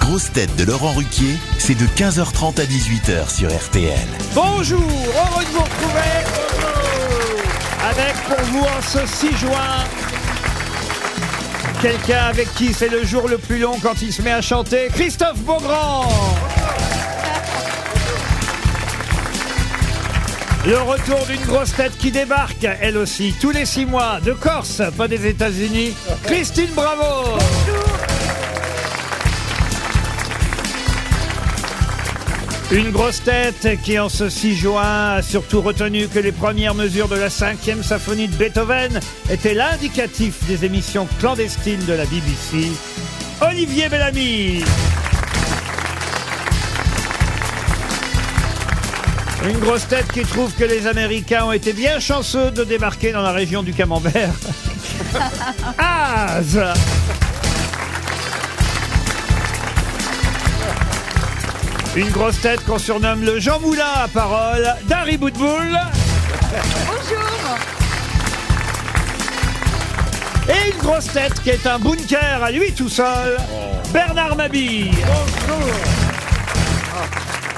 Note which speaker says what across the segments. Speaker 1: grosses têtes de Laurent Ruquier, c'est de 15h30 à 18h sur RTL.
Speaker 2: Bonjour, heureux de vous retrouver avec pour vous en ce 6 juin quelqu'un avec qui c'est le jour le plus long quand il se met à chanter, Christophe Beaugrand. Le retour d'une grosse tête qui débarque, elle aussi, tous les six mois, de Corse, pas des États-Unis, Christine Bravo. Une grosse tête qui, en ce 6 juin, a surtout retenu que les premières mesures de la cinquième symphonie de Beethoven étaient l'indicatif des émissions clandestines de la BBC. Olivier Bellamy Une grosse tête qui trouve que les Américains ont été bien chanceux de débarquer dans la région du Camembert. Az Une grosse tête qu'on surnomme le Jean Moulin à parole, Dari Boudboul.
Speaker 3: Bonjour
Speaker 2: Et une grosse tête qui est un bunker à lui tout seul, Bernard Mabille.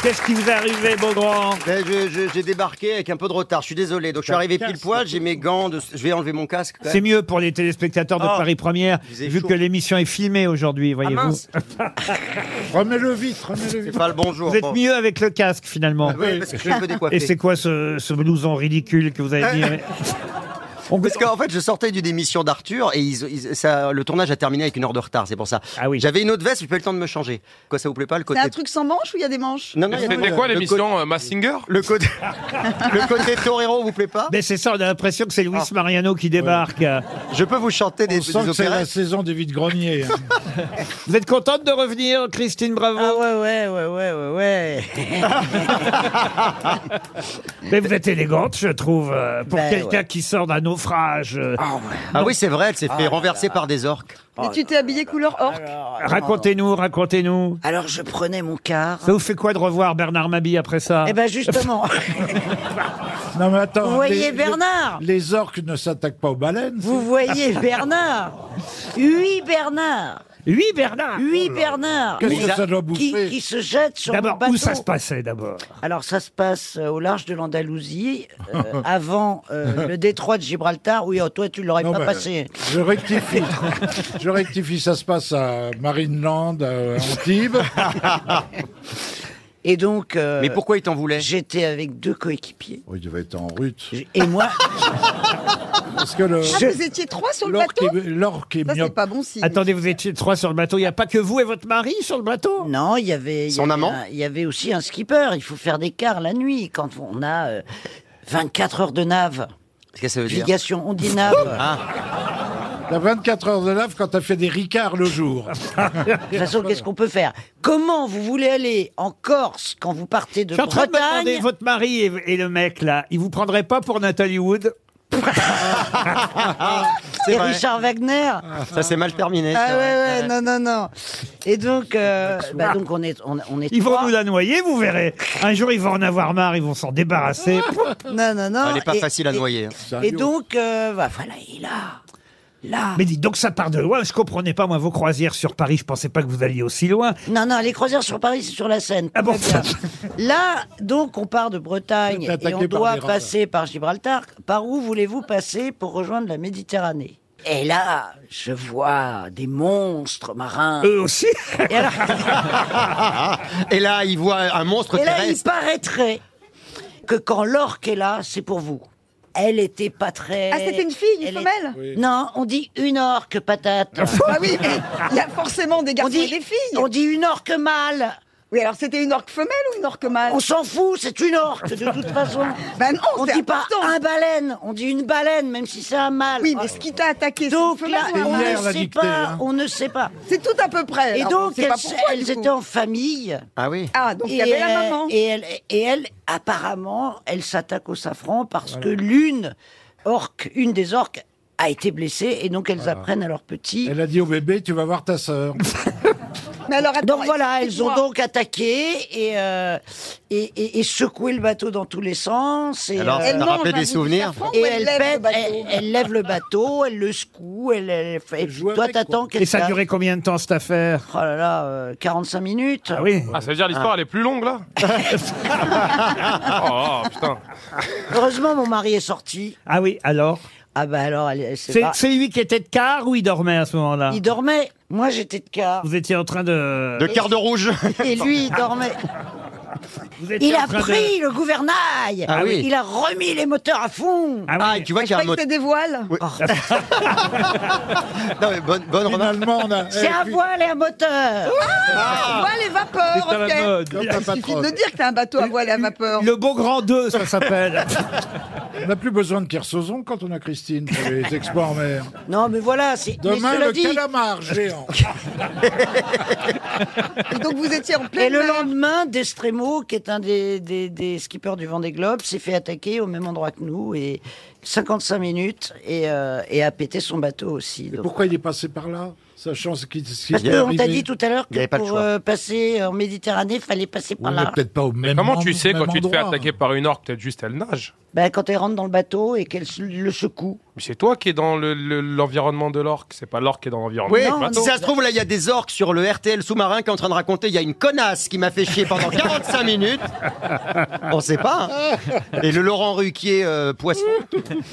Speaker 2: Qu'est-ce qui vous est arrivé, Beaugrand
Speaker 4: Ben, je- je- j'ai débarqué avec un peu de retard, je suis désolé. Donc je suis arrivé pile poil, j'ai mes gants, de- je vais enlever mon casque. quand
Speaker 2: C'est
Speaker 4: même.
Speaker 2: mieux pour les téléspectateurs de
Speaker 4: Ah,
Speaker 2: Paris Première,
Speaker 4: vous avez
Speaker 2: vu
Speaker 4: chaud.
Speaker 2: que l'émission est filmée aujourd'hui, voyez-vous.
Speaker 4: Ah, mince.
Speaker 5: Remets le vite, remets le
Speaker 4: C'est
Speaker 5: vite.
Speaker 4: pas le bonjour.
Speaker 2: vous êtes
Speaker 4: bon.
Speaker 2: mieux avec le casque, finalement.
Speaker 4: Oui, parce que je suis un peu
Speaker 2: Et
Speaker 4: décoiffé.
Speaker 2: c'est quoi ce, ce blouson ridicule que vous avez mis On-
Speaker 4: Parce qu'en fait, je sortais d'une émission d'Arthur et ils- ils- ça, le tournage a terminé avec une heure de retard, c'est pour ça.
Speaker 2: Ah oui.
Speaker 4: J'avais une autre veste, j'ai pas eu le temps de me changer. Quoi, ça vous plaît pas le
Speaker 3: C'est
Speaker 4: côté
Speaker 3: un truc sans manche ou il y a des manches
Speaker 4: Non, non, il y a-
Speaker 6: C'était quoi
Speaker 4: le côté-
Speaker 6: l'émission euh, Massinger
Speaker 4: Le côté, le côté torero vous plaît pas Ah.
Speaker 2: Mais c'est ça, on a l'impression que c'est Luis Mariano qui débarque.
Speaker 4: Je peux vous chanter des,
Speaker 5: On sent
Speaker 4: des
Speaker 5: que c'est la
Speaker 4: opérettes.
Speaker 5: saison des vides greniers. hein.
Speaker 2: Vous êtes contente de revenir, Christine Bravo
Speaker 7: Ah
Speaker 3: ouais, ouais, ouais, ouais, ouais.
Speaker 2: Mais vous êtes élégante, je trouve, euh, pour
Speaker 3: Ben
Speaker 2: quelqu'un qui sort d'un naufrage. euh,
Speaker 4: Ah oui, c'est vrai, elle s'est fait renverser par des orques.
Speaker 3: Et tu t'es habillé couleur orque
Speaker 2: Racontez-nous, racontez-nous.
Speaker 7: Alors je prenais mon car.
Speaker 2: Ça vous fait quoi de revoir Bernard Mabille après ça
Speaker 7: Eh ben justement,
Speaker 5: Non mais attends.
Speaker 7: vous voyez
Speaker 5: les-
Speaker 7: Bernard,
Speaker 5: Les, les orques ne s'attaquent pas aux baleines.
Speaker 7: vous voyez Bernard, oui Bernard,
Speaker 2: Oui, Bernard
Speaker 7: oui Bernard,
Speaker 5: Qu'est-ce que ça doit
Speaker 7: qui,
Speaker 5: bouffer
Speaker 7: qui se jette sur mon
Speaker 2: D'abord,
Speaker 7: bateau.
Speaker 2: où ça se passait d'abord
Speaker 7: Alors ça se passe euh, au large de l'Andalousie, euh, avant euh, le détroit de Gibraltar. Oui, oh, toi tu l'aurais
Speaker 5: Non,
Speaker 7: pas
Speaker 5: mais- euh,
Speaker 7: passé.
Speaker 5: Je rectifie. Je rectifie. Ça se passe à Marineland, euh, à Antibes.
Speaker 7: Et donc, euh,
Speaker 4: Mais pourquoi ils t'en voulaient
Speaker 7: J'étais avec deux coéquipiers.
Speaker 5: Oh, il devait être en rute.
Speaker 7: Et moi,
Speaker 5: Parce que le.
Speaker 3: Ah, vous étiez trois sur le
Speaker 5: L'orque
Speaker 3: bateau
Speaker 5: est, l'orque est
Speaker 3: Ça, c'est
Speaker 5: myope.
Speaker 3: pas bon signe.
Speaker 2: Attendez, vous étiez trois sur le bateau. Il n'y a pas que vous et votre mari sur le bateau
Speaker 7: non, il y avait il y
Speaker 4: Son
Speaker 7: avait
Speaker 4: amant
Speaker 7: un- Il y avait aussi un skipper. Il faut faire des quarts la nuit quand on a euh, 24 heures de nave.
Speaker 4: Qu'est-ce que ça veut dire Ah.
Speaker 7: Navigation, on dit nave.
Speaker 5: T'as 24 Ah. heures de lave quand t'as fait des ricards le jour.
Speaker 7: De toute façon, qu'est-ce qu'on peut faire Comment vous voulez aller en Corse quand vous partez de
Speaker 2: Je suis en train de me demander,
Speaker 7: Bretagne
Speaker 2: votre mari et, et le mec là, il vous prendrait pas pour Nathalie Wood
Speaker 4: C'est
Speaker 7: et
Speaker 4: vrai.
Speaker 7: Richard Wagner
Speaker 4: Ça s'est mal terminé. c'est
Speaker 7: Ah ouais,
Speaker 4: vrai.
Speaker 7: ouais, non, non, non. Et donc, euh, bah, donc on est, on, on est
Speaker 2: Ils vont
Speaker 7: trois.
Speaker 2: nous la noyer, vous verrez. Un jour, ils vont en avoir marre, ils vont s'en débarrasser.
Speaker 7: Non, non, non.
Speaker 4: Elle n'est pas
Speaker 7: Ah, Et-
Speaker 4: facile à
Speaker 7: et-
Speaker 4: noyer. hein.
Speaker 7: Et, donc, euh, bah, voilà, il a... Là.
Speaker 2: Mais dites donc, ça part de loin. Je comprenais pas, moi, vos croisières sur Paris. Je pensais pas que vous alliez aussi loin.
Speaker 7: Non, non, les croisières sur Paris, c'est sur la Seine.
Speaker 2: Ah bon
Speaker 7: Très bien. Là, donc, on part de Bretagne
Speaker 5: Vous êtes
Speaker 7: et on
Speaker 5: attaqué par
Speaker 7: doit
Speaker 5: des rats.
Speaker 7: passer par Gibraltar. Par où voulez-vous passer pour rejoindre la Méditerranée Et là, je vois des monstres marins.
Speaker 2: Eux aussi
Speaker 7: Et, alors-
Speaker 4: Et là, il voit un monstre
Speaker 7: et là, il
Speaker 4: terrestre.
Speaker 7: paraîtrait que quand l'orque est là, c'est pour vous. Elle était pas très.
Speaker 3: Ah, c'était une fille, une
Speaker 7: Elle est-
Speaker 3: femelle
Speaker 7: Non, on dit une orque, patate.
Speaker 3: Ah oui, mais il y a forcément des
Speaker 7: on,
Speaker 3: garçons et
Speaker 7: dit,
Speaker 3: des filles.
Speaker 7: on dit une orque mâle.
Speaker 3: Oui, alors c'était une orque femelle ou une orque mâle
Speaker 7: On s'en fout, c'est une orque de toute façon.
Speaker 3: Bah non,
Speaker 7: on
Speaker 3: c'est
Speaker 7: dit pas
Speaker 3: important.
Speaker 7: un baleine, on dit une baleine, même si c'est un mâle.
Speaker 3: Oui, mais ce qui t'a attaqué, c'est une
Speaker 7: donc là,
Speaker 3: femelle ou un
Speaker 7: on
Speaker 3: mâle
Speaker 5: hier,
Speaker 7: ne
Speaker 5: la
Speaker 7: sait
Speaker 5: dictée,
Speaker 7: pas,
Speaker 5: hein.
Speaker 7: on ne sait pas.
Speaker 3: C'est tout à peu près.
Speaker 7: Et
Speaker 3: Alors, on
Speaker 7: donc,
Speaker 3: sait pas
Speaker 7: elles,
Speaker 3: pourquoi,
Speaker 7: elles
Speaker 3: du coup.
Speaker 7: étaient en famille.
Speaker 4: Ah oui.
Speaker 3: Ah, donc il y
Speaker 7: Et
Speaker 3: avait la
Speaker 7: elle-
Speaker 3: maman.
Speaker 7: Et elle, et elle, apparemment, elle s'attaque au safran parce que l'une orque, une des orques, a été blessée et donc elles apprennent à leur petit.
Speaker 5: Elle a dit au bébé, tu vas voir ta sœur.
Speaker 3: Mais alors, attends,
Speaker 7: Donc voilà, elles ont
Speaker 3: explique-moi.
Speaker 7: donc attaqué et, euh, et, et- et secoué le bateau dans tous les sens. Et,
Speaker 4: Alors,
Speaker 7: euh,
Speaker 4: Ça t'a
Speaker 3: Elle mange
Speaker 4: rappelé
Speaker 3: un
Speaker 4: des
Speaker 3: bout de
Speaker 4: souvenirs
Speaker 3: safran
Speaker 7: et
Speaker 3: ou
Speaker 7: elle,
Speaker 3: lève le
Speaker 7: pète,
Speaker 3: bateau
Speaker 7: elle, elle lève le bateau, elle le secoue, elle, elle fait. et
Speaker 5: Elle joue
Speaker 7: toi,
Speaker 5: avec,
Speaker 7: t'attends qu'elle
Speaker 2: Et ça a
Speaker 7: fasse-
Speaker 2: duré combien de temps cette affaire
Speaker 7: Oh là là, euh, 45 minutes.
Speaker 2: Ah oui.
Speaker 6: Ah, ça veut dire l'histoire, elle est plus longue, là Oh, putain.
Speaker 7: Heureusement, mon mari est sorti.
Speaker 2: Ah oui, alors
Speaker 7: Ah bah alors, elle, elle s'est
Speaker 2: C'est
Speaker 7: barrée.
Speaker 2: c'est lui qui était de quart ou il dormait à ce moment-là
Speaker 7: Il dormait. Moi, j'étais de quart.
Speaker 2: Vous étiez en train de.
Speaker 4: De quart de rouge
Speaker 7: Et lui, il dormait.
Speaker 2: vous étiez
Speaker 7: euh, Il
Speaker 2: en
Speaker 7: a
Speaker 2: train de-
Speaker 7: pris le gouvernail.
Speaker 4: Ah oui.
Speaker 7: Il a remis les moteurs à fond.
Speaker 2: Ah oui.
Speaker 4: Ah, et tu vois qu'il y a un mot.
Speaker 3: Respecte des voiles.
Speaker 4: Non, mais bonne, bonne remarque.
Speaker 5: Finalement, on a.
Speaker 7: C'est
Speaker 5: Eh,
Speaker 7: à
Speaker 5: puis-
Speaker 7: voile et à moteur.
Speaker 3: Voile et vapeur,
Speaker 8: C'est à la
Speaker 3: ok.
Speaker 8: mode.
Speaker 5: Comme
Speaker 3: Il
Speaker 5: un
Speaker 3: suffit
Speaker 5: patron.
Speaker 3: de dire que t'as un bateau à voile et à vapeur.
Speaker 2: Le beau grand 2, ça s'appelle.
Speaker 5: On n'a plus besoin de Kersozon quand on a Christine pour les exploits en mer.
Speaker 7: Non, mais voilà, c'est. mais
Speaker 5: Demain,
Speaker 7: cela
Speaker 5: le
Speaker 7: dit-
Speaker 5: calamar géant.
Speaker 3: Et donc vous étiez en
Speaker 7: Et
Speaker 3: pleine
Speaker 7: le
Speaker 3: mer.
Speaker 7: lendemain, Destremo, qui est un des, des, des skippers du Vendée Globe, s'est fait attaquer au même endroit que nous, et 55 minutes, et, euh, et a pété son bateau aussi. donc.
Speaker 5: Pourquoi il est passé par là Sachant ce qui ce qui
Speaker 7: Parce
Speaker 5: lui est
Speaker 7: qu'on t'a
Speaker 5: arrivé.
Speaker 7: dit tout à l'heure
Speaker 4: Il y
Speaker 7: que
Speaker 4: avait pas le
Speaker 7: pour
Speaker 4: choix.
Speaker 7: euh, passer en Méditerranée, il fallait passer
Speaker 5: Oui,
Speaker 7: par
Speaker 5: mais
Speaker 7: là.
Speaker 5: peut-être pas au même
Speaker 6: Comment tu
Speaker 5: endroit,
Speaker 6: sais quand
Speaker 5: même
Speaker 6: tu te fais
Speaker 5: endroit.
Speaker 6: attaquer par une orque Peut-être juste elle nage.
Speaker 7: Ben, quand elle rentre dans le bateau et qu'elle se- le secoue.
Speaker 6: Mais c'est toi qui es dans le- le- l'environnement de l'orque. C'est pas l'orque qui est dans l'environnement
Speaker 4: Oui, bah,
Speaker 7: Non,
Speaker 6: du bateau.
Speaker 4: si ça se trouve, là, il y a des orques sur le RTL sous-marin qui est en train de raconter il y a une connasse qui m'a fait chier pendant 45 minutes. On sait pas. hein. Et le Laurent Ruquier euh, poisson.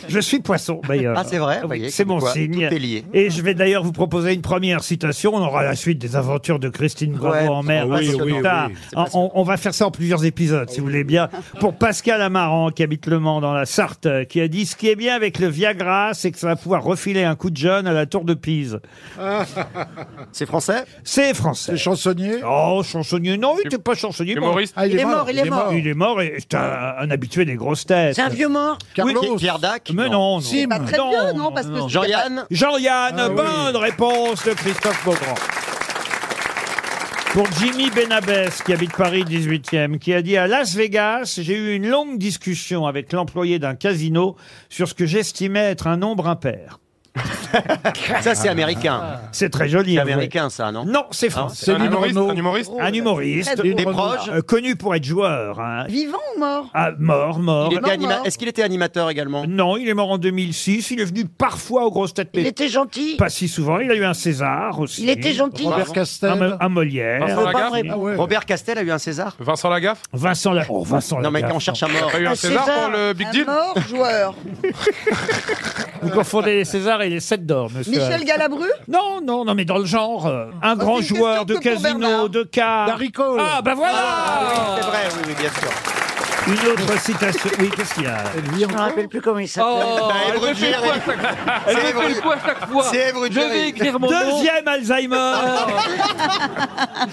Speaker 2: Je suis poisson, d'ailleurs.
Speaker 4: Ah, c'est vrai,
Speaker 2: Oui,
Speaker 4: voyez,
Speaker 2: c'est
Speaker 4: comme
Speaker 2: mon
Speaker 4: quoi,
Speaker 2: signe.
Speaker 4: tout est lié.
Speaker 2: Et je vais d'ailleurs vous proposer une première citation. On aura la suite des aventures de Christine Bravo
Speaker 4: Ouais.
Speaker 2: en mer.
Speaker 5: Ah oui,
Speaker 2: un peu
Speaker 5: oui,
Speaker 2: plus tard.
Speaker 5: oui.
Speaker 2: On- on, on va faire ça en plusieurs épisodes, si vous voulez bien. Pour Pascal Amaran, qui habite Le Mans, dans la Sarthe, euh, qui a dit « Ce qui est bien avec le Viagra, c'est que ça va pouvoir refiler un coup de jeune à la tour de Pise.
Speaker 4: C'est français »
Speaker 2: C'est français.
Speaker 5: C'est chansonnier
Speaker 2: Oh, chansonnier. Non, il n'était pas chansonnier. mais-
Speaker 6: Humoriste.
Speaker 5: Ah,
Speaker 7: Il est mort, il est mort.
Speaker 2: Il est mort et c'est un, un habitué des grosses têtes.
Speaker 7: C'est un vieux mort.
Speaker 5: Carlos.
Speaker 4: Pierre Dac
Speaker 2: Mais non, non.
Speaker 5: Sim.
Speaker 3: Pas très
Speaker 2: Non,
Speaker 3: vieux,
Speaker 2: non,
Speaker 3: non, parce que
Speaker 2: non.
Speaker 4: Jean-Yann
Speaker 2: Jean-Yann,
Speaker 5: Ah oui.
Speaker 2: bonne réponse de Christophe Beaugrand. Pour Jimmy Benabès, qui habite Paris 18e, qui a dit à Las Vegas, j'ai eu une longue discussion avec l'employé d'un casino sur ce que j'estimais être un nombre impair.
Speaker 4: Ça, c'est américain.
Speaker 2: C'est très joli.
Speaker 4: C'est
Speaker 2: avouez.
Speaker 4: américain, ça, non
Speaker 2: Non, c'est français.
Speaker 6: Ah, Un
Speaker 5: Céline
Speaker 6: humoriste,
Speaker 5: Renaud.
Speaker 6: un humoriste.
Speaker 2: Un humoriste,
Speaker 4: Des proches
Speaker 2: euh, connu pour être joueur. hein.
Speaker 3: Vivant ou mort
Speaker 2: Ah, mort, mort.
Speaker 4: Il était
Speaker 3: Non,
Speaker 4: anima-
Speaker 3: non.
Speaker 4: Est-ce qu'il était animateur également
Speaker 2: Non, il est mort en 2006. Il est venu parfois aux grosses têtes,
Speaker 7: Il
Speaker 2: mais
Speaker 7: était gentil.
Speaker 2: pas si souvent. Il a eu un César aussi.
Speaker 7: Il était gentil.
Speaker 5: Robert
Speaker 2: un,
Speaker 5: Castel.
Speaker 2: Mo- un Molière.
Speaker 6: Vincent
Speaker 7: Pas
Speaker 6: Lagarde.
Speaker 7: vrai.
Speaker 5: Ah ouais.
Speaker 4: Robert Castel a eu un César
Speaker 6: Vincent Lagaffe
Speaker 2: Vincent La... Oh, Vincent
Speaker 4: Non, mais
Speaker 2: Lagarde.
Speaker 4: on cherche un mort.
Speaker 6: T'as eu un
Speaker 7: Un
Speaker 6: César
Speaker 7: César,
Speaker 6: pour le Big
Speaker 3: Un
Speaker 6: Deal
Speaker 3: mort joueur.
Speaker 2: Vous confondez les Césars et les 7 d'or, monsieur.
Speaker 3: Michel Galabru
Speaker 2: Non, non, Oh non, mais dans le genre, euh,
Speaker 4: Ah. Bah
Speaker 2: un grand
Speaker 3: c'est une
Speaker 2: joueur de
Speaker 3: question que pour
Speaker 2: casino,
Speaker 3: Bernard.
Speaker 2: de cartes.
Speaker 5: Darry Cole.
Speaker 2: Ah, bah voilà
Speaker 4: C'est vrai, oui, oui, bien sûr.
Speaker 2: Une autre citation. Oui, qu'est-ce qu'il y a Oh,
Speaker 5: Elle vit
Speaker 7: Je me
Speaker 5: encore
Speaker 7: rappelle plus comment il s'appelle.
Speaker 8: elle me fait le coup à chaque fois. Elle me
Speaker 4: Bah, C'est
Speaker 8: fait le coup à chaque fois.
Speaker 4: C'est Evry
Speaker 8: Je
Speaker 4: Jerry.
Speaker 8: vais écrire mon nom.
Speaker 2: Deuxième Alzheimer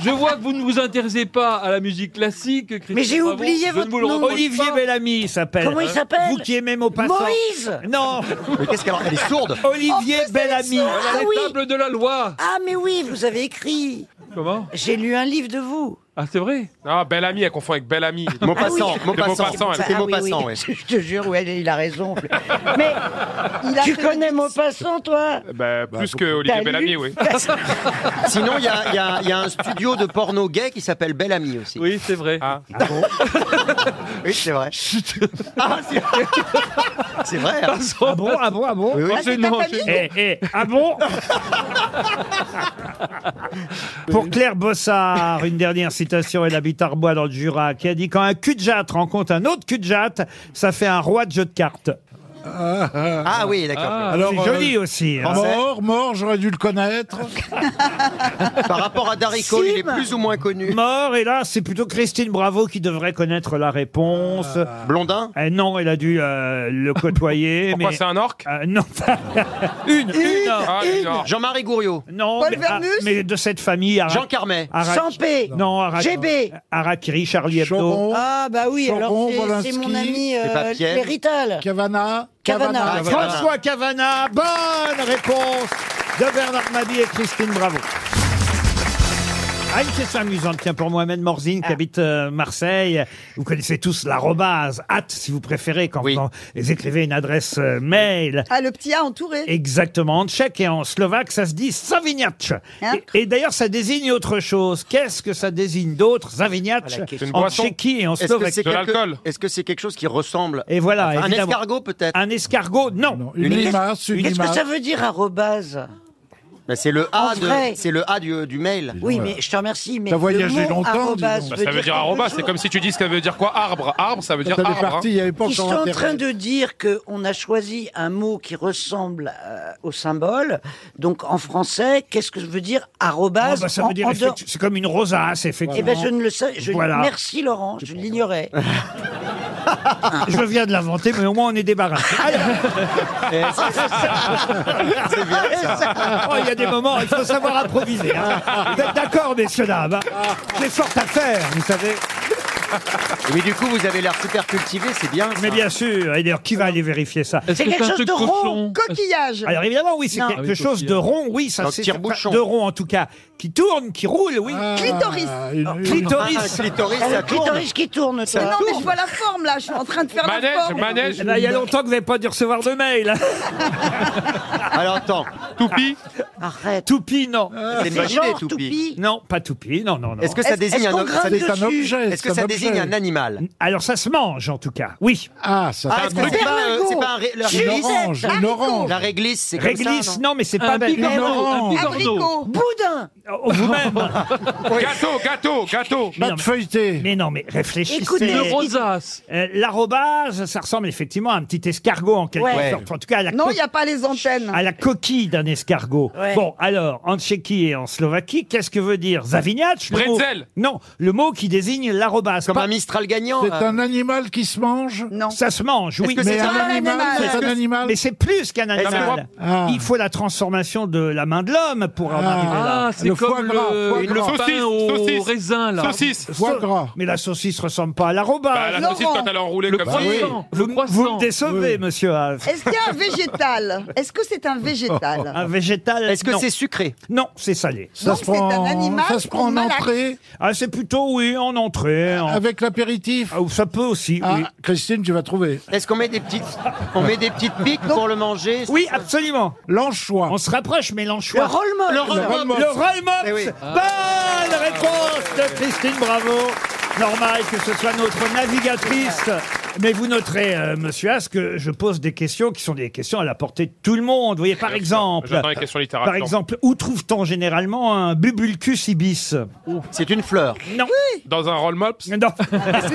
Speaker 8: Je vois que vous ne vous intéressez pas à la musique classique. Christophe
Speaker 7: Mais j'ai
Speaker 8: Bravo.
Speaker 7: oublié
Speaker 8: Je ne
Speaker 7: votre
Speaker 8: vous le
Speaker 7: nom.
Speaker 8: reproche
Speaker 2: Olivier
Speaker 8: pas.
Speaker 2: Bellamy s'appelle. hein,
Speaker 7: Comment il s'appelle
Speaker 2: Vous qui aimez Maupassant.
Speaker 7: Moïse
Speaker 2: Non,
Speaker 4: Mais qu'est-ce qu'elle Elle est sourde
Speaker 2: Oh, Olivier
Speaker 3: En plus,
Speaker 2: Bellamy.
Speaker 7: Ah
Speaker 8: Les
Speaker 7: oui.
Speaker 8: tables de la loi.
Speaker 7: Ah mais oui, vous avez écrit.
Speaker 8: Comment
Speaker 7: J'ai lu un livre de vous.
Speaker 8: Ah, c'est vrai.
Speaker 6: Ah, belle amie, elle confond avec belle amie.
Speaker 4: Maupassant,
Speaker 6: De
Speaker 4: Maupassant.
Speaker 6: Maupassant, elle.
Speaker 4: C'était
Speaker 7: Ah oui,
Speaker 4: Maupassant,
Speaker 7: oui.
Speaker 4: ouais.
Speaker 7: Je te jure, ouais, il a raison. Mais
Speaker 3: Il a
Speaker 7: tu
Speaker 3: fait-
Speaker 7: connais Maupassant, toi
Speaker 6: Bah, plus que Olivier
Speaker 7: T'as
Speaker 6: Bellamy,
Speaker 7: lu
Speaker 6: oui.
Speaker 4: Sinon, il y a, il y a- il y a un studio de porno gay qui s'appelle Belle Amie aussi.
Speaker 8: Oui, c'est vrai.
Speaker 6: Ah.
Speaker 4: Oui, c'est vrai. Ah, c'est vrai. C'est vrai. hein.
Speaker 2: Ah bon, ah bon, ah bon
Speaker 4: Oui, oui.
Speaker 3: Ah, c'est ta famille
Speaker 2: Eh, eh, ah bon Pour Claire Bossard, une dernière citation, elle habite Arbois dans le Jura, qui a dit « Quand un cul-de-jatte rencontre un autre cul-de-jatte, ça fait un roi de jeu de cartes.
Speaker 4: Ah oui, d'accord.
Speaker 5: Alors,
Speaker 2: C'est joli aussi. hein.
Speaker 5: euh, mort, mort, j'aurais dû le connaître.
Speaker 4: Par rapport à Darry Cole, il est
Speaker 7: Sim.
Speaker 4: plus ou moins connu.
Speaker 2: Mort, et là, c'est plutôt Christine Bravo qui devrait connaître la réponse.
Speaker 4: Ah. Blondin
Speaker 2: Eh non, elle a dû euh, le côtoyer, mais...
Speaker 6: Pourquoi c'est un orque
Speaker 2: Euh, non, une, une,
Speaker 6: Ah, une orque.
Speaker 4: Jean-Marie Gouriot.
Speaker 2: non,
Speaker 3: Paul
Speaker 2: mais,
Speaker 3: Vermus
Speaker 2: ah, mais de cette famille, Ara-
Speaker 4: Jean Carmet.
Speaker 2: Ara-
Speaker 7: Sans P.
Speaker 2: non, Ara-
Speaker 7: GB.
Speaker 2: Arakiri, Charlie Hebdo.
Speaker 5: Choron,
Speaker 7: Ah bah oui,
Speaker 5: Choron,
Speaker 7: alors c'est-
Speaker 5: Volinsky,
Speaker 7: c'est mon ami
Speaker 4: et
Speaker 7: euh,
Speaker 4: Papienne.
Speaker 7: Lérital.
Speaker 5: Cavana,
Speaker 7: Cavana.
Speaker 4: Cavana.
Speaker 2: François Cavana, bonne réponse de Bernard Mabie et Christine Bravo. Ah, une question amusante, tiens, pour Mohamed Morzine, qui habite euh, Marseille. Vous connaissez tous l'arrobase, hâte, si vous préférez, quand
Speaker 4: Oui.
Speaker 2: vous en- les écrivez une adresse euh, mail.
Speaker 3: Ah, le petit A entouré.
Speaker 2: Exactement, en tchèque et en slovaque, ça se dit Savignac.
Speaker 3: Hein
Speaker 2: et et d'ailleurs, ça désigne autre chose. Qu'est-ce que ça désigne d'autre, Savignac,
Speaker 4: Ah, la question.
Speaker 6: Une
Speaker 2: en
Speaker 6: boisson
Speaker 2: tchéquie et en
Speaker 4: Est-ce que
Speaker 2: slovaque
Speaker 4: c'est
Speaker 6: De
Speaker 4: quelque...
Speaker 6: l'alcool.
Speaker 4: Est-ce que c'est quelque chose qui ressemble
Speaker 2: Et voilà,
Speaker 4: à un
Speaker 2: évidemment.
Speaker 4: escargot peut-être
Speaker 2: Un escargot, non.
Speaker 5: Non, une
Speaker 4: Mais qu'est-ce-
Speaker 5: limace, une
Speaker 7: Qu'est-ce que
Speaker 5: limace.
Speaker 7: ça veut dire arrobase
Speaker 4: Mais Ben, C'est le A
Speaker 7: En vrai.
Speaker 4: de c'est le A du, du mail.
Speaker 7: Oui, mais je te remercie. Mais
Speaker 5: T'as
Speaker 7: le
Speaker 5: voyagé
Speaker 7: mot
Speaker 5: longtemps, dis
Speaker 7: arrobase
Speaker 5: donc.
Speaker 6: Bah, ça veut dire arroba, c'est comme si tu dis ça veut dire quoi Arbre. Arbre, ça veut
Speaker 5: Quand
Speaker 6: dire
Speaker 5: elle est
Speaker 6: arbre. hein.
Speaker 5: partie, il n'y avait pas
Speaker 7: Ils sont
Speaker 5: encore
Speaker 7: en
Speaker 5: internet.
Speaker 7: train de dire qu'on a choisi un mot qui ressemble euh, au symbole. Donc en français, qu'est-ce que veut dire
Speaker 2: Ah,
Speaker 7: arrobase
Speaker 2: bah, ça veut
Speaker 7: en-
Speaker 2: dire
Speaker 7: en
Speaker 2: effectu-
Speaker 7: dehors-
Speaker 2: c'est comme une rosace,
Speaker 7: Eh
Speaker 2: effectivement.
Speaker 7: ben je ne le sais. Je...
Speaker 2: Voilà.
Speaker 7: Merci Laurent, je l'ignorais.
Speaker 2: Je viens de l'inventer, mais au moins on est débarrassé.
Speaker 4: Eh, c'est- c'est bien ça.
Speaker 2: Oh, il y a des moments, il faut savoir improviser. hein. Vous êtes d'accord, messieurs, dames hein C'est fort à faire, vous savez.
Speaker 4: Mais du coup, vous avez l'air super cultivé, c'est bien. ça.
Speaker 2: Mais bien sûr, et d'ailleurs, qui va aller vérifier ça
Speaker 8: Est-ce
Speaker 7: C'est
Speaker 8: que
Speaker 7: quelque
Speaker 8: un
Speaker 7: chose
Speaker 8: truc
Speaker 7: de rond,
Speaker 8: cochon
Speaker 3: Coquillage.
Speaker 2: alors évidemment oui c'est
Speaker 7: Non.
Speaker 8: Ah
Speaker 2: quelque
Speaker 8: oui,
Speaker 2: chose
Speaker 8: coquille.
Speaker 2: de rond oui ça
Speaker 4: Un
Speaker 2: c'est
Speaker 4: tire-bouchon.
Speaker 2: de rond en tout cas qui tourne qui roule oui
Speaker 5: Ah,
Speaker 3: Clitoris.
Speaker 5: une- une-
Speaker 4: Ah, un
Speaker 2: clitoris
Speaker 4: clitoris,
Speaker 7: Ah,
Speaker 4: ça
Speaker 7: le
Speaker 4: tourne.
Speaker 7: clitoris qui tourne,
Speaker 3: Mais
Speaker 7: toi.
Speaker 3: non, mais je vois la forme là, je suis en train de faire la
Speaker 6: Manège,
Speaker 3: forme.
Speaker 2: Eh
Speaker 6: manège,
Speaker 2: ben, il y a longtemps que vous n'avez pas dû recevoir de mail.
Speaker 4: Alors attends, Euh,
Speaker 6: toupie.
Speaker 7: Arrête.
Speaker 2: Toupie, non.
Speaker 4: Ah, c'est une bonne
Speaker 7: genre
Speaker 4: idée, toupie.
Speaker 2: Non, pas toupie, non, non, non.
Speaker 4: Est-ce que ça
Speaker 7: Est-ce-
Speaker 4: désigne
Speaker 7: est-ce
Speaker 4: un
Speaker 7: qu'on
Speaker 4: ob- ça
Speaker 7: grimpe
Speaker 5: C'est
Speaker 4: dé-
Speaker 5: un
Speaker 7: dessus
Speaker 5: objet.
Speaker 4: Est-ce que
Speaker 5: c'est
Speaker 4: ça
Speaker 5: un
Speaker 4: désigne
Speaker 5: objet.
Speaker 4: un animal
Speaker 2: Alors ça se mange en tout cas, oui.
Speaker 5: Ah, ça.
Speaker 4: Ah, est-ce que c'est pas, euh,
Speaker 7: Berlingot.
Speaker 4: c'est pas un ré- la,
Speaker 5: une
Speaker 7: Suisse.
Speaker 5: orange, une orange.
Speaker 4: la réglisse C'est comme ça,
Speaker 2: Réglisse, non, mais c'est pas
Speaker 8: Un
Speaker 2: bête.
Speaker 8: bigorneau, un
Speaker 5: orange.
Speaker 8: bigorneau.
Speaker 3: Abricot.
Speaker 7: Boudin
Speaker 2: Oh, Vous-même.
Speaker 6: Gâteau, gâteau, gâteau.
Speaker 2: Mais
Speaker 5: Pas
Speaker 2: non,
Speaker 5: de
Speaker 2: mais-
Speaker 5: feuilleté.
Speaker 2: Mais non, mais réfléchissez.
Speaker 7: Écoutez,
Speaker 8: Une
Speaker 7: Mais-
Speaker 8: rosace.
Speaker 2: Euh, L'arrobage, ça ressemble effectivement à un petit escargot en quelque
Speaker 7: Ouais.
Speaker 2: sorte. En tout cas, à la,
Speaker 3: Non,
Speaker 2: co-
Speaker 3: il n'y a pas les antennes.
Speaker 2: à la coquille d'un escargot.
Speaker 7: Ouais.
Speaker 2: Bon, alors, en Tchéquie et en Slovaquie, qu'est-ce que veut dire Zavignac le mot-
Speaker 6: Bretzel.
Speaker 2: Non, le mot qui désigne l'arrobage.
Speaker 4: Comme
Speaker 2: Pas-
Speaker 4: un mistral gagnant.
Speaker 5: C'est
Speaker 4: euh,
Speaker 5: un animal qui se mange.
Speaker 3: Non.
Speaker 2: Ça se mange, oui.
Speaker 4: que
Speaker 5: Mais
Speaker 4: C'est
Speaker 5: un
Speaker 4: un
Speaker 5: animal,
Speaker 3: animal.
Speaker 5: hein. c'est
Speaker 4: Est-ce
Speaker 5: un
Speaker 4: que-
Speaker 5: animal.
Speaker 2: Mais c'est plus qu'un
Speaker 6: mais
Speaker 2: animal.
Speaker 6: moi-
Speaker 5: Ah.
Speaker 2: Il faut la transformation de la main de l'homme pour en arriver là.
Speaker 8: Ah, c'est
Speaker 5: le foie
Speaker 8: comme
Speaker 5: gras, foie
Speaker 8: le,
Speaker 5: gras.
Speaker 8: le pain
Speaker 6: Saucisse,
Speaker 8: au
Speaker 6: saucisse.
Speaker 8: raisin, là.
Speaker 6: Saucisse.
Speaker 5: Foie
Speaker 2: Sau-
Speaker 5: gras.
Speaker 2: Mais la saucisse ressemble pas à l'arrobage.
Speaker 6: Bah, la
Speaker 3: Laurent.
Speaker 6: saucisse, quand elle est enroulée
Speaker 8: Le
Speaker 6: comme ça.
Speaker 8: croissant.
Speaker 2: vous,
Speaker 8: Le
Speaker 2: vous
Speaker 8: croissant.
Speaker 2: me décevez, monsieur Havre.
Speaker 3: Est-ce qu'il y a un végétal Est-ce que c'est un végétal
Speaker 2: Un végétal.
Speaker 4: Est-ce que
Speaker 2: non.
Speaker 4: c'est sucré
Speaker 2: Non, c'est salé.
Speaker 5: Ça
Speaker 3: Donc,
Speaker 5: se
Speaker 3: c'est
Speaker 5: prend,
Speaker 3: un animal
Speaker 5: ça se prend
Speaker 3: qu'on
Speaker 5: en
Speaker 3: malaxe.
Speaker 5: entrée
Speaker 2: Ah, c'est plutôt, oui, en entrée. en-
Speaker 5: avec l'apéritif.
Speaker 2: Ah, ou ça peut aussi,
Speaker 5: Ah,
Speaker 2: oui.
Speaker 5: Christine, tu vas trouver.
Speaker 4: Est-ce qu'on met des petites, on met des petites piques pour le manger
Speaker 2: Oui, absolument.
Speaker 5: L'anchois.
Speaker 2: On se rapproche, mais
Speaker 7: Le
Speaker 2: l'anchois.
Speaker 7: roll-moll.
Speaker 4: Le
Speaker 5: Le
Speaker 4: roll-mops.
Speaker 5: roll-mops.
Speaker 2: Le roll-mops.
Speaker 4: Eh oui.
Speaker 2: Bonne réponse de Christine Bravo. Normal que ce soit notre navigatrice. Mais vous noterez, euh, monsieur Haas, que je pose des questions qui sont des questions à la portée de tout le monde. Vous voyez, par
Speaker 6: Bien sûr.
Speaker 2: exemple,
Speaker 6: J'attends les questions littéraires.
Speaker 2: par exemple, où trouve-t-on généralement un bubulcus ibis
Speaker 4: C'est une fleur.
Speaker 2: Non.
Speaker 6: Dans un roll mops.
Speaker 2: non.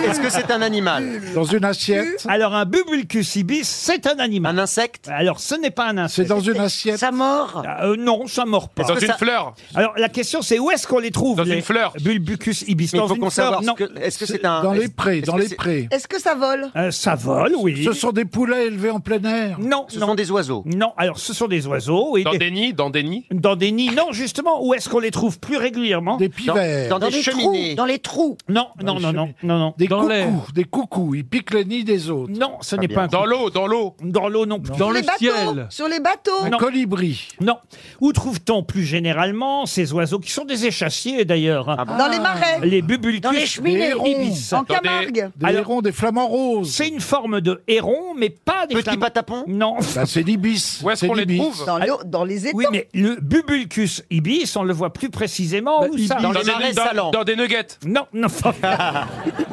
Speaker 4: Est-ce que c'est un animal
Speaker 5: Dans une assiette.
Speaker 2: Alors, un bubulcus ibis, c'est un animal.
Speaker 4: Un insecte
Speaker 2: Alors, ce n'est pas un
Speaker 5: C'est
Speaker 2: insecte.
Speaker 5: dans une assiette.
Speaker 7: Sa mort.
Speaker 2: Ah, euh, non, ça mord pas.
Speaker 6: Dans
Speaker 4: que
Speaker 6: une
Speaker 4: ça-
Speaker 6: fleur.
Speaker 2: Alors la question c'est où est-ce qu'on les trouve
Speaker 6: Dans
Speaker 2: les
Speaker 6: une fleur.
Speaker 2: Bulbucus ibis.
Speaker 4: Mais
Speaker 2: dans
Speaker 4: il faut
Speaker 2: une
Speaker 4: qu'on
Speaker 2: fleur,
Speaker 4: sache.
Speaker 2: non.
Speaker 4: Est-ce que c'est un
Speaker 5: Dans les
Speaker 4: est-ce-
Speaker 5: prés,
Speaker 4: est-ce
Speaker 5: dans
Speaker 4: que
Speaker 5: les
Speaker 4: c'est-
Speaker 5: prés.
Speaker 3: Est-ce que ça vole
Speaker 2: Euh, ça vole, oui.
Speaker 5: Ce sont des poulets élevés en plein air.
Speaker 2: Non,
Speaker 4: Ce
Speaker 2: non,
Speaker 4: sont des oiseaux.
Speaker 2: non. Alors ce sont des oiseaux. Oui,
Speaker 6: Dans
Speaker 2: des-
Speaker 6: des nids, dans des nids.
Speaker 2: dans des nids. Non, justement, où est-ce qu'on les trouve plus régulièrement
Speaker 5: Des
Speaker 4: Dans,
Speaker 5: pivers.
Speaker 4: dans
Speaker 7: Dans
Speaker 4: des
Speaker 7: les
Speaker 4: cheminées.
Speaker 7: trous. Dans les trous.
Speaker 2: Non,
Speaker 5: Dans
Speaker 2: non,
Speaker 5: les
Speaker 2: non, non,
Speaker 5: cheminées.
Speaker 2: non, non.
Speaker 5: Des
Speaker 8: Dans l'air.
Speaker 5: coucous. Des coucous. Ils piquent les nids des autres.
Speaker 2: Non, ce
Speaker 4: Pas
Speaker 2: n'est
Speaker 4: bien.
Speaker 2: pas un
Speaker 6: Dans
Speaker 2: coup-
Speaker 6: l'eau, dans l'eau.
Speaker 2: Dans l'eau non plus.
Speaker 5: Non.
Speaker 8: Dans
Speaker 3: Sur
Speaker 8: le
Speaker 3: les bateaux
Speaker 8: ciel.
Speaker 3: Sur les bateaux
Speaker 5: Un
Speaker 2: Ah Non.
Speaker 5: colibri.
Speaker 2: Non. Où trouve-t-on plus généralement ces oiseaux qui sont des échassiers d'ailleurs hein.
Speaker 4: Ah bon
Speaker 3: Dans les marais
Speaker 2: Les bubulcus
Speaker 7: Dans les
Speaker 5: bah. Des
Speaker 7: cheminées.
Speaker 5: hérons.
Speaker 2: ibis.
Speaker 3: En
Speaker 6: Dans
Speaker 3: Camargue
Speaker 5: Des
Speaker 2: Alors-
Speaker 5: hérons, des flamants roses.
Speaker 2: C'est une forme de héron, mais pas des
Speaker 4: Petit
Speaker 2: flam-
Speaker 4: patapon
Speaker 2: Non. Ah,
Speaker 5: Bah, c'est l'ibis.
Speaker 6: Où est-ce
Speaker 5: C'est
Speaker 6: qu'on les
Speaker 5: l'ibis.
Speaker 6: trouve
Speaker 3: dans, les- dans les étangs
Speaker 2: Oui, mais le bubulcus ibis, on le voit plus précisément
Speaker 5: Bah,
Speaker 2: où ça
Speaker 5: ibis.
Speaker 4: Dans les
Speaker 6: des-
Speaker 4: marais salants.
Speaker 6: dans des nuggets.
Speaker 2: Non, non.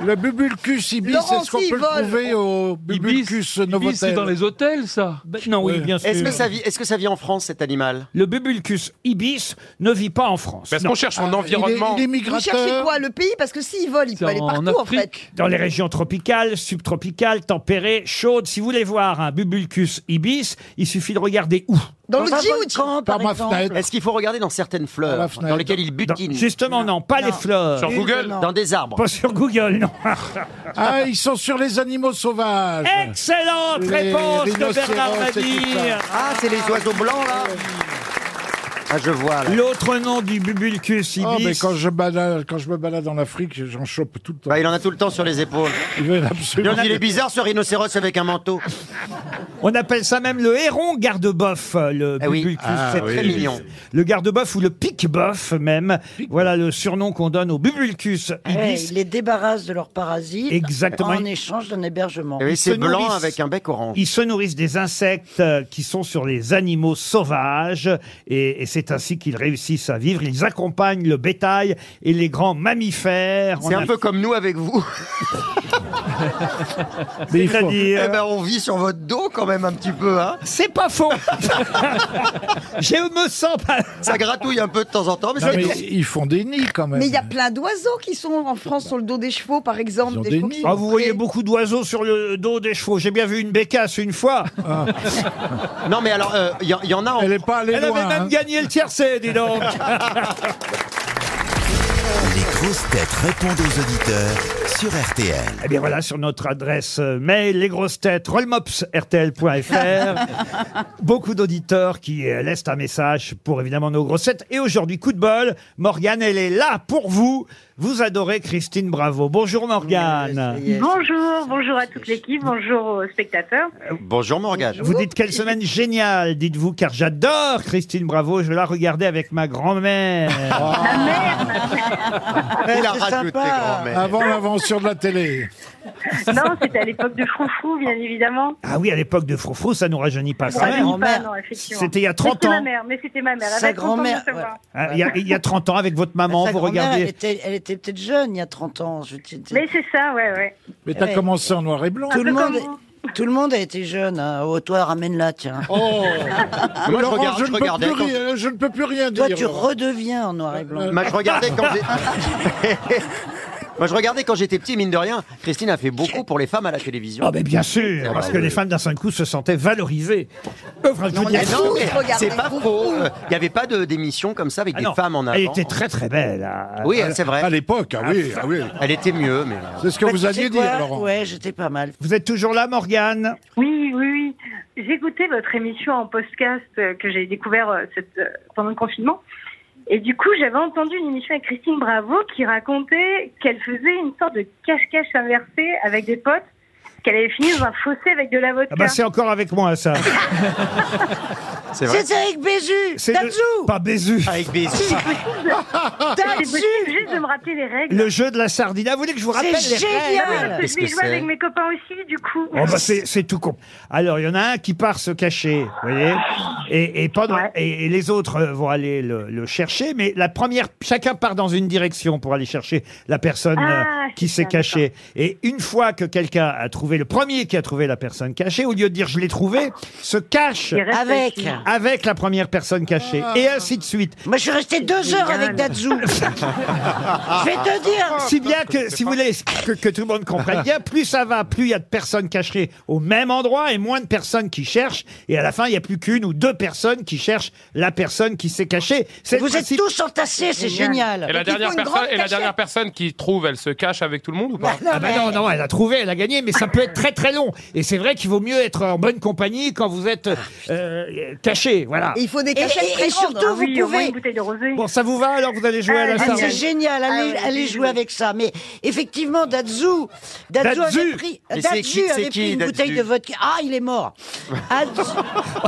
Speaker 5: Le bubulcus ibis,
Speaker 3: Laurent,
Speaker 5: est-ce qu'on
Speaker 3: s'il
Speaker 5: peut
Speaker 3: vole.
Speaker 5: le trouver au
Speaker 8: Ibis,
Speaker 5: bubulcus
Speaker 8: Ibis, c'est
Speaker 5: novotel
Speaker 8: dans les hôtels, ça.
Speaker 2: Ben non, oui,
Speaker 5: Ouais.
Speaker 2: bien sûr.
Speaker 4: Est-ce que ça vit Est-ce que ça vit en France cet animal
Speaker 2: Le bubulcus ibis ne vit pas en France.
Speaker 6: Parce
Speaker 2: Non.
Speaker 6: qu'on cherche
Speaker 5: Ah,
Speaker 6: son
Speaker 5: il est-
Speaker 6: environnement.
Speaker 5: Il est
Speaker 3: Vous cherchez
Speaker 5: migrateur.
Speaker 3: quoi Le pays Parce que s'il vole, il
Speaker 8: C'est
Speaker 3: peut aller
Speaker 8: en
Speaker 3: partout en fait.
Speaker 8: Afrique.
Speaker 2: Dans les régions tropicales, subtropicales, tempérées, chaudes, si vous voulez voir un bubulcus ibis, il suffit de regarder où.
Speaker 3: Dans le
Speaker 7: un
Speaker 3: Djibouti
Speaker 7: volcan,
Speaker 5: Par
Speaker 7: par
Speaker 5: ma
Speaker 7: exemple.
Speaker 5: fenêtre.
Speaker 4: Est-ce qu'il faut regarder dans certaines
Speaker 5: Dans la
Speaker 4: fleurs
Speaker 5: fenêtre.
Speaker 4: dans lesquelles il
Speaker 2: Dans-
Speaker 4: butine
Speaker 2: justement, non, pas les fleurs.
Speaker 6: Sur Google.
Speaker 7: non.
Speaker 4: Dans des arbres.
Speaker 2: Pas sur Google, non.
Speaker 5: Ah, ils sont sur les animaux sauvages.
Speaker 2: Excellente
Speaker 5: Les
Speaker 2: réponse de
Speaker 5: rhinocéros,
Speaker 2: Bernard
Speaker 5: c'est tout
Speaker 2: Mabille.
Speaker 5: ça.
Speaker 4: Ah, c'est les oiseaux blancs là. Ah, je vois, là.
Speaker 2: L'autre nom du Bubulcus
Speaker 5: Oh, mais
Speaker 2: ibis.
Speaker 5: quand je, balade, quand je me balade en Afrique, j'en chope tout le temps.
Speaker 4: Bah, il en a tout le temps sur les épaules.
Speaker 5: Ils veulent
Speaker 4: Il,
Speaker 5: absolument.
Speaker 4: il est bizarre ce rhinocéros avec un manteau.
Speaker 2: On appelle ça même le héron garde-boeuf, euh, le
Speaker 4: Ah oui.
Speaker 2: Bubulcus.
Speaker 5: Ah
Speaker 2: C'est
Speaker 5: oui.
Speaker 4: Très mignon.
Speaker 2: Le garde-boeuf ou le pique-boeuf même. Voilà le surnom qu'on donne au Bubulcus
Speaker 3: Eh,
Speaker 7: Ouais,
Speaker 2: ibis.
Speaker 7: Eh, il les débarrasse de leurs parasites
Speaker 2: Exactement.
Speaker 7: en échange d'un hébergement.
Speaker 4: Et Eh oui,
Speaker 2: se
Speaker 4: c'est blanc
Speaker 2: nourrissent.
Speaker 4: avec un bec orange.
Speaker 2: Ils se nourrissent des insectes euh, qui sont sur les animaux sauvages et, et c'est ainsi qu'ils réussissent à vivre. Ils accompagnent le bétail et les grands mammifères.
Speaker 4: C'est
Speaker 2: On
Speaker 4: un
Speaker 2: a-
Speaker 4: peu comme nous avec vous.
Speaker 5: Mais
Speaker 4: Eh
Speaker 5: il faut-
Speaker 2: C'est-à-dire-
Speaker 4: ben, on vit sur votre dos quand même un petit peu, hein.
Speaker 2: C'est pas faux. Je me sens pas.
Speaker 4: Ça gratouille un peu de temps en temps, mais
Speaker 5: Non,
Speaker 4: c'est
Speaker 5: mais
Speaker 4: tout.
Speaker 5: ils font des nids quand même.
Speaker 3: Mais il y a plein d'oiseaux qui sont en France sur le dos des chevaux, par exemple.
Speaker 5: Ils ont
Speaker 3: des
Speaker 5: des
Speaker 3: chevaux qui
Speaker 5: nids.
Speaker 3: sont
Speaker 2: Ah, vous voyez
Speaker 3: prêts.
Speaker 2: beaucoup d'oiseaux sur le dos des chevaux. J'ai bien vu une bécasse une fois.
Speaker 4: Ah. Non, mais alors, euh, il y, en- il y en a en
Speaker 5: Elle est pas allée
Speaker 2: Elle
Speaker 5: loin.
Speaker 2: avait même
Speaker 5: hein.
Speaker 2: gagné le tiercé, dis donc.
Speaker 1: Les grosses têtes répondent aux auditeurs sur RTL.
Speaker 2: Eh bien voilà, sur notre adresse euh, mail, les grosses têtes, rollmops.rtl.fr. Beaucoup d'auditeurs qui euh, laissent un message pour évidemment nos grosses têtes. Et aujourd'hui, coup de bol, Morgane, elle est là pour vous. Vous adorez Christine Bravo. Bonjour Morgane.
Speaker 7: Yes.
Speaker 9: Bonjour, bonjour à toute l'équipe, bonjour aux spectateurs.
Speaker 4: Bonjour Morgane.
Speaker 2: Euh, Vous dites quelle semaine géniale, dites-vous, car j'adore Christine Bravo. Je la regardais avec ma grand-mère.
Speaker 4: Oh,
Speaker 2: Ah,
Speaker 4: Il a
Speaker 7: c'est
Speaker 4: rajouté
Speaker 7: sympa.
Speaker 4: grand-mère.
Speaker 5: Avant l'invention de la télé.
Speaker 9: Non, c'était à l'époque de Froufrou, bien évidemment.
Speaker 2: ah oui, à l'époque de Froufrou, ça nous rajeunit pas
Speaker 7: Ah,
Speaker 2: quand
Speaker 9: Ah,
Speaker 7: ma
Speaker 9: je dis
Speaker 2: même.
Speaker 9: pas,
Speaker 7: grand-mère.
Speaker 9: non, effectivement.
Speaker 2: C'était il y a 30
Speaker 9: C'était ma
Speaker 2: ans.
Speaker 9: mère, mais c'était ma mère. Elle
Speaker 7: Sa
Speaker 9: va être contente de
Speaker 7: grand-mère,
Speaker 9: savoir.
Speaker 7: ouais.
Speaker 2: Ah, Il y, a, il y a 30 ans, avec votre maman,
Speaker 7: Sa
Speaker 2: vous
Speaker 7: grand-mère,
Speaker 2: regardiez.
Speaker 7: Elle était, elle était peut-être jeune il y a 30 ans. je te- te-
Speaker 9: Mais c'est ça, ouais, ouais.
Speaker 5: Mais t'as
Speaker 7: Ouais.
Speaker 5: commencé en noir et blanc.
Speaker 7: tout, le
Speaker 9: peu
Speaker 7: monde,
Speaker 9: comme vous.
Speaker 7: tout le monde a été jeune. hein. Oh, toi, ramène-la, tiens.
Speaker 5: Oh
Speaker 4: Moi, je,
Speaker 5: Laurent,
Speaker 4: regarde,
Speaker 5: je,
Speaker 4: je
Speaker 5: ne peux
Speaker 4: regardais
Speaker 5: plus
Speaker 4: quand-
Speaker 5: rien, je ne peux plus rien
Speaker 7: Toi,
Speaker 5: dire.
Speaker 7: tu redeviens en noir et blanc.
Speaker 4: Moi, je regardais quand j'ai- Moi, je regardais quand j'étais petit, mine de rien. Christine a fait beaucoup pour les femmes à la télévision.
Speaker 2: Ah mais bien sûr,
Speaker 4: C'est
Speaker 2: parce
Speaker 4: vrai,
Speaker 2: que
Speaker 4: oui.
Speaker 2: les femmes d'un seul coup se sentaient valorisées. Euh, enfin, je veux
Speaker 3: on
Speaker 2: dire-
Speaker 3: a
Speaker 4: Mais non,
Speaker 3: tous
Speaker 4: mais
Speaker 3: regardé
Speaker 4: c'est pas
Speaker 3: Froufrou.
Speaker 4: faux. Euh, Il n'y avait pas de- d'émission comme ça avec
Speaker 2: Ah
Speaker 4: des
Speaker 2: non,
Speaker 4: femmes en avant.
Speaker 2: Elle était très très belle. hein.
Speaker 4: Oui, c'est
Speaker 5: Ah, À
Speaker 4: vrai.
Speaker 5: l'époque, ah oui, ah oui.
Speaker 4: Elle était mieux, mais. euh.
Speaker 5: C'est ce que
Speaker 7: Bah,
Speaker 5: vous
Speaker 7: tu sais
Speaker 5: alliez
Speaker 7: quoi
Speaker 5: dire, Laurent.
Speaker 7: Ouais, j'étais pas mal.
Speaker 2: Vous êtes toujours là, Morgane
Speaker 9: Oui, oui, oui. J'écoutais votre émission en podcast euh, que j'ai découvert euh, cette, euh, pendant le confinement. Et du coup, j'avais entendu une émission avec Christine Bravo qui racontait qu'elle faisait une sorte de cache-cache inversé avec des potes, qu'elle avait fini dans un fossé avec de la vodka.
Speaker 2: Ah bah c'est encore avec moi ça.
Speaker 4: C'est vrai.
Speaker 7: C'était avec Bézu,
Speaker 2: C'est
Speaker 7: Tatsu,
Speaker 2: le... pas Bézu.
Speaker 4: Avec des.
Speaker 9: C'est
Speaker 7: Tatsu.
Speaker 9: possible juste de me rappeler les règles.
Speaker 2: Le jeu de la sardine. Ah, vous voulez que je vous rappelle les
Speaker 7: C'est
Speaker 2: règles
Speaker 7: génial.
Speaker 9: Parce que
Speaker 4: Qu'est-ce
Speaker 9: je vais
Speaker 4: que
Speaker 9: jouer
Speaker 4: c'est
Speaker 9: avec mes copains aussi, du coup.
Speaker 2: Oh bah c'est c'est tout con. Alors il y en a un qui part se cacher, vous voyez, et et, pendant-
Speaker 9: Ouais.
Speaker 2: et- et les autres euh, vont aller le, le chercher, mais la première, chacun part dans une direction pour aller chercher la personne
Speaker 9: Ah,
Speaker 2: euh, qui
Speaker 9: c'est
Speaker 2: s'est
Speaker 9: ça,
Speaker 2: cachée. Et une fois que quelqu'un a trouvé, le premier qui a trouvé la personne cachée, au lieu de dire je l'ai trouvée, se cache
Speaker 9: Il reste
Speaker 7: Avec.
Speaker 9: ici.
Speaker 2: avec la première personne cachée, et ainsi de suite.
Speaker 7: Moi, je suis resté deux heures avec Tatsu. je vais te dire.
Speaker 2: Si bien que, si vous voulez que, que tout le monde comprenne bien, plus ça va, plus il y a de personnes cachées au même endroit et moins de personnes qui cherchent. Et à la fin, il n'y a plus qu'une ou deux personnes qui cherchent la personne qui s'est cachée. C'est le
Speaker 7: Vous êtes
Speaker 2: principe.
Speaker 7: tous entassés, c'est
Speaker 6: Et
Speaker 7: génial.
Speaker 6: la,
Speaker 3: Donc, il faut
Speaker 6: dernière
Speaker 3: une
Speaker 6: personne,
Speaker 3: grande
Speaker 6: et la
Speaker 3: cachette.
Speaker 6: dernière personne qui trouve, elle se cache avec tout le monde ou pas
Speaker 2: Ah bah non, non, elle a trouvé, elle a gagné, mais ça peut être très très long. Et c'est vrai qu'il vaut mieux être en bonne compagnie quand vous êtes euh, caché, voilà.
Speaker 3: Et il faut des
Speaker 7: Ah, Et,
Speaker 3: cachettes
Speaker 7: et-
Speaker 3: très
Speaker 7: et
Speaker 3: grandes,
Speaker 7: surtout,
Speaker 3: hein.
Speaker 7: vous
Speaker 9: Oui, au moins
Speaker 7: pouvez
Speaker 9: une bouteille de rosé.
Speaker 2: Bon, ça vous va alors Vous allez jouer à la
Speaker 7: Ah,
Speaker 2: sardine
Speaker 7: c'est génial, allez,
Speaker 9: Ah ouais,
Speaker 7: allez
Speaker 9: oui,
Speaker 7: jouer
Speaker 9: oui.
Speaker 7: avec ça. Mais effectivement, Dadzu, Dadzu,
Speaker 2: Dadzu.
Speaker 7: avait pris,
Speaker 4: Mais c'est
Speaker 7: Dadzu
Speaker 4: qui- c'est
Speaker 7: avait
Speaker 4: qui,
Speaker 7: pris une
Speaker 4: Dadzu
Speaker 7: bouteille de vodka. Ah, il est mort. Dadzu-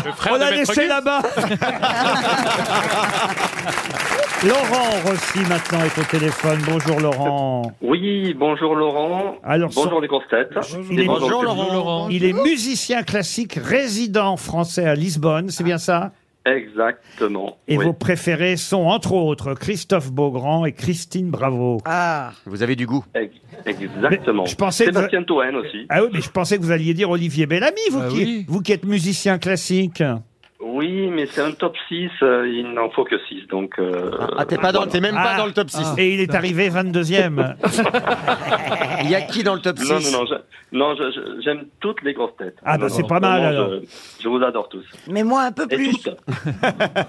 Speaker 6: Le frère
Speaker 2: On
Speaker 6: de
Speaker 2: l'a
Speaker 6: Maître
Speaker 2: laissé
Speaker 6: Gims
Speaker 2: là-bas. Laurent Rossi maintenant est au téléphone. Bonjour Laurent.
Speaker 10: Oui, bonjour Laurent.
Speaker 2: Alors,
Speaker 10: bonjour
Speaker 2: son-
Speaker 10: les grosses têtes.
Speaker 2: Il est-
Speaker 10: Et
Speaker 2: Bonjour,
Speaker 10: Philippe.
Speaker 8: Laurent. Laurent.
Speaker 2: Il est musicien classique résident français à Lisbonne, c'est bien ça
Speaker 10: Exactement.
Speaker 2: Et
Speaker 10: oui.
Speaker 2: vos préférés sont entre autres Christophe Beaugrand et Christine Bravo.
Speaker 7: Ah,
Speaker 4: Vous avez du goût.
Speaker 10: Ex- Exactement.
Speaker 2: Mais je pensais que-
Speaker 10: Sébastien Toen aussi.
Speaker 2: Ah oui, mais je pensais que vous alliez dire Olivier Bellamy, vous,
Speaker 8: Ah
Speaker 2: qui,
Speaker 8: oui.
Speaker 2: vous qui êtes musicien classique.
Speaker 10: Oui, mais c'est un top 6, euh, il n'en faut que 6. Donc, euh,
Speaker 4: Ah, t'es pas dans-
Speaker 10: voilà.
Speaker 4: t'es même
Speaker 2: Ah.
Speaker 4: pas dans le top 6.
Speaker 2: Et il est arrivé 22e.
Speaker 4: Il y a qui dans le top 6
Speaker 10: Non, non, non, je- Non, je- je- j'aime toutes les grosses têtes.
Speaker 2: Ah, bah,
Speaker 10: Non,
Speaker 2: c'est
Speaker 10: non,
Speaker 2: pas mal,
Speaker 10: vraiment,
Speaker 2: alors.
Speaker 10: Je, je vous adore tous.
Speaker 7: Mais moi, un peu
Speaker 10: Et
Speaker 7: plus.
Speaker 10: toutes.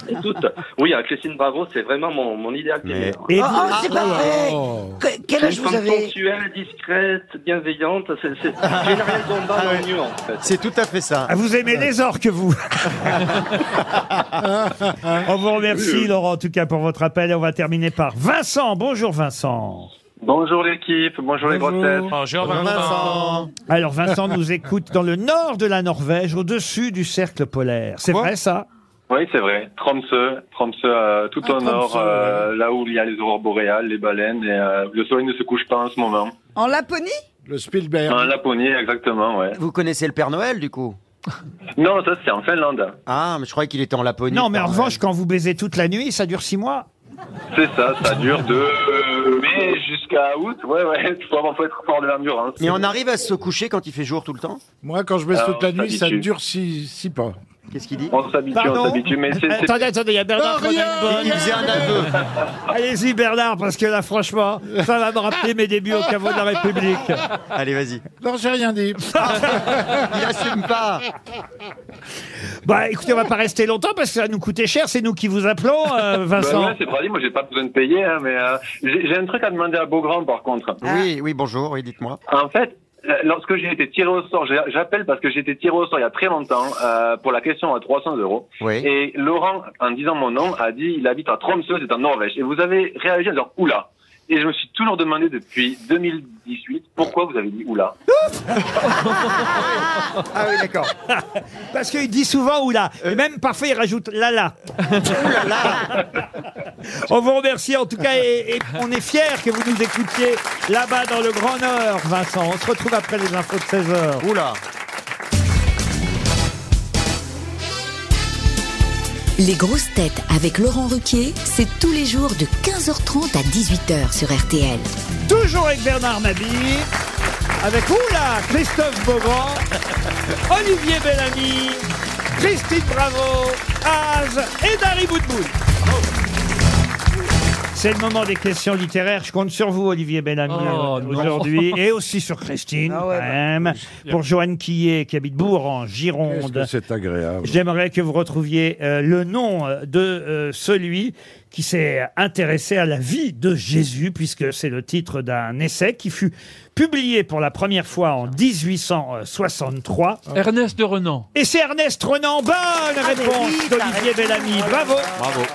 Speaker 10: Et toutes. Oui, hein, Christine Bravo, c'est vraiment mon, mon idéal. féminin.
Speaker 7: Oh, oh,
Speaker 2: Ah,
Speaker 7: c'est pas vrai
Speaker 5: Oh.
Speaker 7: Que- Quel
Speaker 10: C'est
Speaker 7: âge
Speaker 10: une
Speaker 7: vous
Speaker 10: femme
Speaker 7: avez
Speaker 10: Sensuelle, discrète, bienveillante. C'est c'est Général Gomba en mieux, en fait.
Speaker 4: C'est tout à fait ça.
Speaker 2: Ah, vous aimez les orques, vous On vous
Speaker 10: Oui,
Speaker 4: euh.
Speaker 2: remercie,
Speaker 10: oui.
Speaker 2: Laurent, en tout cas, pour votre appel. Et on va terminer par Vincent. Bonjour, Vincent.
Speaker 10: Bonjour l'équipe, bonjour, les grosses têtes.
Speaker 6: Bonjour
Speaker 4: Vincent.
Speaker 2: Alors, Vincent nous écoute dans le nord de la Norvège, au-dessus du cercle polaire. C'est
Speaker 6: Quoi
Speaker 2: vrai, ça
Speaker 10: Oui, c'est vrai. Tromsø, Tromsø euh, tout
Speaker 5: Ah,
Speaker 10: au nord,
Speaker 5: Tromsø,
Speaker 10: euh, là où il y a les aurores boréales, les baleines, et euh, le soleil ne se couche pas en ce moment.
Speaker 3: En Laponie
Speaker 5: Le Spielberg.
Speaker 10: En Laponie, exactement, ouais.
Speaker 4: Vous connaissez le Père Noël, du coup
Speaker 10: Non, ça c'est en Finlande.
Speaker 4: Ah, mais je croyais qu'il était en Laponie.
Speaker 2: Non,
Speaker 4: le
Speaker 2: mais en
Speaker 4: Père
Speaker 2: revanche, quand vous baisez toute la nuit, ça dure six mois.
Speaker 10: C'est ça, ça dure de euh, mai jusqu'à août. Ouais, ouais, faut, avoir, faut être fort de l'endurance.
Speaker 4: Noël. Mais on arrive à se coucher quand il fait jour tout le temps
Speaker 5: Moi, quand je baisse
Speaker 10: Alors,
Speaker 5: toute la nuit, ça
Speaker 10: t'habitues.
Speaker 5: dure six, six pas.
Speaker 4: Qu'est-ce qu'il dit
Speaker 10: On s'habitue,
Speaker 2: Pardon
Speaker 10: on s'habitue, mais c'est... c'est-
Speaker 2: Attendez, attendez, il y a Bernard
Speaker 5: Non, Oh, rien,
Speaker 2: Cronenberg.
Speaker 4: Il faisait un aveu.
Speaker 2: Allez-y, Bernard, parce que là, franchement, ça va me rappeler mes débuts au caveau de la République.
Speaker 4: Allez, vas-y.
Speaker 5: Non, j'ai rien dit.
Speaker 4: Il assume pas.
Speaker 2: Bah, écoutez, on va pas rester longtemps parce que ça va nous coûter cher. C'est nous qui vous appelons, euh,
Speaker 10: Bah
Speaker 2: Vincent.
Speaker 10: ouais, c'est pratique, moi j'ai pas besoin de payer, hein, mais euh, j'ai j'ai un truc à demander à Beaugrand par contre.
Speaker 2: Ah.
Speaker 4: Oui, oui, bonjour, oui, dites-moi.
Speaker 10: En fait, euh, lorsque j'ai été tiré au sort, j'ai- j'appelle parce que j'ai été tiré au sort il y a très longtemps euh, pour la question à 300 euros.
Speaker 4: Oui.
Speaker 10: Et Laurent, en disant mon nom, a dit il habite à Tromsø, c'est en Norvège. Et vous avez réagi en disant oula. Et je me suis toujours demandé depuis 2018 pourquoi vous avez dit oula.
Speaker 4: Ah oui, d'accord.
Speaker 2: Parce qu'il dit souvent oula. Et même parfois, il rajoute lala. on vous remercie en tout cas et, et on est fiers que vous nous écoutiez là-bas dans le Grand Nord, Vincent. On se retrouve après les infos de 16h.
Speaker 4: Oula.
Speaker 11: Les grosses têtes avec Laurent Ruquier, c'est tous les jours de 15h30 à 18h sur RTL.
Speaker 2: Toujours avec Bernard Mabille. Avec oula, Christophe Beaugrand, Olivier Bellamy, Christine Bravo, Az et Dari Boudboul. C'est le moment des questions littéraires. Je compte sur vous, Olivier Bellamy,
Speaker 8: Oh, non.
Speaker 2: aujourd'hui, et aussi sur Christine,
Speaker 7: Ah ouais,
Speaker 2: quand même. Pour Joanne Quillet, qui habite Bourg, en
Speaker 5: Qu'est-ce
Speaker 2: Gironde.
Speaker 5: que c'est
Speaker 7: Ah,
Speaker 5: agréable.
Speaker 2: J'aimerais que vous retrouviez euh, le nom euh, de euh, celui qui s'est intéressé à la vie de Jésus, puisque c'est le titre d'un essai qui fut publié pour la première fois en 1863.
Speaker 8: Ernest de Renan.
Speaker 2: Et c'est Ernest Renan. Bonne réponse
Speaker 7: Ah, oui, t'as
Speaker 2: d'Olivier
Speaker 7: raison.
Speaker 2: Bellamy.
Speaker 7: Oh là
Speaker 2: Bravo.
Speaker 7: là.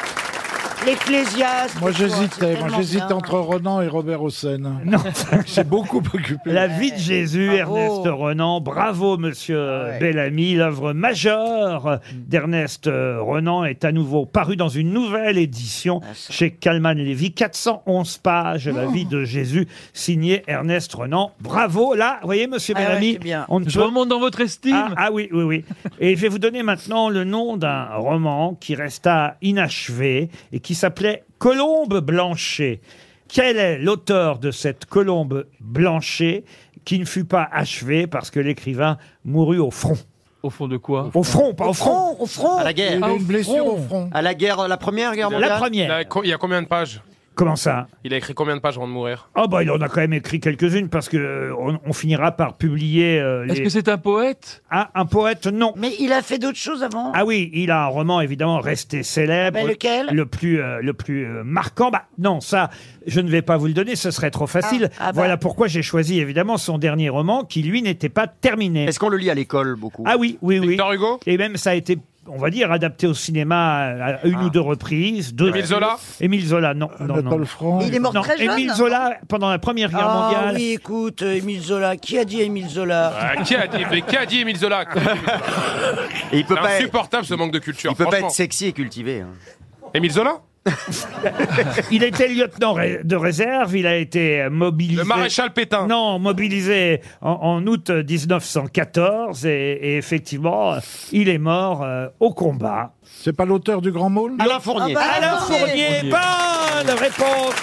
Speaker 7: L'Ecclésiaste.
Speaker 5: Moi,
Speaker 7: pourquoi
Speaker 5: j'hésitais.
Speaker 7: C'est
Speaker 5: Moi,
Speaker 7: tellement
Speaker 5: j'hésite
Speaker 7: bien.
Speaker 5: entre Renan et Robert Hossein.
Speaker 2: Non.
Speaker 5: C'est beaucoup occupé.
Speaker 2: La vie de Jésus,
Speaker 7: Bravo. Ah
Speaker 2: Ernest Renan. Bravo, monsieur euh,
Speaker 7: Ouais.
Speaker 2: Bellamy. L'œuvre majeure euh, d'Ernest euh, Renan est à nouveau parue dans une nouvelle édition
Speaker 7: Ah,
Speaker 2: chez Calman Lévy. 411 pages, La
Speaker 7: Oh.
Speaker 2: vie de Jésus, signé Ernest Renan. Bravo. Là, vous voyez, monsieur
Speaker 7: Ah ouais,
Speaker 2: Bellamy,
Speaker 7: c'est bien.
Speaker 2: on ne
Speaker 8: Je
Speaker 2: peut-
Speaker 8: remonte dans votre estime.
Speaker 2: ah, ah oui, oui, oui. Et je vais vous donner maintenant le nom d'un roman qui resta inachevé et qui s'appelait Colombe Blanchet. Quel est l'auteur de cette Colombe Blanchet qui ne fut pas achevée parce que l'écrivain mourut au front
Speaker 8: Au fond de quoi
Speaker 2: Au front, pas au front
Speaker 7: Au front.
Speaker 4: À la guerre.
Speaker 5: Il
Speaker 8: Ah,
Speaker 5: a
Speaker 8: au
Speaker 5: une blessure
Speaker 8: front.
Speaker 5: au front.
Speaker 4: À la guerre, la première guerre mondiale
Speaker 2: La
Speaker 6: Il a
Speaker 2: première.
Speaker 6: co- il y a combien de pages
Speaker 2: Comment ça
Speaker 6: Il a écrit combien de pages avant de mourir
Speaker 2: Ah bah il en a quand même écrit quelques-unes parce que euh, on, on finira par publier euh,
Speaker 8: Est-ce
Speaker 2: les...
Speaker 8: que c'est un poète
Speaker 2: Ah, un poète, non.
Speaker 7: Mais il a fait d'autres choses avant.
Speaker 2: Ah oui, il a un roman évidemment resté célèbre.
Speaker 7: Ben, lequel
Speaker 2: le plus, euh, le plus euh, marquant. Bah, non, ça, je ne vais pas vous le donner, ce serait trop facile.
Speaker 7: Ah, ah bah.
Speaker 2: Voilà pourquoi j'ai choisi évidemment son dernier roman qui, lui, n'était pas terminé.
Speaker 4: Est-ce qu'on le lit à l'école beaucoup
Speaker 2: Ah oui, oui, oui.
Speaker 6: Victor Hugo
Speaker 2: Et même, ça a été, on va dire, adapté au cinéma à à une ou deux reprises. Deux...
Speaker 6: Ah. Émile Zola
Speaker 2: Émile Zola, non.
Speaker 5: Ah,
Speaker 2: non, non.
Speaker 5: Anatole France.
Speaker 3: Il est mort
Speaker 2: Non,
Speaker 3: très jeune.
Speaker 2: Émile Zola, pendant la Première Guerre mondiale.
Speaker 7: Ah oui, écoute, euh, Émile Zola. Qui a dit Émile Zola
Speaker 6: Ah, qui a dit, mais qui a dit Émile Zola
Speaker 4: Et il peut
Speaker 6: C'est
Speaker 4: pas, être,
Speaker 6: insupportable ce manque de culture.
Speaker 4: il peut pas
Speaker 6: franchement.
Speaker 4: être sexy et cultivé. hein.
Speaker 6: Émile Zola
Speaker 2: Il était lieutenant ré- de réserve, il a été euh, mobilisé.
Speaker 6: Le maréchal Pétain.
Speaker 2: Non, mobilisé en, en août 1914, et, et effectivement, il est mort euh, au combat.
Speaker 5: C'est pas l'auteur du Grand Môle
Speaker 4: Alain Fournier.
Speaker 7: Ah bah-
Speaker 2: Alain Fournier,
Speaker 7: Fournier.
Speaker 2: bonne réponse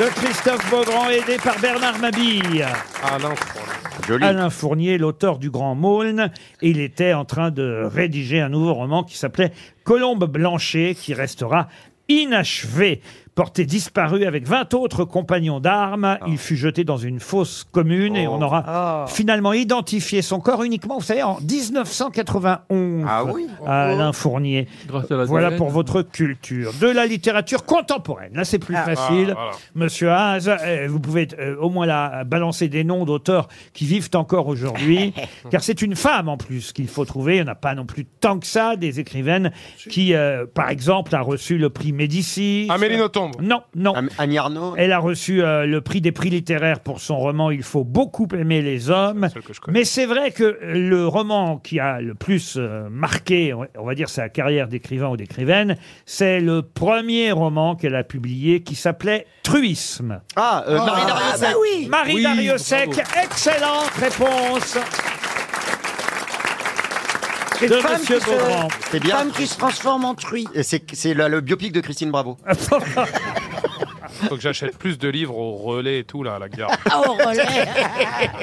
Speaker 2: de Christophe Beaugrand, aidé par Bernard Mabille.
Speaker 6: Ah non, je crois.
Speaker 4: Joli.
Speaker 2: Alain Fournier, l'auteur du Grand Maulne, il était en train de rédiger un nouveau roman qui s'appelait Colombe Blanchet, qui restera inachevé. Porté disparu avec 20 autres compagnons d'armes, il fut jeté dans une fosse commune et on aura finalement identifié son corps uniquement, vous savez, en 1991. Ah
Speaker 12: oui
Speaker 2: À Alain Fournier. Voilà
Speaker 12: tablette.
Speaker 2: pour votre culture. De la littérature contemporaine. Là, c'est plus
Speaker 12: Ah.
Speaker 2: facile.
Speaker 12: Ah, voilà.
Speaker 2: Monsieur Haas, euh, vous pouvez euh, au moins là, balancer des noms d'auteurs qui vivent encore aujourd'hui, car c'est une femme en plus qu'il faut trouver. Il n'y en a pas non plus tant que ça des écrivaines qui, euh, par exemple, a reçu le prix Médicis.
Speaker 6: Amélie Nothomb.
Speaker 2: Non, non. Annie Arnaud. Elle a reçu euh, le prix des prix littéraires pour son roman Il faut beaucoup aimer les hommes. Mais c'est vrai que le roman qui a le plus euh, marqué, on on va dire, sa carrière d'écrivain ou d'écrivaine, c'est le premier roman qu'elle a publié qui s'appelait Truisme.
Speaker 4: Ah, euh, Marie Dariussec.
Speaker 2: bah Marie
Speaker 4: Oui,
Speaker 2: Dariussec,
Speaker 4: bravo.
Speaker 2: excellente réponse.
Speaker 7: Une
Speaker 2: de
Speaker 7: femme
Speaker 2: Monsieur
Speaker 7: qui se-
Speaker 2: Beaugrand.
Speaker 4: C'est bien.
Speaker 7: Femme qui se transforme en truie.
Speaker 4: Et C'est c'est le, le biopic de Christine Bravo.
Speaker 6: Faut que j'achète plus de livres au relais et tout, là, à la gare.
Speaker 4: Ah,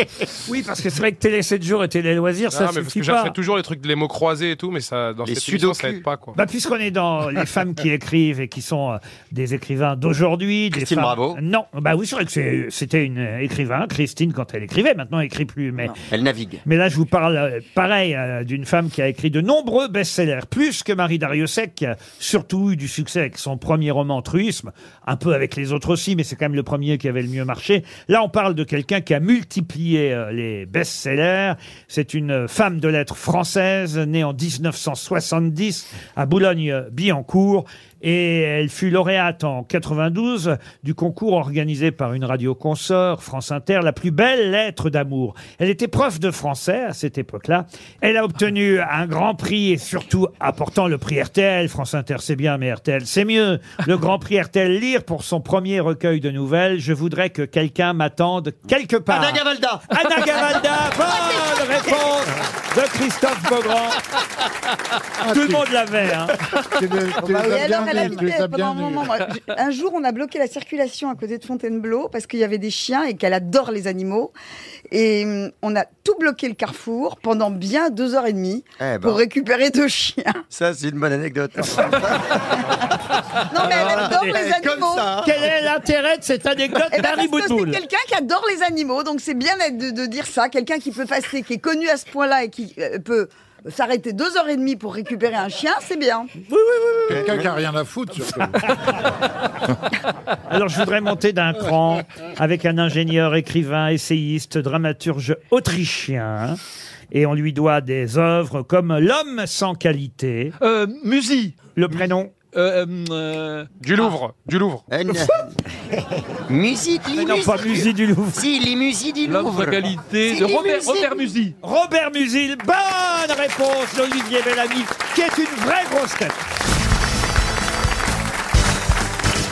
Speaker 2: Oui, parce que c'est vrai que Télé 7 jours et Télé Loisirs, ça
Speaker 6: Non, mais parce
Speaker 2: suffit
Speaker 6: que
Speaker 2: pas.
Speaker 6: j'achète toujours les trucs, les mots croisés et tout, mais ça, dans cette émission, ça aide pas, quoi.
Speaker 2: Bah, puisqu'on est dans les femmes qui écrivent et qui sont euh, des écrivains d'aujourd'hui. des
Speaker 6: Christine
Speaker 2: femmes-
Speaker 6: Bravo.
Speaker 2: Non, bah oui, c'est vrai que c'est- c'était une euh, écrivain, Christine, quand elle écrivait. Maintenant, elle écrit plus, mais.
Speaker 4: Elle navigue.
Speaker 2: Mais là, je vous parle, euh, pareil, euh, d'une femme qui a écrit de nombreux best-sellers, plus que Marie Dariussec, qui a surtout eu du succès avec son premier roman Truisme, un peu avec les autres aussi, mais c'est quand même le premier qui avait le mieux marché. Là, on parle de quelqu'un qui a multiplié euh, les best-sellers. C'est une euh, femme de lettres française, née en 1970 à Boulogne-Billancourt. Et elle fut lauréate en 92 du concours organisé par une radio consort, France Inter, la plus belle lettre d'amour. Elle était prof de français à cette époque-là. Elle a obtenu un grand prix et surtout apportant le prix RTL. France Inter, c'est bien, mais RTL, c'est mieux. Le grand prix RTL Lire pour son premier recueil de nouvelles. Je voudrais que quelqu'un m'attende quelque part.
Speaker 4: Anna Gavalda.
Speaker 2: Anna Gavalda, bonne réponse de Christophe Beaugrand. Tout le monde l'avait, hein.
Speaker 3: Et Ah bah alors, elle habitait pendant un moment, moi, j- un jour, on a bloqué la circulation à côté de Fontainebleau parce qu'il y avait des chiens et qu'elle adore les animaux. Et hum, on a tout bloqué le carrefour pendant bien deux heures et demie
Speaker 4: Eh ben.
Speaker 3: pour récupérer deux chiens.
Speaker 4: Ça, c'est une bonne anecdote.
Speaker 3: Non, mais elle adore
Speaker 4: Elle
Speaker 2: Euh,
Speaker 3: les
Speaker 4: est comme
Speaker 3: animaux.
Speaker 4: ça, hein.
Speaker 2: Quel est l'intérêt de cette anecdote
Speaker 3: Eh ben,
Speaker 2: d'Harry
Speaker 3: parce que
Speaker 2: Boutboul
Speaker 3: C'est quelqu'un qui adore les animaux, donc c'est bien de, de dire ça. Quelqu'un qui peut passer, qui est connu à ce point-là et qui euh, peut s'arrêter deux heures et demie pour récupérer un chien, c'est bien.
Speaker 5: Quelqu'un qui a rien à foutre, surtout.
Speaker 2: Alors je voudrais monter d'un cran avec un ingénieur, écrivain, essayiste, dramaturge autrichien. Et on lui doit des œuvres comme L'homme sans qualité.
Speaker 8: Euh, Musi. Euh,
Speaker 2: Le prénom
Speaker 6: Du Louvre. Du Louvre.
Speaker 7: Ah.
Speaker 4: Musique,
Speaker 2: Mais non, pas Musée du Louvre.
Speaker 4: Si, les musées du
Speaker 8: L'homme
Speaker 4: Louvre.
Speaker 8: sans qualité
Speaker 4: Si,
Speaker 8: de
Speaker 4: les
Speaker 8: Robert-
Speaker 4: musées.
Speaker 8: Robert Musil.
Speaker 2: Robert Musil, bonne réponse d'Olivier Bellamy, qui est une vraie grosse tête.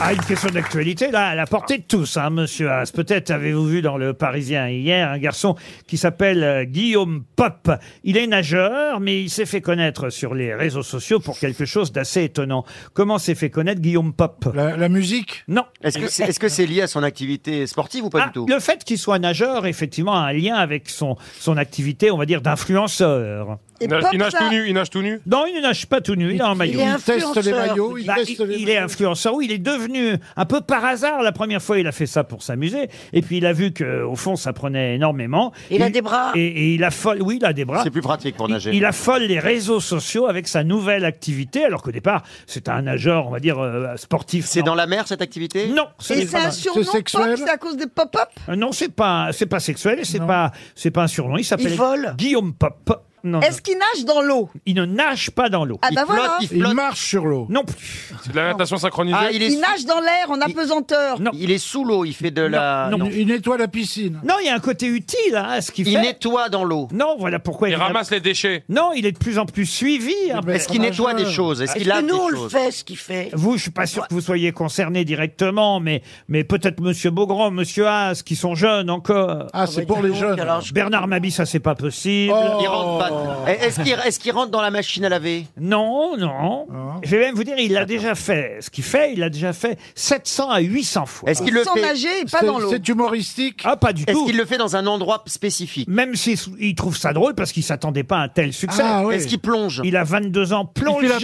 Speaker 2: Ah, une question d'actualité, là, à la portée de tous, hein, monsieur Haas. Peut-être avez-vous vu dans le Parisien hier un garçon qui s'appelle euh, Guillaume Pop. Il est nageur, mais il s'est fait connaître sur les réseaux sociaux pour quelque chose d'assez étonnant. Comment s'est fait connaître Guillaume Pop
Speaker 5: la, musique
Speaker 2: Non.
Speaker 4: Est-ce que c'est est -ce c'est lié à son activité sportive ou pas
Speaker 2: Ah,
Speaker 4: du tout
Speaker 2: Le fait qu'il soit nageur, effectivement, a un lien avec son, son activité, on va dire, d'influenceur.
Speaker 6: Il nage- il nage tout nu, il nage tout nu.
Speaker 2: Non, il ne nage pas tout nu, il, a un maillot.
Speaker 6: est Il teste influenceur. les maillots, il
Speaker 2: Bah,
Speaker 6: teste les
Speaker 2: il est influenceur, oui, il est devenu un peu par hasard. La première fois, il a fait ça pour s'amuser. Et puis, il a vu que au fond, ça prenait énormément.
Speaker 7: Il a des bras.
Speaker 2: Et, et il affole, oui, il a des bras.
Speaker 4: C'est plus pratique pour nager.
Speaker 2: Il, il affole les réseaux sociaux avec sa nouvelle activité, alors qu'au départ, c'est un nageur, on va dire, euh, sportif.
Speaker 4: C'est dans la mer cette activité
Speaker 2: Non, ce n'est
Speaker 3: Et
Speaker 2: pas
Speaker 3: c'est un
Speaker 2: mal.
Speaker 3: surnom pop, c'est à cause des pop-up
Speaker 2: Euh, Non, c'est pas, c'est pas sexuel et c'est pas, c'est pas un surnom. Il s'appelle
Speaker 3: Il vole
Speaker 2: Guillaume Pop. Non, non.
Speaker 3: Est-ce qu'il nage dans l'eau
Speaker 2: Il ne nage pas dans l'eau.
Speaker 3: Ah bah voilà.
Speaker 5: Il marche sur l'eau.
Speaker 2: Non plus.
Speaker 6: C'est de la natation synchronisée.
Speaker 4: Ah, il est,
Speaker 3: Il nage dans l'air en apesanteur.
Speaker 4: il est sous l'eau, il fait de la.
Speaker 2: non.
Speaker 5: Il nettoie la piscine.
Speaker 2: Non, il y a un côté utile hein, à ce qu'il fait.
Speaker 4: Il nettoie dans l'eau.
Speaker 2: Non, voilà pourquoi
Speaker 6: Il
Speaker 2: il, est là-
Speaker 6: ramasse les déchets.
Speaker 2: Non, il est de plus en plus suivi. hein,
Speaker 4: Est-ce qu'il
Speaker 2: parce-
Speaker 4: nettoie des choses Est-ce
Speaker 7: Est-ce
Speaker 4: qu'il
Speaker 7: que
Speaker 4: a des
Speaker 7: nous, on le
Speaker 4: choses
Speaker 7: fait, ce qu'il fait
Speaker 2: Vous, je suis pas sûr que vous soyez concerné directement, mais, mais peut-être Monsieur Beaugrand, Monsieur Haas, qui sont jeunes encore.
Speaker 4: bah,
Speaker 5: Ah, c'est pour les jeunes.
Speaker 2: Bernard Mabi, ça c'est pas possible.
Speaker 5: Oh. Il rentre pas
Speaker 4: Et- Eh, Est-ce qu'il est-ce qu'il rentre dans la machine à laver
Speaker 2: Non, non. Je vais même vous dire, il l'a déjà fait. Ce qu'il fait, il l'a déjà fait 700 à 800 fois.
Speaker 4: Est-ce qu'il le Sans fait nager et pas C'est- dans l'eau c'est
Speaker 2: humoristique Ah, pas du tout.
Speaker 4: Est-ce qu'il le fait dans un endroit spécifique
Speaker 2: Même s'il s- il trouve ça drôle parce qu'il s'attendait pas à un tel succès.
Speaker 4: Ah, oui. Est-ce qu'il plonge
Speaker 2: Il a 22 ans plongé.
Speaker 4: Est-ce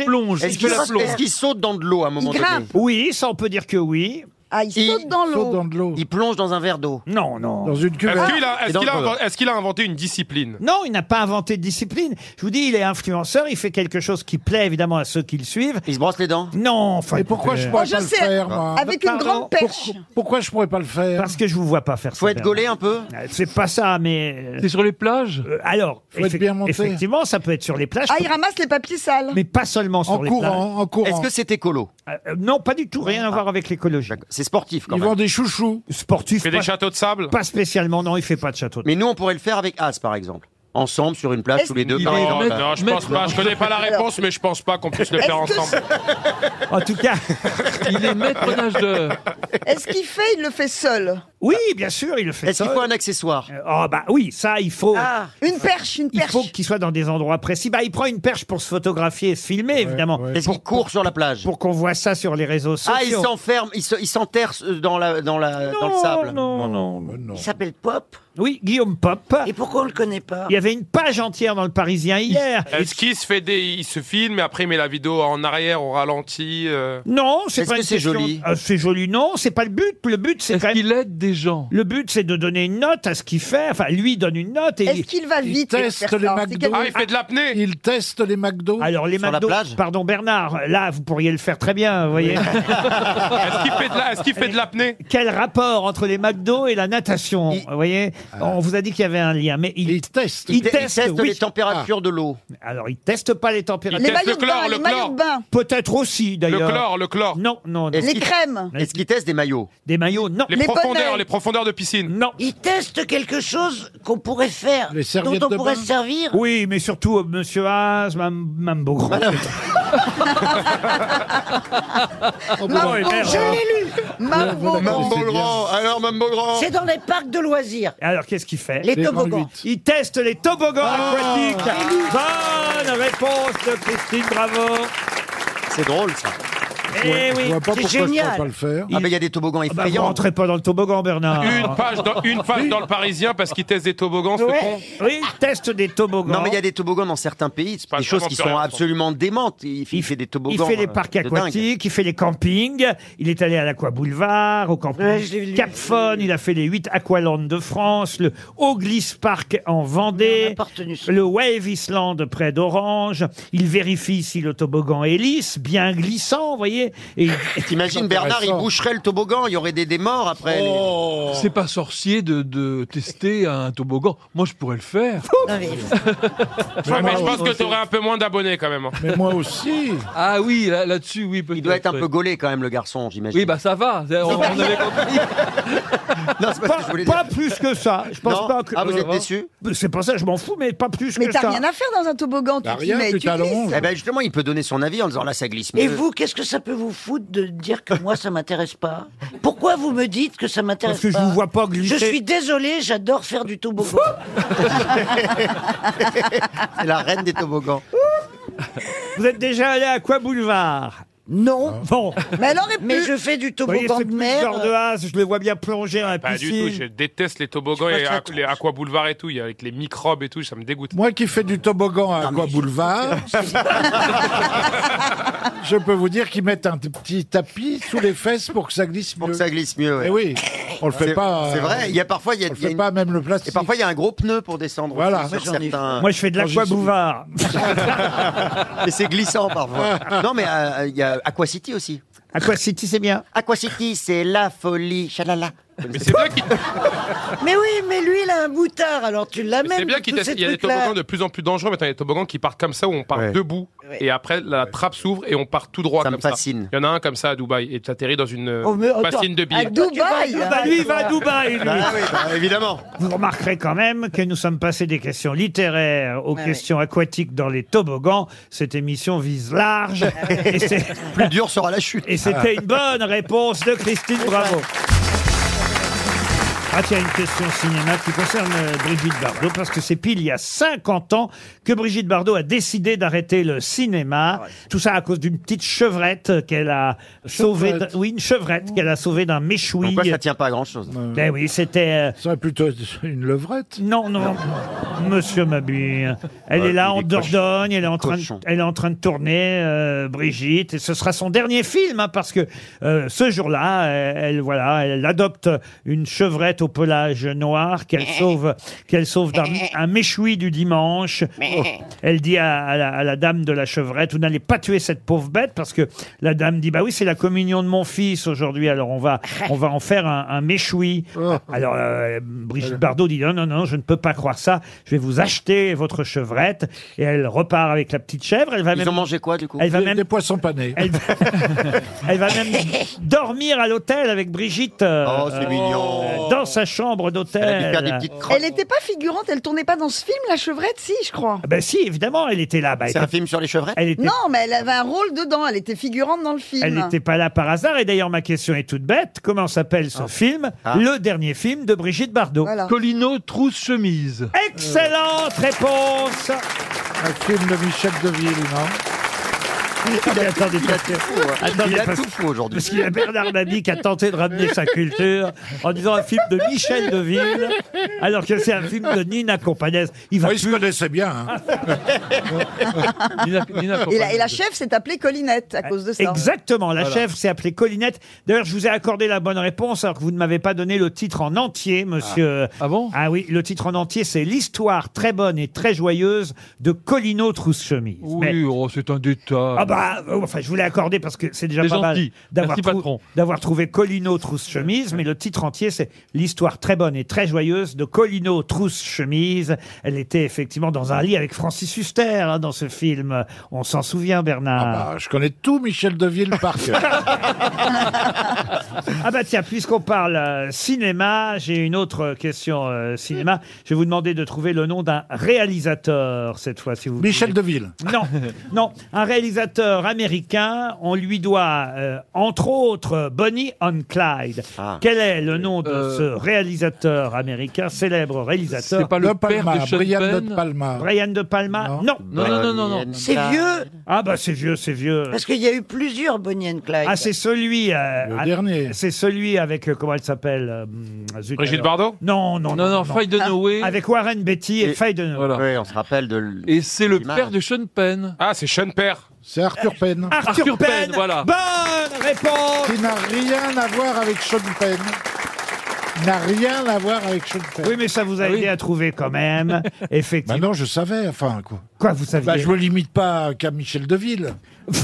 Speaker 4: qu'il est-ce qu'il saute dans de l'eau à un moment donné
Speaker 2: Oui, ça on peut dire que oui.
Speaker 3: Ah, il saute dans l'eau.
Speaker 4: Il plonge dans un verre d'eau.
Speaker 2: Non, non.
Speaker 5: Dans une
Speaker 6: Est-ce qu'il a, est-ce
Speaker 2: Et dans
Speaker 6: qu'il a
Speaker 2: le
Speaker 6: inven-
Speaker 2: beurre.
Speaker 6: est-ce qu'il a inventé une discipline
Speaker 2: Non, il n'a pas inventé de discipline. Je vous dis, il est influenceur, il fait quelque chose qui plaît évidemment à ceux qui le suivent.
Speaker 4: Il se brosse les dents
Speaker 2: Non, enfin.
Speaker 5: Mais pourquoi je pourrais pas le faire, moi
Speaker 3: Oh, avec une grande perche.
Speaker 5: Pourquoi- Pourquoi je pourrais pas le faire
Speaker 2: Parce que je vous vois pas faire ça. Euh,
Speaker 5: Faut être gaulé un
Speaker 4: peu
Speaker 2: C'est pas ça, mais. C'est
Speaker 8: sur les plages
Speaker 2: Alors,
Speaker 5: Faut être
Speaker 2: effe-
Speaker 5: bien monté.
Speaker 2: effectivement, ça peut être sur les plages.
Speaker 3: Ah, il ramasse les papiers sales.
Speaker 2: Mais pas seulement sur
Speaker 5: En
Speaker 2: les
Speaker 5: courant,
Speaker 2: plages. Euh,
Speaker 5: en courant. Est-ce que
Speaker 4: c'est écolo Ah.
Speaker 2: Non, pas du tout, rien à voir avec l'écologie.
Speaker 4: C'est sportif quand
Speaker 5: Ils
Speaker 4: même.
Speaker 5: vendent des chouchous.
Speaker 2: Sportif.
Speaker 6: Fait
Speaker 2: pas-
Speaker 6: des châteaux de sable
Speaker 2: Pas spécialement, non, il fait pas de château.
Speaker 4: Mais nous, on pourrait le faire avec As, par exemple. Ensemble, sur une plage, tous les deux,
Speaker 6: Il
Speaker 4: par
Speaker 6: est-
Speaker 4: exemple.
Speaker 6: Non, je pense pas. Je connais pas la réponse, mais je pense pas qu'on puisse le faire
Speaker 3: Est-ce que
Speaker 6: ensemble.
Speaker 2: En tout cas,
Speaker 8: il est maître nageur.
Speaker 3: Est-ce qu'il fait Il le fait seul.
Speaker 2: Oui, bien sûr, il le fait.
Speaker 4: Est-ce qu'il
Speaker 2: seul.
Speaker 4: faut un accessoire Ah.
Speaker 2: Euh, Oh bah oui, ça il faut.
Speaker 3: Une perche, une
Speaker 2: Il
Speaker 3: perche.
Speaker 2: faut qu'il soit dans des endroits précis. Bah, il prend une perche pour se photographier et se filmer, évidemment.
Speaker 4: Est-ce qu'il court sur la plage
Speaker 2: Pour qu'on voit ça sur les réseaux sociaux.
Speaker 4: Ah, il s'enferme, il se- il s'enterre euh, dans, la, dans, la, dans le
Speaker 2: Non,
Speaker 4: sable.
Speaker 2: Non, non,
Speaker 5: non.
Speaker 7: Il s'appelle Pop.
Speaker 2: Oui, Guillaume Pop.
Speaker 7: Et pourquoi on le connaît pas
Speaker 2: Il y avait une page entière dans le Parisien hier.
Speaker 6: Est-ce qu'il se fait des, il se filme et après il met la vidéo en arrière au ralenti euh
Speaker 2: Non, c'est
Speaker 6: Est-ce
Speaker 2: pas
Speaker 6: que
Speaker 2: une
Speaker 6: c'est
Speaker 2: question-
Speaker 6: joli
Speaker 2: Ah, c'est joli, non, c'est pas le but. Le but, c'est quand même.
Speaker 8: Il aide des gens.
Speaker 2: Le but, c'est de donner une note à ce qu'il fait. Enfin, lui donne une note. et
Speaker 3: Est-ce
Speaker 2: il-
Speaker 3: qu'il va
Speaker 5: Il
Speaker 3: vite
Speaker 5: teste les McDo.
Speaker 6: Ah, il fait de l'apnée.
Speaker 5: Il teste les McDo.
Speaker 2: Alors, les
Speaker 4: Sur la
Speaker 2: McDo-
Speaker 4: plage
Speaker 2: Pardon, Bernard, là, vous pourriez le faire très bien, vous voyez.
Speaker 6: Est-ce qu'il fait de la- est-ce qu'il fait de l'apnée
Speaker 2: Quel rapport entre les McDo et la natation Vous voyez On vous a dit qu'il y avait un lien, mais il,
Speaker 5: teste.
Speaker 2: il
Speaker 4: Il
Speaker 2: teste,
Speaker 4: teste
Speaker 2: oui.
Speaker 4: les températures de l'eau.
Speaker 2: Alors, il teste pas les
Speaker 6: Il
Speaker 2: températures.
Speaker 3: Les
Speaker 6: teste
Speaker 3: maillots
Speaker 6: le
Speaker 3: de
Speaker 6: chlore,
Speaker 3: bain,
Speaker 6: le
Speaker 3: les maillots
Speaker 6: chlore.
Speaker 3: de bain.
Speaker 2: Peut-être aussi,
Speaker 6: Le
Speaker 2: d'ailleurs.
Speaker 6: chlore, le chlore.
Speaker 2: Non, non. non.
Speaker 4: Est-ce
Speaker 3: Les
Speaker 4: qu'il-
Speaker 3: crèmes.
Speaker 4: Est-ce qu'il teste des maillots
Speaker 2: Des maillots, non.
Speaker 6: Les,
Speaker 3: Les
Speaker 6: profondeurs,
Speaker 3: bonnets.
Speaker 6: les profondeurs de piscine.
Speaker 2: Non.
Speaker 7: Il teste quelque chose qu'on pourrait faire,
Speaker 5: Les
Speaker 7: dont
Speaker 5: serviettes
Speaker 7: on
Speaker 5: de
Speaker 7: pourrait
Speaker 5: bain.
Speaker 7: se servir.
Speaker 2: Oui, mais surtout, euh, monsieur Haas, Mme, Mme Beaugrand.
Speaker 3: Maman,
Speaker 7: Oh,
Speaker 2: bon, merde.
Speaker 3: je
Speaker 5: hein.
Speaker 3: l'ai lu. Maman,
Speaker 5: Maman. C'est
Speaker 4: Beaugrand, alors Mme Beaugrand
Speaker 7: C'est dans les parcs de loisirs.
Speaker 2: Alors, qu'est-ce qu'il fait
Speaker 7: Les
Speaker 5: Les Ah,
Speaker 7: toboggans.
Speaker 5: 38.
Speaker 2: Il teste les toboggans aquatiques. Bonne réponse de Christine Bravo.
Speaker 4: C'est drôle, ça.
Speaker 2: Eh
Speaker 5: Je
Speaker 2: oui.
Speaker 5: vois pas
Speaker 7: c'est
Speaker 5: pourquoi je
Speaker 7: génial.
Speaker 5: pourrais pas le faire.
Speaker 4: Ah, ben, il y a des toboggans
Speaker 2: Ah bah, vous
Speaker 4: effrayants.
Speaker 2: rentrez pas dans le toboggan, Bernard.
Speaker 6: Une page dans, une page dans le Parisien parce qu'il teste des toboggans, ce con.
Speaker 2: Oui, il teste des toboggans.
Speaker 4: non, mais il y a des toboggans dans certains pays.
Speaker 6: pas
Speaker 4: Des choses
Speaker 6: vraiment
Speaker 4: qui
Speaker 6: plus
Speaker 4: sont
Speaker 6: rien.
Speaker 4: absolument démentes. Il, il fait des toboggans.
Speaker 2: Il fait les
Speaker 4: euh,
Speaker 2: parcs
Speaker 4: de dingue.
Speaker 2: aquatiques, il fait les campings, il est allé à l'Aqua Boulevard, au camping
Speaker 7: Ouais, je l'ai vu.
Speaker 2: Cap Faune, il a fait les 8 Aqualand de France, le Oglis Park en
Speaker 7: On
Speaker 2: Vendée,
Speaker 7: a pas retenu ça.
Speaker 2: le Wave Island près d'Orange. Il vérifie si le toboggan est lisse, bien glissant, vous voyez. Et il-
Speaker 4: T'imagines, Bernard, il
Speaker 5: Intéressant.
Speaker 4: boucherait le toboggan, il y aurait des, des morts après.
Speaker 2: Oh.
Speaker 8: C'est pas sorcier de, de tester un toboggan. Moi, je pourrais le faire.
Speaker 7: Non, mais-
Speaker 6: Ouais, mais je
Speaker 5: Ah,
Speaker 6: pense
Speaker 5: ouais,
Speaker 6: que t'aurais un peu moins d'abonnés quand même. hein.
Speaker 5: Mais moi aussi.
Speaker 8: Ah oui, là- là-dessus, oui, peut-être.
Speaker 4: Il doit être un
Speaker 8: ouais.
Speaker 4: peu gaulé quand même, le garçon, j'imagine.
Speaker 8: Oui, bah ça va. On, on avait compris.
Speaker 4: non, c'est pas, ce que je voulais
Speaker 2: Pas,
Speaker 4: dire.
Speaker 2: pas plus que ça. Je pense
Speaker 4: Non.
Speaker 2: pas que.
Speaker 4: Ah, vous
Speaker 2: euh,
Speaker 4: êtes déçu
Speaker 2: C'est pas ça, je m'en fous, mais pas plus
Speaker 3: Mais
Speaker 2: que
Speaker 3: t'as
Speaker 2: ça.
Speaker 3: rien à faire dans un toboggan. Tu
Speaker 5: T'as
Speaker 3: t'y
Speaker 5: Bah, rien,
Speaker 3: mets,
Speaker 5: tu
Speaker 3: tu
Speaker 5: t'allonges.
Speaker 3: glisses.
Speaker 4: Eh ben justement, il peut donner son avis en disant là, ça glisse mieux.
Speaker 7: Et vous, qu'est-ce que ça peut vous foutre de dire que moi, ça m'intéresse pas Pourquoi vous me dites que ça m'intéresse
Speaker 2: Parce que je
Speaker 7: pas
Speaker 2: vous vois pas
Speaker 7: Je
Speaker 2: glisser.
Speaker 7: suis désolé, j'adore faire du toboggan.
Speaker 4: C'est la reine des toboggans.
Speaker 2: Vous êtes déjà allé à Aqua Boulevard
Speaker 7: non,
Speaker 2: Bon.
Speaker 7: mais alors, mais
Speaker 3: pu.
Speaker 7: je fais du
Speaker 2: Vous voyez,
Speaker 7: toboggan
Speaker 2: c'est
Speaker 7: de
Speaker 2: plus le genre
Speaker 7: mer. euh,
Speaker 2: de Haas, je le vois bien plonger dans la
Speaker 6: Pas du
Speaker 2: piscine.
Speaker 6: tout, je déteste les toboggans
Speaker 7: Je
Speaker 6: et
Speaker 7: crois
Speaker 6: aqu-
Speaker 7: que ça
Speaker 6: les aqua boulevard et tout, il y a- avec les microbes et tout, ça me dégoûte.
Speaker 5: Moi qui fais du toboggan à Aqua Boulevard, je peux vous dire qu'ils mettent un t- petit tapis sous les fesses pour que ça glisse mieux.
Speaker 4: Pour que ça glisse mieux, ouais.
Speaker 5: Eh oui, on le fait
Speaker 4: C'est
Speaker 5: pas.
Speaker 4: c'est
Speaker 5: euh,
Speaker 4: vrai, il y a parfois, il y a,
Speaker 5: On le
Speaker 4: il y a
Speaker 5: fait
Speaker 4: une-
Speaker 5: pas même le
Speaker 4: et
Speaker 5: plastique.
Speaker 4: parfois il y a un gros pneu pour descendre.
Speaker 5: Voilà.
Speaker 4: aussi sur
Speaker 7: Moi, j'en ai
Speaker 4: certains.
Speaker 2: Moi, je fais de l'Aqua Boulevard.
Speaker 4: Mais c'est glissant parfois. non, mais euh, il y a Aqua City aussi.
Speaker 2: Aqua City, c'est bien.
Speaker 4: Aqua City, c'est la folie. Chalala.
Speaker 6: Mais c'est bien qu'il
Speaker 7: Mais oui, mais lui, il a un boutard, alors tu
Speaker 6: mais
Speaker 7: l'amènes.
Speaker 6: c'est bien
Speaker 7: tous
Speaker 6: qu'il teste-
Speaker 7: ces
Speaker 6: il y a des
Speaker 7: trucs-là.
Speaker 6: toboggans de plus en plus dangereux, maintenant il y a des toboggans qui partent comme ça où on part
Speaker 4: Ouais.
Speaker 6: debout et après la trappe s'ouvre et on part tout droit
Speaker 4: Ça me
Speaker 6: comme
Speaker 4: fascine.
Speaker 6: ça. Il y en a un comme ça à Dubaï et t'atterris dans une euh,
Speaker 7: Oh, mais attends,
Speaker 6: bassine de
Speaker 7: à
Speaker 6: billes.
Speaker 7: Dubaï, hein.
Speaker 2: Bah, lui, il va à Dubaï, lui.
Speaker 4: Ah oui, bah, évidemment.
Speaker 2: Vous remarquerez quand même que nous sommes passés des questions littéraires aux
Speaker 7: Ouais,
Speaker 2: questions aquatiques dans les toboggans. Cette émission vise large. et c'est-
Speaker 4: Ah Plus dur sera la chute. Ah.
Speaker 2: et c'était une bonne réponse de Christine Bravo. Ah tiens, une question cinéma qui concerne euh, Brigitte Bardot, parce que c'est pile il y a 50 ans que Brigitte Bardot a décidé d'arrêter le
Speaker 4: Ah
Speaker 2: cinéma. Tout ça à cause d'une petite chevrette qu'elle a sauvée. d'un- Oui, une chevrette qu'elle a sauvée d'un méchoui.
Speaker 4: Pourquoi ça tient pas à grand chose
Speaker 2: Ben oui, c'était...
Speaker 5: Ça serait plutôt une levrette.
Speaker 2: Non, non, monsieur Mabir. Elle
Speaker 5: Ouais,
Speaker 2: est là
Speaker 5: Euh, il
Speaker 2: en
Speaker 5: est cochon.
Speaker 2: Dordogne, elle est en, train de,
Speaker 5: Cochon.
Speaker 2: elle est en train de tourner, euh, Brigitte, et ce sera son dernier film, hein, parce que euh, ce jour-là, euh, elle, voilà, elle adopte une chevrette au pelage noir qu'elle sauve, qu'elle sauve d'un un méchoui du dimanche. Oh. Elle dit à, à la, à la dame de la chevrette, vous n'allez pas tuer cette pauvre bête, parce que la dame dit, bah oui, c'est la communion de mon fils aujourd'hui, alors on va, on va en faire un, un méchoui. Alors, euh, Brigitte Bardot dit non, non, non, je ne peux pas croire ça. Je vais vous acheter votre chevrette. Et elle repart avec la petite chèvre. Elle va
Speaker 4: Ils
Speaker 2: même.
Speaker 4: ont mangé quoi, du coup
Speaker 2: Elle va
Speaker 4: Des-
Speaker 2: même...
Speaker 4: des
Speaker 5: poissons panés.
Speaker 2: Elle va, elle va même dormir à l'hôtel avec Brigitte. oh, c'est mignon. Dans sa chambre d'hôtel.
Speaker 3: Elle n'était pas figurante, elle tournait pas dans ce film, la chevrette, si, je crois.
Speaker 2: Ah Ben si, évidemment, elle était là. Bah,
Speaker 4: C'est
Speaker 2: elle-
Speaker 4: un film sur les chevrettes
Speaker 2: Elle était
Speaker 3: Non, mais elle avait un rôle dedans, elle était figurante dans le film.
Speaker 2: Elle n'était pas là par hasard. Et d'ailleurs, ma question est toute bête. Comment s'appelle
Speaker 4: Ah.
Speaker 2: ce film Le dernier film de Brigitte Bardot.
Speaker 3: Voilà.
Speaker 2: Colino Trousse Chemise. Excellente
Speaker 4: Euh.
Speaker 2: réponse Un film de Michel Deville, non
Speaker 4: Il a-
Speaker 2: Ah, attendez,
Speaker 4: il a
Speaker 2: parce que-
Speaker 4: tout faux, hein.
Speaker 2: attendez,
Speaker 4: Il a
Speaker 2: parce-
Speaker 4: tout faux aujourd'hui.
Speaker 2: Parce qu'il y a Bernard Mabi qui a tenté de ramener sa culture en disant un film de Michel Deville, alors que c'est un film de Nina Companese. Il va
Speaker 5: Oui, je connaissais bien. hein.
Speaker 3: Et la, et la chef s'est appelée Collinette à cause de ça.
Speaker 2: Euh,
Speaker 3: hein.
Speaker 2: Exactement, la
Speaker 3: Voilà.
Speaker 2: chèvre s'est appelée Collinette. D'ailleurs, je vous ai accordé la bonne réponse alors que vous ne m'avez pas donné le titre en entier, monsieur. Ah, bon Ah oui, le titre en entier, c'est l'histoire très bonne et très joyeuse de Colino Trousse-Chemise.
Speaker 8: Oui, oh, c'est un détail.
Speaker 2: Ah bah, euh, enfin, je vous l'ai accordé parce que c'est déjà
Speaker 8: C'est
Speaker 2: pas mal
Speaker 8: gentil.
Speaker 2: d'avoir
Speaker 8: Merci,
Speaker 2: trou-
Speaker 8: patron.
Speaker 2: d'avoir trouvé Colino Trousse Chemise, mais le titre entier, c'est l'histoire très bonne et très joyeuse de Colino Trousse Chemise. Elle était effectivement dans un lit avec Francis Huster hein, dans ce film. On s'en souvient, Bernard. Ah bah, je connais tout Michel Deville par ah bah tiens, puisqu'on parle euh, cinéma, j'ai une autre question euh, cinéma. Je vais vous demander de trouver le nom d'un réalisateur cette fois, si vous Michel
Speaker 5: Deville.
Speaker 2: Non, non, un réalisateur américain. On lui doit euh, entre autres Bonnie and Clyde. Quel est le nom de
Speaker 8: Ah. Euh,
Speaker 2: ce réalisateur américain, célèbre réalisateur
Speaker 8: C'est pas le De père Palma, de Sean Brian Penn De
Speaker 5: Palma.
Speaker 2: Brian de Palma. Non.
Speaker 8: Non, non, non, non, non. Brian
Speaker 7: C'est Clyde. vieux.
Speaker 2: Ah bah c'est vieux, c'est vieux.
Speaker 7: Parce qu'il y a eu plusieurs Bonnie and Clyde.
Speaker 2: Ah, c'est celui. le dernier. C'est celui avec, euh, comment elle s'appelle euh, zut,
Speaker 6: Brigitte
Speaker 2: alors.
Speaker 6: Bardot
Speaker 2: Non, non, non.
Speaker 6: non, Faye Dunaway.
Speaker 2: Avec Warren Beatty et, Faye Dunaway.
Speaker 4: Oui, on se rappelle de. l-
Speaker 8: Et c'est le
Speaker 4: l'image.
Speaker 8: père de Sean Penn.
Speaker 6: Ah, c'est Sean Père.
Speaker 5: C'est Arthur Penn.
Speaker 2: Arthur,
Speaker 8: Arthur
Speaker 2: Penn,
Speaker 8: Penn, voilà.
Speaker 2: Bonne réponse
Speaker 5: Qui n'a rien à voir avec Sean Penn. N'a rien à voir avec Sean Penn.
Speaker 2: Oui, mais ça vous a aidé à trouver quand même, effectivement.
Speaker 5: Bah non, je savais, enfin quoi.
Speaker 2: Quoi, vous saviez
Speaker 5: Bah, je me limite pas qu'à Michel Deville.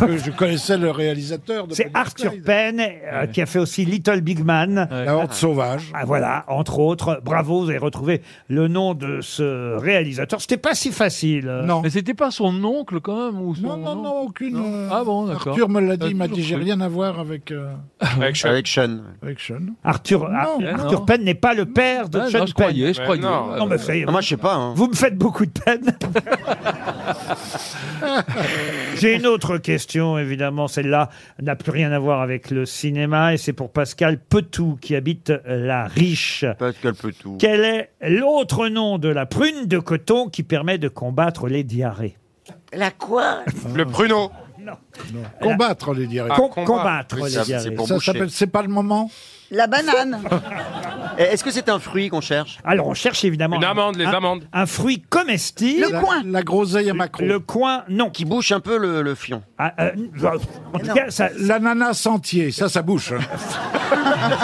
Speaker 5: Euh, je connaissais le réalisateur. de
Speaker 2: C'est
Speaker 5: Bonnie
Speaker 2: Arthur
Speaker 5: Clyde.
Speaker 2: Penn euh, qui a fait aussi Little Big Man.
Speaker 5: La Horde Sauvage.
Speaker 2: Ah, voilà, entre autres. Bravo, vous avez retrouvé le nom de ce réalisateur. C'était pas si facile. euh.
Speaker 5: Non.
Speaker 8: Mais c'était pas son oncle quand même ou son...
Speaker 5: Non, non, non, aucune. euh,
Speaker 8: Ah bon, d'accord.
Speaker 5: Arthur me l'a dit,
Speaker 8: Euh,
Speaker 5: il m'a
Speaker 8: toujours
Speaker 5: dit, j'ai
Speaker 8: cru.
Speaker 5: rien à voir avec, euh,
Speaker 6: Avec Sean.
Speaker 4: Avec Sean.
Speaker 5: avec Sean.
Speaker 2: Arthur,
Speaker 5: Non,
Speaker 2: Ar-
Speaker 5: non.
Speaker 2: Arthur Penn n'est pas le père de
Speaker 8: Ah, non,
Speaker 2: Sean Penn.
Speaker 8: je croyais, je
Speaker 6: Mais
Speaker 8: croyais.
Speaker 6: non.
Speaker 8: Ouais,
Speaker 2: Non, mais
Speaker 8: ouais.
Speaker 2: ça y est,
Speaker 4: Ah, Moi, je sais pas. hein.
Speaker 2: Vous me faites beaucoup de peine. J'ai une autre question, évidemment. Celle-là n'a plus rien à voir avec le cinéma et c'est pour Pascal Petou qui habite La Riche.
Speaker 4: Pascal Petou.
Speaker 2: Quel est l'autre nom de la prune de coton qui permet de combattre les diarrhées
Speaker 7: La quoi
Speaker 6: Le pruneau.
Speaker 5: Combattre les diarrhées.
Speaker 6: Ah,
Speaker 2: Com-
Speaker 6: combat.
Speaker 2: Combattre
Speaker 4: Oui,
Speaker 2: les
Speaker 4: ça, c'est
Speaker 2: diarrhées.
Speaker 4: pour
Speaker 5: Ça
Speaker 4: boucher.
Speaker 5: s'appelle C'est pas le moment
Speaker 3: La banane.
Speaker 4: Eh, Est-ce que c'est un fruit qu'on cherche
Speaker 2: Alors on cherche évidemment
Speaker 6: Une
Speaker 2: un-
Speaker 6: amende, les
Speaker 2: un,
Speaker 6: amandes.
Speaker 2: un fruit comestible.
Speaker 3: Le coin.
Speaker 5: La groseille à Macron.
Speaker 2: Le coin, non.
Speaker 4: Qui bouche un peu le, le fion.
Speaker 2: Ah, euh, en tout cas, ça,
Speaker 5: L'ananas entier, ça, ça bouche. hein.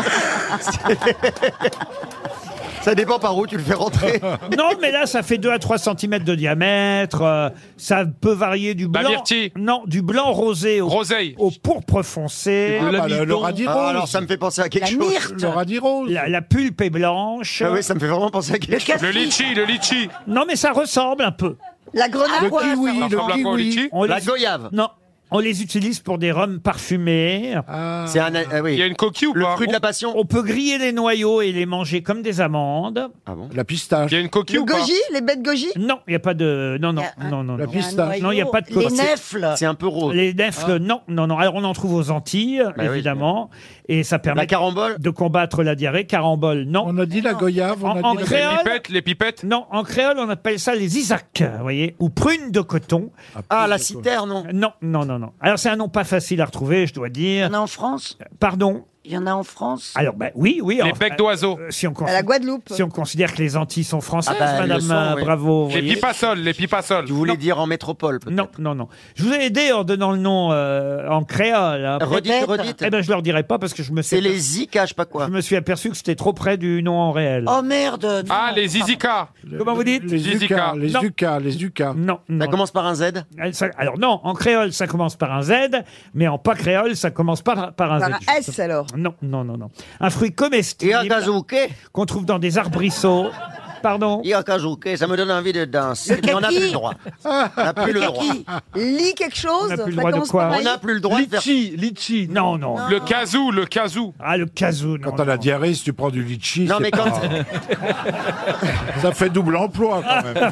Speaker 4: Ça dépend par où tu le fais rentrer.
Speaker 2: Non, mais là, ça fait 2 à 3 cm de diamètre. euh, ça peut varier du
Speaker 6: La
Speaker 2: blanc.
Speaker 6: myrtille.
Speaker 2: Non, du blanc rosé au,
Speaker 6: Roseille.
Speaker 2: au pourpre foncé.
Speaker 5: Ah, bah, le, le radis
Speaker 4: Ah,
Speaker 5: rose.
Speaker 4: alors, ça me fait penser à quelque
Speaker 7: La
Speaker 4: chose.
Speaker 7: myrte.
Speaker 5: Le radis rose.
Speaker 2: La, la pulpe est blanche.
Speaker 4: Ah oui, ça me fait vraiment penser à quelque chose.
Speaker 6: Le litchi, le litchi.
Speaker 2: Non, mais ça ressemble un peu.
Speaker 3: La grenade.
Speaker 5: Ah, Le kiwi,
Speaker 6: Ça ressemble à quoi,
Speaker 5: le
Speaker 6: au
Speaker 5: kiwi.
Speaker 6: litchi
Speaker 2: On
Speaker 4: La
Speaker 2: les-
Speaker 4: goyave.
Speaker 2: Non. On les utilise pour des rhums parfumés.
Speaker 4: C'est un- ah oui. Il y a une coquille ou Le pas fruit de la passion.
Speaker 2: On peut griller les noyaux et les manger comme des amandes.
Speaker 4: Ah
Speaker 5: La pistache.
Speaker 2: Il y a une coquille
Speaker 3: Le goji, les bêtes goji
Speaker 2: Non, il n'y a pas de. Non, non, non, non. La
Speaker 3: pistache.
Speaker 2: Non, il n'y a pas de
Speaker 3: Les
Speaker 2: coquille.
Speaker 3: nèfles.
Speaker 4: C'est un peu rose.
Speaker 2: Les nèfles,
Speaker 4: Ah.
Speaker 2: non, non, non. Alors, on en trouve aux Antilles,
Speaker 4: Bah oui,
Speaker 2: évidemment. et ça permet. De combattre la diarrhée. Carambole, non. On a dit la goyave,
Speaker 6: Les
Speaker 2: en, en créole,
Speaker 6: pipettes, les pipettes.
Speaker 2: Non, en créole, on appelle ça les Isaac, vous voyez, ou prunes de coton. Euh,
Speaker 4: Ah, la citerne, non
Speaker 2: Non, non, non, non. Alors, c'est un nom pas facile à retrouver, je dois dire. Euh,
Speaker 7: Il y en a en France
Speaker 2: Pardon
Speaker 7: Il y en a en France
Speaker 2: Alors, ben oui, oui.
Speaker 6: Les
Speaker 2: en-
Speaker 6: becs d'oiseaux.
Speaker 2: euh, si on consi-
Speaker 7: À la Guadeloupe.
Speaker 2: Si on considère que les Antilles sont françaises,
Speaker 4: Ah bah, elles le
Speaker 2: madame,
Speaker 4: sont,
Speaker 2: euh,
Speaker 4: oui.
Speaker 2: bravo. vous
Speaker 6: Les
Speaker 2: voyez.
Speaker 6: pipasols, les pipasols.
Speaker 4: Tu voulais dire en métropole, peut-être
Speaker 2: Non, non, non. Je vous ai aidé en donnant le nom euh, en créole. hein.
Speaker 4: Redites,
Speaker 2: Peut-être.
Speaker 4: redites.
Speaker 2: Eh ben, je leur dirai pas parce que je me suis.
Speaker 4: C'est les
Speaker 2: aperçu-
Speaker 4: Zika, je sais pas quoi.
Speaker 2: Je me suis aperçu que c'était trop près du nom en réel.
Speaker 7: Oh merde
Speaker 6: Ah, les Zizika.
Speaker 2: Comment vous dites
Speaker 5: Les Uka, les
Speaker 2: Non.
Speaker 5: Uka, les Uka.
Speaker 2: Non, non.
Speaker 4: Ça commence par un Z
Speaker 2: Elle, ça- alors non, en créole ça commence par un Z, mais en pas créole ça commence pas par un
Speaker 3: Par
Speaker 2: Z.
Speaker 3: un
Speaker 2: justement.
Speaker 3: S alors
Speaker 2: Non, non, non, non. Un fruit comestible qu'on trouve dans des arbrisseaux. Pardon
Speaker 4: Yakazuke, ça me donne envie de danser.
Speaker 3: Le
Speaker 4: Mais on n'a
Speaker 3: kaki.
Speaker 4: plus le droit. On n'a plus le droit.
Speaker 3: Kaki. Lit quelque chose
Speaker 2: On n'a plus le
Speaker 3: ça
Speaker 2: droit de
Speaker 3: commence
Speaker 2: quoi
Speaker 3: par un
Speaker 4: On n'a
Speaker 3: I.
Speaker 4: plus le droit de faire.
Speaker 8: Litchi, litchi.
Speaker 2: Non, non.
Speaker 6: Le casou, le casou.
Speaker 2: Ah, le kazoo, non.
Speaker 5: Quand t'as la diarrhée, si tu prends du litchi,
Speaker 4: Non,
Speaker 5: c'est
Speaker 4: mais quand-
Speaker 5: pas- ça fait double emploi quand même.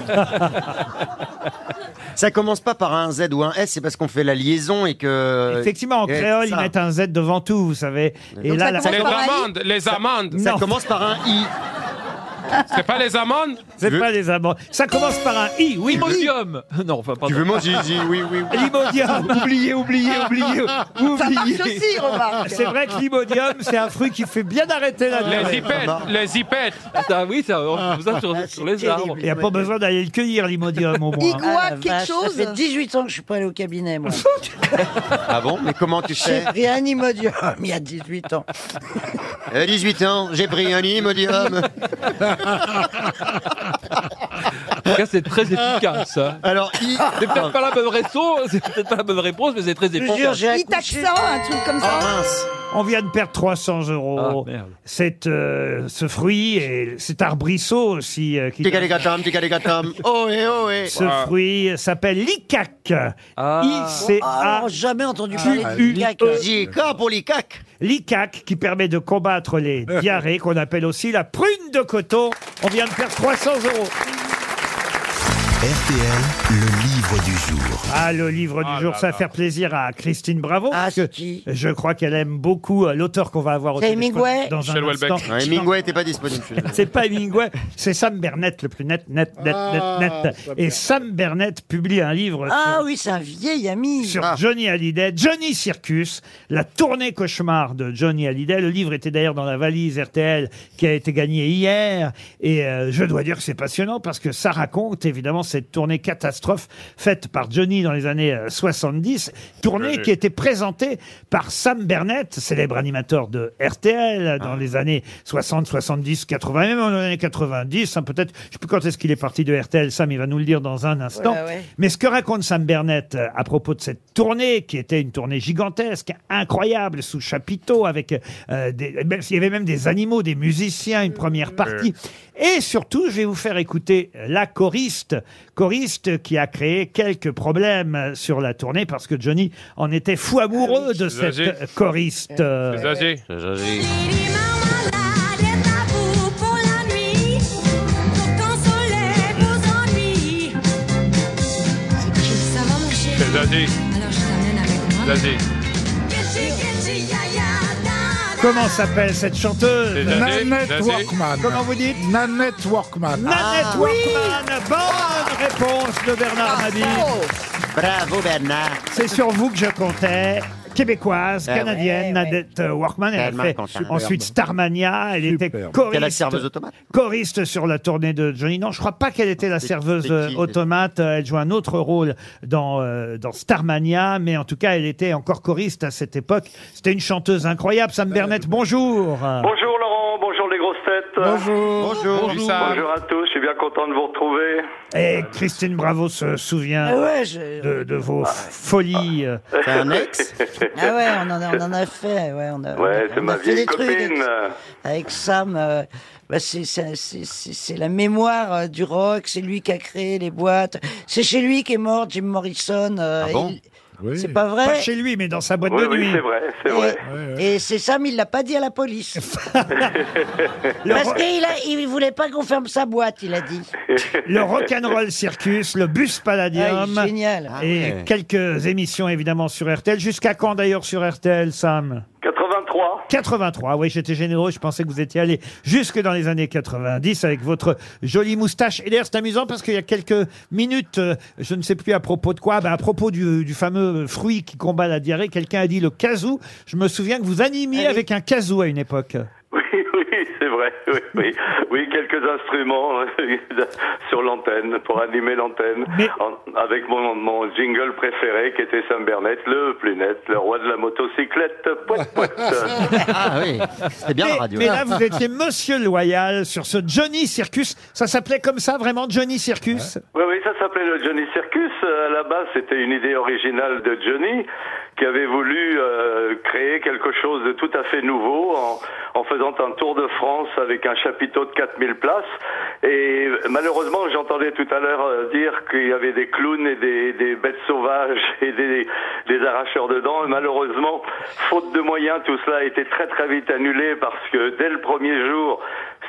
Speaker 4: Ça commence pas par un Z ou un S, c'est parce qu'on fait la liaison et que.
Speaker 2: Effectivement, en
Speaker 4: Eh,
Speaker 2: créole,
Speaker 4: ça.
Speaker 2: ils mettent un Z devant tout, vous savez. Et
Speaker 3: Donc
Speaker 2: là,
Speaker 3: ça
Speaker 2: la-
Speaker 3: commence
Speaker 6: Les
Speaker 3: par un I
Speaker 6: amandes, les amandes.
Speaker 4: Ça
Speaker 2: non,
Speaker 4: commence par un I.
Speaker 6: C'est pas les amandes
Speaker 2: c'est pas les amandes. Ça commence par un I, oui.
Speaker 8: Imodium. Non, enfin, pardon.
Speaker 4: mon zizi Oui, oui, oui.
Speaker 2: L'imodium.
Speaker 8: Oubliez, oubliez, oubliez,
Speaker 3: Ça marche
Speaker 8: oubliez.
Speaker 3: aussi, remarque
Speaker 2: C'est vrai que l'imodium, c'est un fruit qui fait bien arrêter la Ah, bah.
Speaker 6: Les
Speaker 2: diarrhée.
Speaker 6: zipettes, les zipettes.
Speaker 8: Ah oui, ça, on trouve ça
Speaker 3: Ah,
Speaker 8: sur, sur les
Speaker 7: Ah, terrible.
Speaker 8: arbres.
Speaker 2: Il n'y a pas besoin d'aller le cueillir, l'imodium, au moins. Ah,
Speaker 3: Igouac,
Speaker 7: Ah, la
Speaker 3: quelque
Speaker 7: vache,
Speaker 3: chose
Speaker 7: Ça fait 18 ans que je suis pas allé au cabinet, moi.
Speaker 4: Ah bon Mais comment tu sais
Speaker 7: J'ai pris un imodium il y a 18 ans.
Speaker 4: Euh, 18 ans, j'ai pris un imodium.
Speaker 8: En tout cas, c'est très efficace. hein.
Speaker 4: Alors, I.
Speaker 8: C'est peut-être pas la bonne réponse, c'est peut-être pas la bonne réponse, mais c'est très
Speaker 7: Je te jure,
Speaker 8: efficace.
Speaker 7: j'ai accouché.
Speaker 3: Itaxan, un truc comme
Speaker 4: Ah,
Speaker 3: ça
Speaker 4: mince.
Speaker 2: On vient de perdre 300 euros.
Speaker 8: Ah, merde.
Speaker 2: C'est euh, ce fruit et cet arbrisseau aussi euh, qui.
Speaker 4: Ticalicatam, ticalicatam. Oh, eh, oh, eh.
Speaker 2: Ce fruit s'appelle l'icac.
Speaker 7: Ah,
Speaker 8: Ah.
Speaker 2: I-C-A.
Speaker 7: alors, jamais entendu parler
Speaker 5: Ah,
Speaker 7: de gars que-
Speaker 4: Zika pour les cacs.
Speaker 2: E. L'icac qui permet de combattre les diarrhées qu'on appelle aussi la prune de coton. On vient de perdre 300 euros.
Speaker 1: RTL, le livre du jour.
Speaker 2: Ah, le livre du
Speaker 6: Ah
Speaker 2: jour,
Speaker 6: là
Speaker 2: ça va
Speaker 6: là.
Speaker 2: faire plaisir à Christine Bravo.
Speaker 7: Ah,
Speaker 2: parce
Speaker 7: c'est
Speaker 2: que
Speaker 7: qui
Speaker 2: je crois qu'elle aime beaucoup euh, l'auteur qu'on va avoir au
Speaker 7: C'est
Speaker 2: téléphone
Speaker 7: Hemingway
Speaker 2: dans
Speaker 6: Michel
Speaker 2: un
Speaker 6: Houellebecq.
Speaker 2: instant.
Speaker 4: Ouais, Mingway était pas disponible. je suis désolé.
Speaker 2: C'est pas Hemingway, c'est Sam Bernett, le plus net, net, net, net, net.
Speaker 6: Ah,
Speaker 5: Sam
Speaker 2: Et
Speaker 5: Bernett.
Speaker 2: Sam Bernett publie un livre
Speaker 7: Ah
Speaker 2: sur,
Speaker 7: oui, c'est un vieil ami.
Speaker 2: sur
Speaker 4: Ah.
Speaker 2: Johnny Hallyday, Johnny Circus, la tournée cauchemar de Johnny Hallyday. Le livre était d'ailleurs dans la valise RTL qui a été gagnée hier. Et euh, je dois dire que c'est passionnant parce que ça raconte évidemment cette tournée catastrophe faite par Johnny dans les années euh, 70, tournée
Speaker 6: Oui.
Speaker 2: qui était présentée par Sam Bernett, célèbre animateur de RTL dans les années 60, 70, 80, même dans les années 90, hein, peut-être, je sais plus quand est-ce qu'il est parti de RTL, Sam, il va nous le dire dans un instant.
Speaker 7: Ouais, ouais.
Speaker 2: Mais ce que raconte Sam Bernett euh, à propos de cette tournée, qui était une tournée gigantesque, incroyable, sous chapiteau, avec euh, des, même- il y avait même des animaux, des musiciens, une première partie. Et surtout, je vais vous faire écouter la choriste, choriste qui a créé quelques problèmes euh, sur la tournée, parce que Johnny en était fou amoureux de
Speaker 6: Zazé.
Speaker 2: cette euh, choriste. euh,
Speaker 6: Les âgés. Les âgés. Les âgés.
Speaker 2: Ah Comment s'appelle cette chanteuse
Speaker 6: Zazé,
Speaker 5: Nanette
Speaker 6: Zazé.
Speaker 5: Workman.
Speaker 2: Comment vous dites
Speaker 5: Nanette Workman.
Speaker 4: Ah,
Speaker 2: Nanette Workman Bonne réponse de Bernard Mabille
Speaker 4: Bravo, Bernard.
Speaker 2: C'est sur vous que je comptais. Québécoise,
Speaker 4: Ah ouais.
Speaker 2: canadienne, Nadette euh, Workman. Elle
Speaker 4: Tellement
Speaker 2: a fait
Speaker 4: contente.
Speaker 2: ensuite Starmania. Elle était
Speaker 5: Superbe.
Speaker 4: T'es la
Speaker 2: choriste,
Speaker 4: serveuse automate.
Speaker 2: choriste sur la tournée de Johnny. Non, je crois pas qu'elle était la
Speaker 4: C'est-
Speaker 2: serveuse
Speaker 4: c'est qui,
Speaker 2: automate. Elle joue un autre rôle dans, euh, dans Starmania. Mais en tout cas, elle était encore choriste à cette époque. C'était une chanteuse incroyable. Sam Bernet, bonjour.
Speaker 12: Bonjour Laurent, bonjour les grosses têtes.
Speaker 5: Bonjour.
Speaker 4: Bonjour.
Speaker 6: Bonjour, Sam.
Speaker 12: euh, Bonjour à tous, je suis bien content de vous retrouver.
Speaker 2: Et Christine Bravo se souvient
Speaker 7: Ah ouais, je-
Speaker 2: de, de vos folies. euh,
Speaker 4: C'est un ex
Speaker 7: Ah ouais, on en a, on en a fait. Ouais, on a, on a-
Speaker 12: Ouais, c'est
Speaker 7: on
Speaker 12: ma
Speaker 7: a fait
Speaker 12: vieille
Speaker 7: des trucs avec-
Speaker 12: copine.
Speaker 7: avec Sam. euh, bah, c'est- c'est c'est- c'est- c'est la mémoire euh, du rock, c'est lui qui a créé les boîtes. C'est chez lui qu'est mort Jim Morrison. euh,
Speaker 4: Ah bon
Speaker 7: il- C'est pas vrai
Speaker 2: Pas chez lui, mais dans sa boîte
Speaker 12: Oui,
Speaker 2: de
Speaker 12: oui,
Speaker 2: nuit.
Speaker 12: c'est vrai, c'est vrai.
Speaker 7: Et c'est Sam, il l'a pas dit à la police. Parce qu'il a- il voulait pas qu'on ferme sa boîte, il a dit.
Speaker 2: le Rock'n'Roll Circus, le Bus Palladium.
Speaker 7: Ah, il est génial. Ah
Speaker 2: Et
Speaker 7: ouais.
Speaker 2: quelques émissions évidemment sur RTL. Jusqu'à quand d'ailleurs sur RTL, Sam
Speaker 12: 83.
Speaker 2: 83, oui, j'étais généreux, je pensais que vous étiez allé jusque dans les années 90 avec votre jolie moustache. Et d'ailleurs, c'est amusant parce qu'il y a quelques minutes, euh, je ne sais plus à propos de quoi, bah, à propos du, du fameux fruit qui combat la diarrhée, quelqu'un a dit le casou. Je me souviens que vous
Speaker 7: Ah
Speaker 2: animiez avec un casou à une époque.
Speaker 12: Oui, oui, c'est vrai. Oui, oui. Oui, quelques instruments sur l'antenne pour animer l'antenne En- avec mon, mon jingle préféré qui était Sam Bernet, le plus net, le roi de la motocyclette. Pouet, pouet.
Speaker 4: Ah oui, c'était bien
Speaker 2: mais,
Speaker 4: la radio.
Speaker 2: mais là, vous étiez Monsieur Loyal sur ce Johnny Circus. Ça s'appelait comme ça, vraiment Johnny Circus
Speaker 12: Oui, oui, ça s'appelait le Johnny Circus. Euh, À la base, c'était une idée originale de Johnny qui avait voulu euh, créer quelque chose de tout à fait nouveau en, en faisant un tour de France avec un chapiteau de 4000 places. Et malheureusement, j'entendais tout à l'heure euh, dire qu'il y avait des clowns et des, des bêtes sauvages et des, des arracheurs de dents. Et malheureusement, faute de moyens, tout cela a été très très vite annulé parce que dès le premier jour,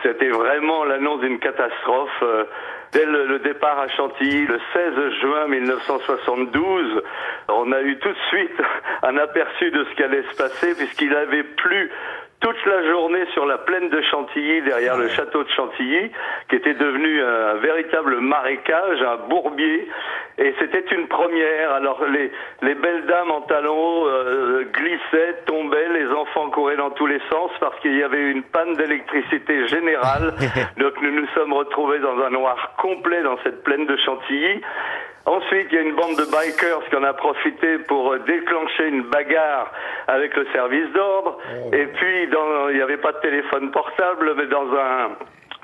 Speaker 12: c'était vraiment l'annonce d'une catastrophe. Euh, Dès le, le départ à Chantilly, le 16 juin 1972, on a eu tout de suite un aperçu de ce qui allait se passer puisqu'il avait plu toute la journée sur la plaine de Chantilly, derrière le château de Chantilly, qui était devenu un véritable marécage, un bourbier. Et c'était une première. Alors les, les belles dames en talons hauts euh, glissaient, tombaient, les enfants couraient dans tous les sens parce qu'il y avait une panne d'électricité générale. Donc nous nous sommes retrouvés dans un noir complet dans cette plaine de Chantilly. Ensuite, il y a une bande de bikers qui en a profité pour euh, déclencher une bagarre avec le service d'ordre.
Speaker 6: Oh.
Speaker 12: Et puis, dans, il n'y avait pas de téléphone portable, mais dans un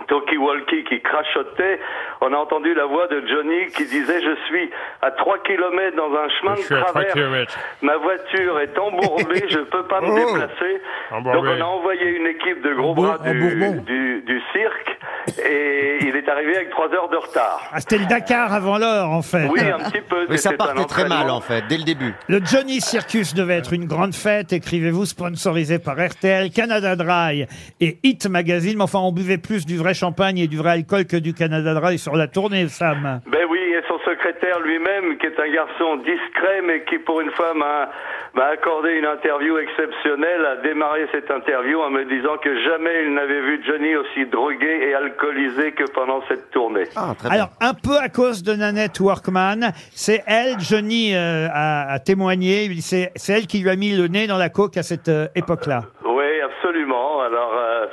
Speaker 12: talkie-walkie qui crachotait, on a entendu la voix de Johnny qui disait « Je suis à 3 kilomètres dans un chemin
Speaker 6: Je suis
Speaker 12: de
Speaker 6: à trois
Speaker 12: travers.
Speaker 6: kilomètres.
Speaker 12: Ma voiture est embourbée, je peux pas me
Speaker 6: Oh.
Speaker 12: déplacer. » Donc,
Speaker 6: Embourbée.
Speaker 12: on a envoyé une équipe de gros bras du, du, du cirque et il est arrivé avec 3 heures de retard.
Speaker 2: Ah, c'était le Dakar avant l'heure, en fait.
Speaker 12: Oui, un petit peu.
Speaker 4: Oui, ça
Speaker 12: C'était un
Speaker 4: partait très mal
Speaker 12: entraînement.
Speaker 4: en fait, dès le début.
Speaker 2: Le Johnny Circus devait être une grande fête, écrivez-vous, sponsorisé par RTL, Canada Dry et Hit Magazine. Mais enfin, on buvait plus du vrai champagne et du vrai alcool que du Canada Dry sur la tournée, Sam.
Speaker 12: Ben oui, et son secrétaire lui-même, qui est un garçon discret, mais qui pour une fois m'a m'a accordé une interview exceptionnelle, a démarré cette interview en me disant que jamais il n'avait vu Johnny aussi drogué et alcoolisé que pendant cette tournée.
Speaker 2: Alors, un peu à cause de Nanette Workman, c'est elle, Johnny euh, a, a témoigné, il dit, c'est c'est elle qui lui a mis le nez dans la coque à cette euh, époque-là.
Speaker 12: Oui, absolument. Alors, euh,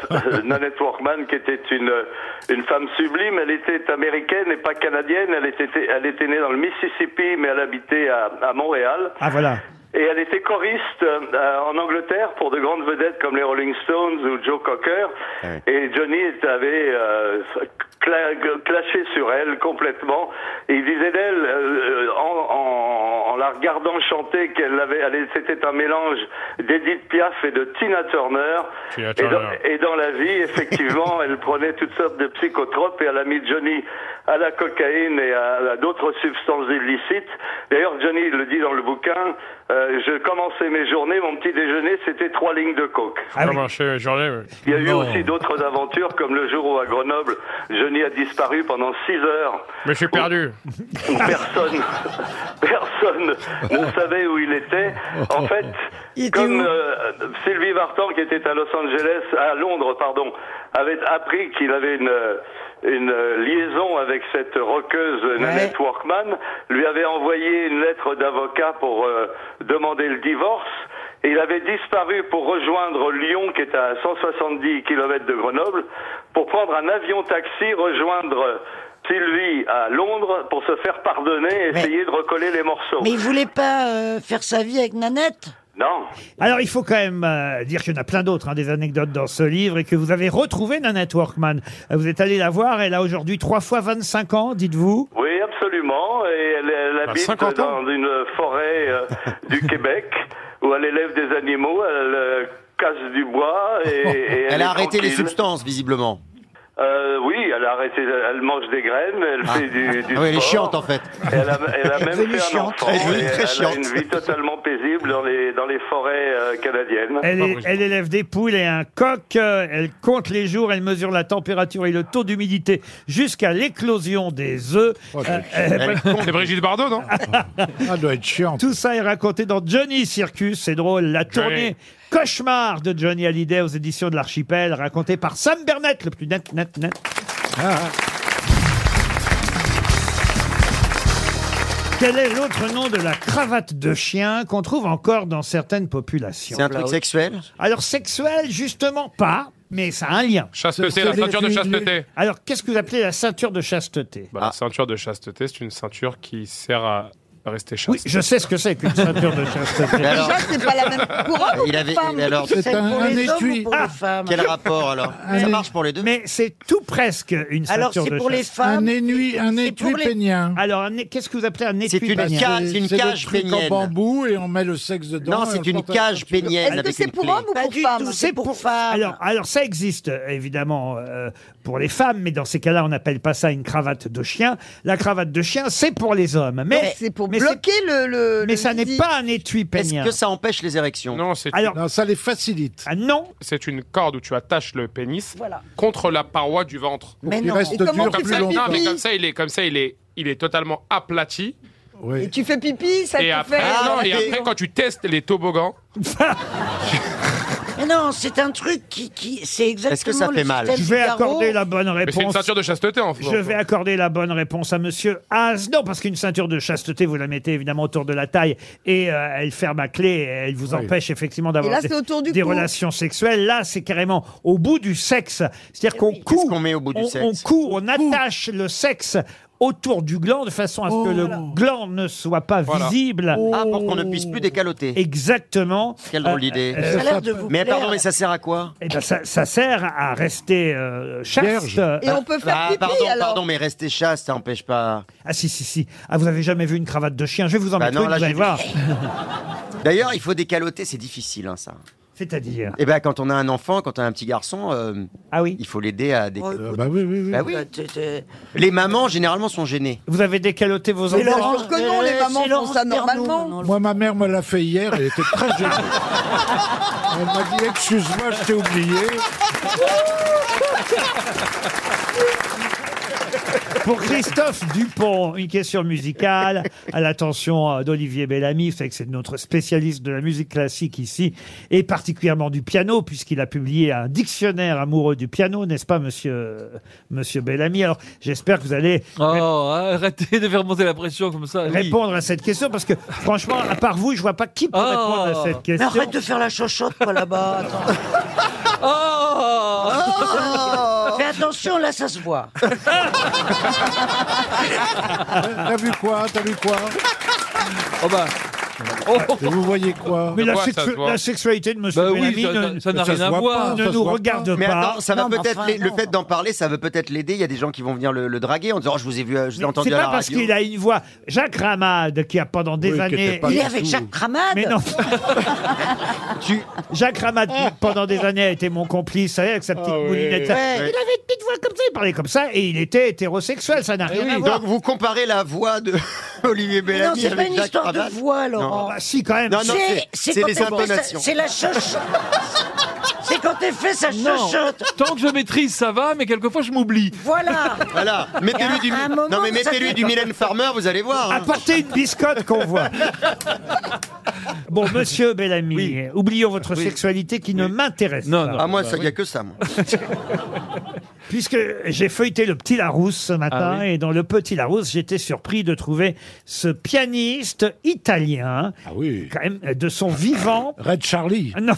Speaker 12: Nanette Workman, qui était une, une femme sublime, elle était américaine et pas canadienne. Elle était, elle était née dans le Mississippi, mais elle habitait à, à Montréal.
Speaker 2: Ah voilà.
Speaker 12: Et elle était choriste euh, euh, en Angleterre pour de grandes vedettes comme les Rolling Stones ou Joe Cocker. Et Johnny avait euh, cla- clashé sur elle complètement. Et il disait d'elle, euh, en, en- en la regardant chanter, qu'elle avait, elle- c'était un mélange d'Edith Piaf et de Tina Turner.
Speaker 6: Tina
Speaker 12: Et dans,
Speaker 6: Turner.
Speaker 12: et dans la vie, effectivement, elle prenait toutes sortes de psychotropes et elle a mis Johnny à la cocaïne et à, à d'autres substances illicites. D'ailleurs, Johnny le dit dans le bouquin, euh, je commençais mes journées, mon petit déjeuner, c'était trois lignes de coke.
Speaker 6: Comment c'est, j'en ai, mais-
Speaker 12: Il y a eu aussi d'autres aventures, comme le jour où à Grenoble, Johnny a disparu pendant six heures.
Speaker 6: Mais je
Speaker 2: Oh.
Speaker 6: suis perdu.
Speaker 12: Personne, personne ne savait où il était. En fait, comme euh, Sylvie Vartan, qui était à Los Angeles, à Londres, pardon, avait appris qu'il avait une une euh, liaison avec cette roqueuse Nanette Workman, lui avait envoyé une lettre d'avocat pour euh, demander le divorce. Et il avait disparu pour rejoindre Lyon, qui est à 170 km de Grenoble, pour prendre un avion-taxi, rejoindre Sylvie à Londres pour se faire pardonner et essayer de recoller les morceaux.
Speaker 7: Mais il voulait pas euh, faire sa vie avec Nanette
Speaker 12: Non.
Speaker 2: Alors, il faut quand même euh, dire qu'il y en a plein d'autres, hein, des anecdotes dans ce livre, et que vous avez retrouvé Nanette Workman. Euh, Vous êtes allé la voir, elle a aujourd'hui trois fois 25 ans, dites-vous.
Speaker 12: Oui, absolument. Et elle, elle habite dans une forêt euh, du Québec où elle élève des animaux, elle euh, casse du bois et, et
Speaker 4: elle, a arrêté
Speaker 12: est
Speaker 4: les
Speaker 12: tranquille.
Speaker 4: substances, visiblement.
Speaker 12: Euh, oui, elle a arrêté, elle mange des graines, elle fait du, du
Speaker 4: Ah oui, elle est
Speaker 12: sport.
Speaker 4: chiante en fait.
Speaker 12: Elle a, elle a
Speaker 4: Elle est
Speaker 12: même
Speaker 4: devenue
Speaker 12: fait un
Speaker 4: chiante.
Speaker 12: enfant.
Speaker 4: Elle est devenue
Speaker 12: et
Speaker 4: très
Speaker 12: elle
Speaker 4: chiante.
Speaker 12: a une vie totalement paisible dans les, dans les forêts euh, canadiennes.
Speaker 2: Elle, est- elle élève des poules et un coq. euh, Elle compte les jours, elle mesure la température et le taux d'humidité jusqu'à l'éclosion des œufs.
Speaker 6: Oh,
Speaker 2: Euh, euh, Ah,
Speaker 6: C'est Brigitte Bardot, non
Speaker 5: Ah, doit être chiant.
Speaker 2: Tout ça est raconté dans Johnny Circus, c'est drôle, la tournée cauchemar de Johnny Hallyday aux éditions de l'Archipel, racontée par Sam Bernet, le plus net, net, net.
Speaker 5: Ah,
Speaker 2: Quel est l'autre nom de la cravate de chien qu'on trouve encore dans certaines populations
Speaker 4: C'est un truc sexuel
Speaker 2: Alors sexuel, justement pas, mais ça a un lien.
Speaker 6: Chasteté, la ceinture de chasteté.
Speaker 2: Alors qu'est-ce que vous appelez la ceinture de chasteté
Speaker 6: Bah, La ceinture de chasteté, c'est une ceinture qui sert à rester chaste.
Speaker 2: Oui, je sais ce que c'est qu'une ceinture de chasteté.
Speaker 3: Déjà, c'est pas la même couronne
Speaker 4: Il avait-
Speaker 3: femme.
Speaker 4: il- alors-
Speaker 3: C'est
Speaker 4: C'est un-
Speaker 3: pour
Speaker 4: un
Speaker 3: les hommes
Speaker 4: étui.
Speaker 3: ou pour les
Speaker 4: Ah.
Speaker 7: femmes
Speaker 4: Quel rapport alors Ça marche pour les deux
Speaker 2: Mais c'est tout presque une ceinture
Speaker 7: Alors, c'est
Speaker 2: de
Speaker 7: pour les
Speaker 2: chasse.
Speaker 7: femmes. Un
Speaker 5: étui- un C'est étui pour les- peignien.
Speaker 2: Alors, un é- qu'est-ce que vous appelez un étui
Speaker 4: une
Speaker 5: bah,
Speaker 2: peignien
Speaker 4: ca- c'est une
Speaker 5: des
Speaker 4: cage
Speaker 5: trucs en
Speaker 4: pénienne.
Speaker 5: bambou et on met le sexe
Speaker 4: Non,
Speaker 5: dedans. et on
Speaker 4: c'est
Speaker 5: le
Speaker 4: une
Speaker 5: porte à
Speaker 4: cage
Speaker 5: ceinture.
Speaker 4: pénienne Est-ce que avec c'est une pour clé. homme
Speaker 3: ou
Speaker 7: Pas
Speaker 3: pour
Speaker 7: du
Speaker 3: femme
Speaker 7: tout, c'est pour femmes.
Speaker 2: Alors, alors, ça existe euh, évidemment euh, pour les femmes, mais dans ces cas-là, on n'appelle pas ça une cravate de chien. La cravate de chien, c'est pour les hommes.
Speaker 3: Donc,
Speaker 2: Mais
Speaker 3: c'est pour
Speaker 2: mais
Speaker 3: bloquer le, le-
Speaker 2: Mais
Speaker 3: le
Speaker 2: ça n'est
Speaker 3: zizi.
Speaker 2: pas un étui
Speaker 4: Est-ce
Speaker 2: peignien.
Speaker 4: que ça empêche les érections
Speaker 6: Non, c'est
Speaker 2: Alors,
Speaker 5: Non, ça les facilite.
Speaker 2: ah non,
Speaker 6: c'est une corde où tu attaches le pénis
Speaker 7: Voilà.
Speaker 6: contre la paroi du ventre.
Speaker 7: Mais
Speaker 5: Il
Speaker 7: non.
Speaker 5: reste
Speaker 3: Et comment
Speaker 5: dur
Speaker 3: tu
Speaker 6: Comme
Speaker 5: plus
Speaker 6: ça,
Speaker 3: fais
Speaker 5: longtemps.
Speaker 6: non, mais
Speaker 3: pipi
Speaker 6: comme ça, il est, comme ça, il est, il est totalement aplati.
Speaker 5: Oui.
Speaker 3: Et tu fais pipi, ça
Speaker 6: et
Speaker 3: te
Speaker 6: après,
Speaker 3: fait.
Speaker 6: non,
Speaker 3: Ah,
Speaker 6: et
Speaker 3: c'est-
Speaker 6: après, quand tu testes les toboggans,
Speaker 7: Mais non, c'est un truc qui, qui c'est exactement.
Speaker 4: que ça
Speaker 7: le
Speaker 4: fait mal
Speaker 7: système
Speaker 2: je vais
Speaker 7: du carreau.
Speaker 2: accorder la bonne
Speaker 6: mais c'est une
Speaker 2: réponse.
Speaker 6: ceinture de chasteté en fait.
Speaker 2: Je vais accorder la bonne réponse à Monsieur Haas. Non, parce qu'une ceinture de chasteté, vous la mettez évidemment autour de la taille et euh, elle ferme à clé. et elle vous empêche effectivement
Speaker 3: Et
Speaker 2: d'avoir
Speaker 3: là,
Speaker 2: des,
Speaker 3: c'est autour du
Speaker 2: des
Speaker 3: cou.
Speaker 2: relations sexuelles. Là, c'est carrément au bout du sexe.
Speaker 3: Eh
Speaker 2: C'est-à-dire qu'on
Speaker 4: Qu'est-ce
Speaker 2: coud,
Speaker 4: qu'on met au bout du
Speaker 2: on,
Speaker 4: sexe
Speaker 2: on coud, on attache le sexe autour du gland de façon à ce que
Speaker 3: Oh.
Speaker 2: le gland ne soit pas
Speaker 6: Voilà.
Speaker 2: visible.
Speaker 4: Ah, pour qu'on ne puisse plus décaloter.
Speaker 2: Exactement.
Speaker 4: Quelle drôle d'idée.
Speaker 2: euh,
Speaker 7: Ça a l'air de vous
Speaker 4: Mais
Speaker 7: plaire.
Speaker 4: pardon, mais ça sert à quoi
Speaker 2: Eh ben, ça, ça sert à rester euh, chaste.
Speaker 5: Vierge.
Speaker 3: Et on peut faire
Speaker 4: Ah,
Speaker 3: pipi
Speaker 4: pardon,
Speaker 3: alors.
Speaker 4: pardon, mais rester chaste, ça empêche pas.
Speaker 2: Ah si si si. Ah vous avez jamais vu une cravate de chien Je vais vous en
Speaker 4: Bah
Speaker 2: mettre
Speaker 4: non,
Speaker 2: une,
Speaker 4: là,
Speaker 2: vous allez
Speaker 4: j'ai-
Speaker 2: voir.
Speaker 4: D'ailleurs, il faut décaloter, c'est difficile, hein, ça.
Speaker 2: C'est-à-dire.
Speaker 4: Eh ben, quand on a un enfant, quand on a un petit garçon, euh,
Speaker 2: Ah oui.
Speaker 4: il faut l'aider à
Speaker 7: Oh,
Speaker 4: décaloter.
Speaker 5: Euh, bah oui, oui, oui.
Speaker 4: Bah oui.
Speaker 7: Euh, t'es- t'es-
Speaker 4: Les mamans, généralement, sont gênées.
Speaker 2: Vous avez décaloté vos
Speaker 3: Mais
Speaker 2: enfants
Speaker 3: Laurent- pense que non, les
Speaker 7: Euh,
Speaker 3: mamans
Speaker 7: c'est
Speaker 3: font
Speaker 7: Laurence
Speaker 3: ça
Speaker 7: Pernaut,
Speaker 3: normalement.
Speaker 7: non,
Speaker 5: Moi, ma mère me l'a fait hier, elle était très gênée. Elle m'a dit Excuse-moi, je t'ai oublié.
Speaker 2: Pour Christophe Dupont, une question musicale à l'attention euh, d'Olivier Bellamy. Vous savez que c'est notre spécialiste de la musique classique ici et particulièrement du piano puisqu'il a publié un dictionnaire amoureux du piano, n'est-ce pas, monsieur, monsieur Bellamy? Alors, j'espère que vous allez
Speaker 8: Oh, arrêtez de faire monter la pression comme ça. oui.
Speaker 2: répondre à cette question parce que franchement, à part vous, je vois pas qui peut
Speaker 8: Oh.
Speaker 2: répondre à cette
Speaker 7: Mais
Speaker 2: question.
Speaker 7: arrête de faire la chochotte, toi,
Speaker 2: Ah
Speaker 7: là-bas. Attends.
Speaker 8: Oh
Speaker 7: Fais attention, là, ça se voit.
Speaker 5: T'as vu quoi T'as vu quoi
Speaker 8: Oh bah. Oh,
Speaker 5: Et vous voyez quoi
Speaker 2: Mais la,
Speaker 6: Ouais, ça
Speaker 2: sexu-
Speaker 6: se voit.
Speaker 2: la sexualité de monsieur
Speaker 8: bah oui,
Speaker 2: Bellamy
Speaker 8: ça-
Speaker 2: ne,
Speaker 8: ça- ça n'a
Speaker 5: ça
Speaker 8: rien
Speaker 5: se
Speaker 8: à
Speaker 5: voit
Speaker 8: voir.
Speaker 5: pas.
Speaker 2: ne
Speaker 5: se
Speaker 2: nous
Speaker 5: voit
Speaker 2: regarde
Speaker 5: pas.
Speaker 2: pas.
Speaker 4: Mais attends, ça va
Speaker 7: Non, mais
Speaker 4: peut-être
Speaker 7: enfin,
Speaker 4: les- le
Speaker 7: non.
Speaker 4: fait d'en parler, ça va peut-être l'aider. Il y a des gens qui vont venir le, le draguer en disant oh, je vous ai vu, à- je vous ai
Speaker 2: Mais
Speaker 4: entendu
Speaker 2: C'est
Speaker 4: à la
Speaker 2: pas parce
Speaker 4: radio.
Speaker 2: qu'il a une voix. Jacques Ramade, qui a pendant des
Speaker 5: Oui, qui
Speaker 2: années.
Speaker 5: était pas
Speaker 7: Il est
Speaker 5: du
Speaker 7: avec
Speaker 5: tout.
Speaker 7: Jacques Cramade.
Speaker 2: Mais non,
Speaker 4: Tu-
Speaker 2: Jacques Ramade, qui, pendant des années, a été mon complice, vous savez, avec sa petite moulinette. ça.
Speaker 7: Ouais.
Speaker 2: Il avait une petite voix comme ça, il parlait comme ça, et il était hétérosexuel, ça n'a rien à voir.
Speaker 4: Eh Donc vous comparez la voix de Olivier
Speaker 7: Mais non,
Speaker 4: Bellamy
Speaker 7: c'est pas
Speaker 4: avec
Speaker 7: une
Speaker 4: Jacques
Speaker 7: histoire
Speaker 4: Rabat
Speaker 7: de voix, Laurent.
Speaker 2: Ah, si, quand même.
Speaker 4: Non, non.
Speaker 7: C'est- c'est
Speaker 4: c'est- c'est
Speaker 7: quand
Speaker 4: les
Speaker 7: elle fait sa-
Speaker 4: intonations.
Speaker 7: C'est la chochotte. C'est quand elle fait sa
Speaker 8: non.
Speaker 7: chochotte.
Speaker 8: Tant que je maîtrise, ça va, mais quelquefois je m'oublie.
Speaker 7: Voilà.
Speaker 4: Voilà, mettez-lui du,
Speaker 7: Et à un moment,
Speaker 4: non mais
Speaker 7: ça fait-
Speaker 4: mettez-lui du Mylène Farmer, vous allez voir. hein.
Speaker 2: Apportez une biscotte qu'on voit. Bon, monsieur Bellamy, oublions votre sexualité qui ne m'intéresse
Speaker 8: Non,
Speaker 2: pas.
Speaker 8: non.
Speaker 4: Ah moi, ça y a
Speaker 2: bah
Speaker 4: que ça. Moi.
Speaker 2: Puisque j'ai feuilleté le Petit Larousse ce matin,
Speaker 8: Ah oui.
Speaker 2: et dans le Petit Larousse, j'étais surpris de trouver ce pianiste italien,
Speaker 5: Ah oui.
Speaker 2: quand même, de son vivant. Ah,
Speaker 5: Red Charlie.
Speaker 2: Non,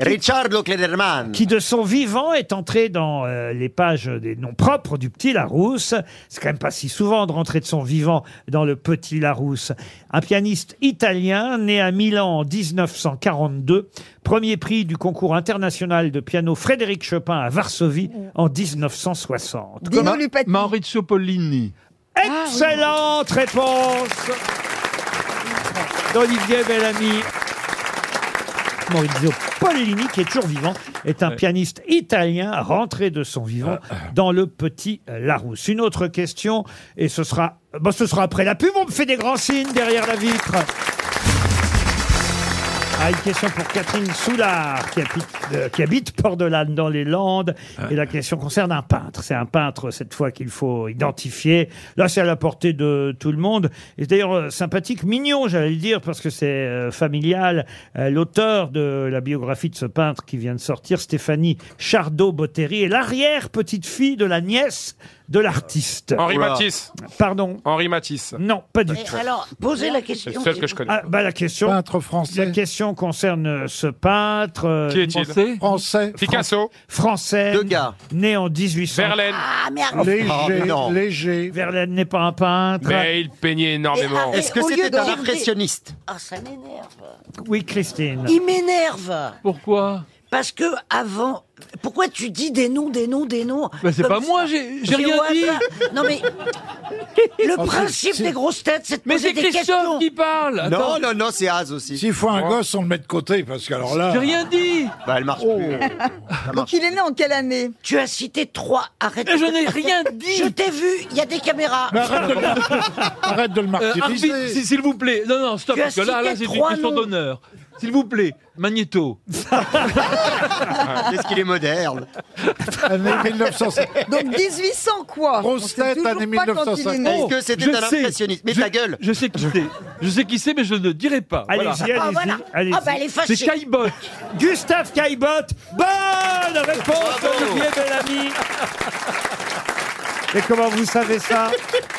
Speaker 4: Ricciardo Clederman.
Speaker 2: qui de son vivant est entré dans euh, les pages des noms propres du Petit Larousse. C'est quand même pas si souvent de rentrer de son vivant dans le Petit Larousse. Un pianiste italien né à Milan en 1942, premier prix du concours international de piano Frédéric Chopin à Varsovie en 1960.
Speaker 3: Dino Lupati.
Speaker 8: Maurizio Pollini.
Speaker 2: Excellente réponse d'Olivier Bellamy. Maurizio Pollini, qui est toujours vivant, est un pianiste italien rentré de son vivant dans le petit Larousse. Une autre question, et ce sera, bon, ce sera après la pub, on me fait des grands signes derrière la vitre. Ah, une question pour Catherine Soulard, qui habite, euh, qui habite Port-de-Lanne dans les Landes. Et la question concerne un peintre. C'est un peintre, cette fois, qu'il faut identifier. Là, c'est à la portée de tout le monde. Et d'ailleurs, euh, sympathique, mignon, j'allais le dire, parce que c'est euh, familial. Euh, L'auteur de la biographie de ce peintre qui vient de sortir, Stéphanie Chardot-Botteri, est l'arrière-petite-fille de la nièce de l'artiste.
Speaker 6: Henri Matisse.
Speaker 2: Pardon.
Speaker 6: Henri Matisse.
Speaker 2: Non, pas du
Speaker 7: Et
Speaker 2: tout.
Speaker 7: alors, posez la question.
Speaker 6: C'est celle que je connais.
Speaker 2: Ah, bah, la question. La question concerne euh, ce peintre. euh,
Speaker 6: Qui est-il Français
Speaker 2: Français.
Speaker 6: Picasso.
Speaker 2: Français.
Speaker 6: Degas.
Speaker 2: Né en 1800.
Speaker 6: Verlaine.
Speaker 7: Ah, merde.
Speaker 5: Léger,
Speaker 6: Oh, mais non.
Speaker 5: léger.
Speaker 2: Verlaine n'est pas un peintre.
Speaker 6: Mais il peignait énormément.
Speaker 7: Et- et au lieu de dire des- Ah, ça m'énerve.
Speaker 2: Oui, Christine.
Speaker 7: Il m'énerve.
Speaker 8: Pourquoi
Speaker 7: Parce que avant, pourquoi tu dis des noms, des noms, des noms
Speaker 8: Bah, c'est
Speaker 7: Comme
Speaker 8: pas
Speaker 7: ça.
Speaker 8: moi, j'ai j'ai
Speaker 7: C'est
Speaker 8: rien
Speaker 7: au
Speaker 8: dit.
Speaker 7: hasard. Non mais le principe des grosses têtes, c'est de
Speaker 8: Mais
Speaker 7: poser
Speaker 8: c'est
Speaker 7: des
Speaker 8: Christophe
Speaker 7: questions.
Speaker 8: qui parle.
Speaker 4: Non,
Speaker 8: Attends,
Speaker 4: non, non, c'est Az aussi.
Speaker 5: S'il faut un gosse, on le met de côté, parce que alors là... Oh.
Speaker 8: j'ai rien dit.
Speaker 4: Bah, elle marche plus.
Speaker 3: Donc il est né en quelle année
Speaker 7: Tu as cité trois. Arrête.
Speaker 8: Mais je n'ai rien dit.
Speaker 7: Je t'ai vu. Il y a des caméras.
Speaker 5: Mais arrête de le, arrête de le
Speaker 8: Euh,
Speaker 5: martyriser.
Speaker 8: arbitre, s'il s'il vous plaît. Non, non, stop.
Speaker 7: Tu as
Speaker 8: Parce que là,
Speaker 7: cité
Speaker 8: là c'est une
Speaker 7: trois
Speaker 8: question
Speaker 7: noms.
Speaker 8: d'honneur. S'il vous plaît, Magneto.
Speaker 4: Ah, Qu'est-ce qu'il est moderne.
Speaker 5: Année 1900.
Speaker 3: Donc 1800 quoi
Speaker 5: Grosse
Speaker 3: On sait
Speaker 5: tête,
Speaker 3: toujours
Speaker 5: année
Speaker 3: pas quand il est né.
Speaker 4: Est-ce
Speaker 8: Oh,
Speaker 4: que c'était
Speaker 8: je
Speaker 4: un
Speaker 8: sais.
Speaker 4: impressionniste Mais
Speaker 8: Je-
Speaker 4: ta gueule
Speaker 8: Je sais qui c'est. Je sais qui c'est, mais je ne dirai pas. Voilà.
Speaker 2: Allez-y,
Speaker 7: Ah
Speaker 2: allez-y.
Speaker 7: voilà.
Speaker 2: allez-y.
Speaker 7: Ah bah elle est
Speaker 8: C'est
Speaker 7: fâchée.
Speaker 8: Caillebotte.
Speaker 2: Gustave Caillebotte. Bonne réponse,
Speaker 4: Bravo.
Speaker 2: Olivier Bellamy. Et comment vous savez ça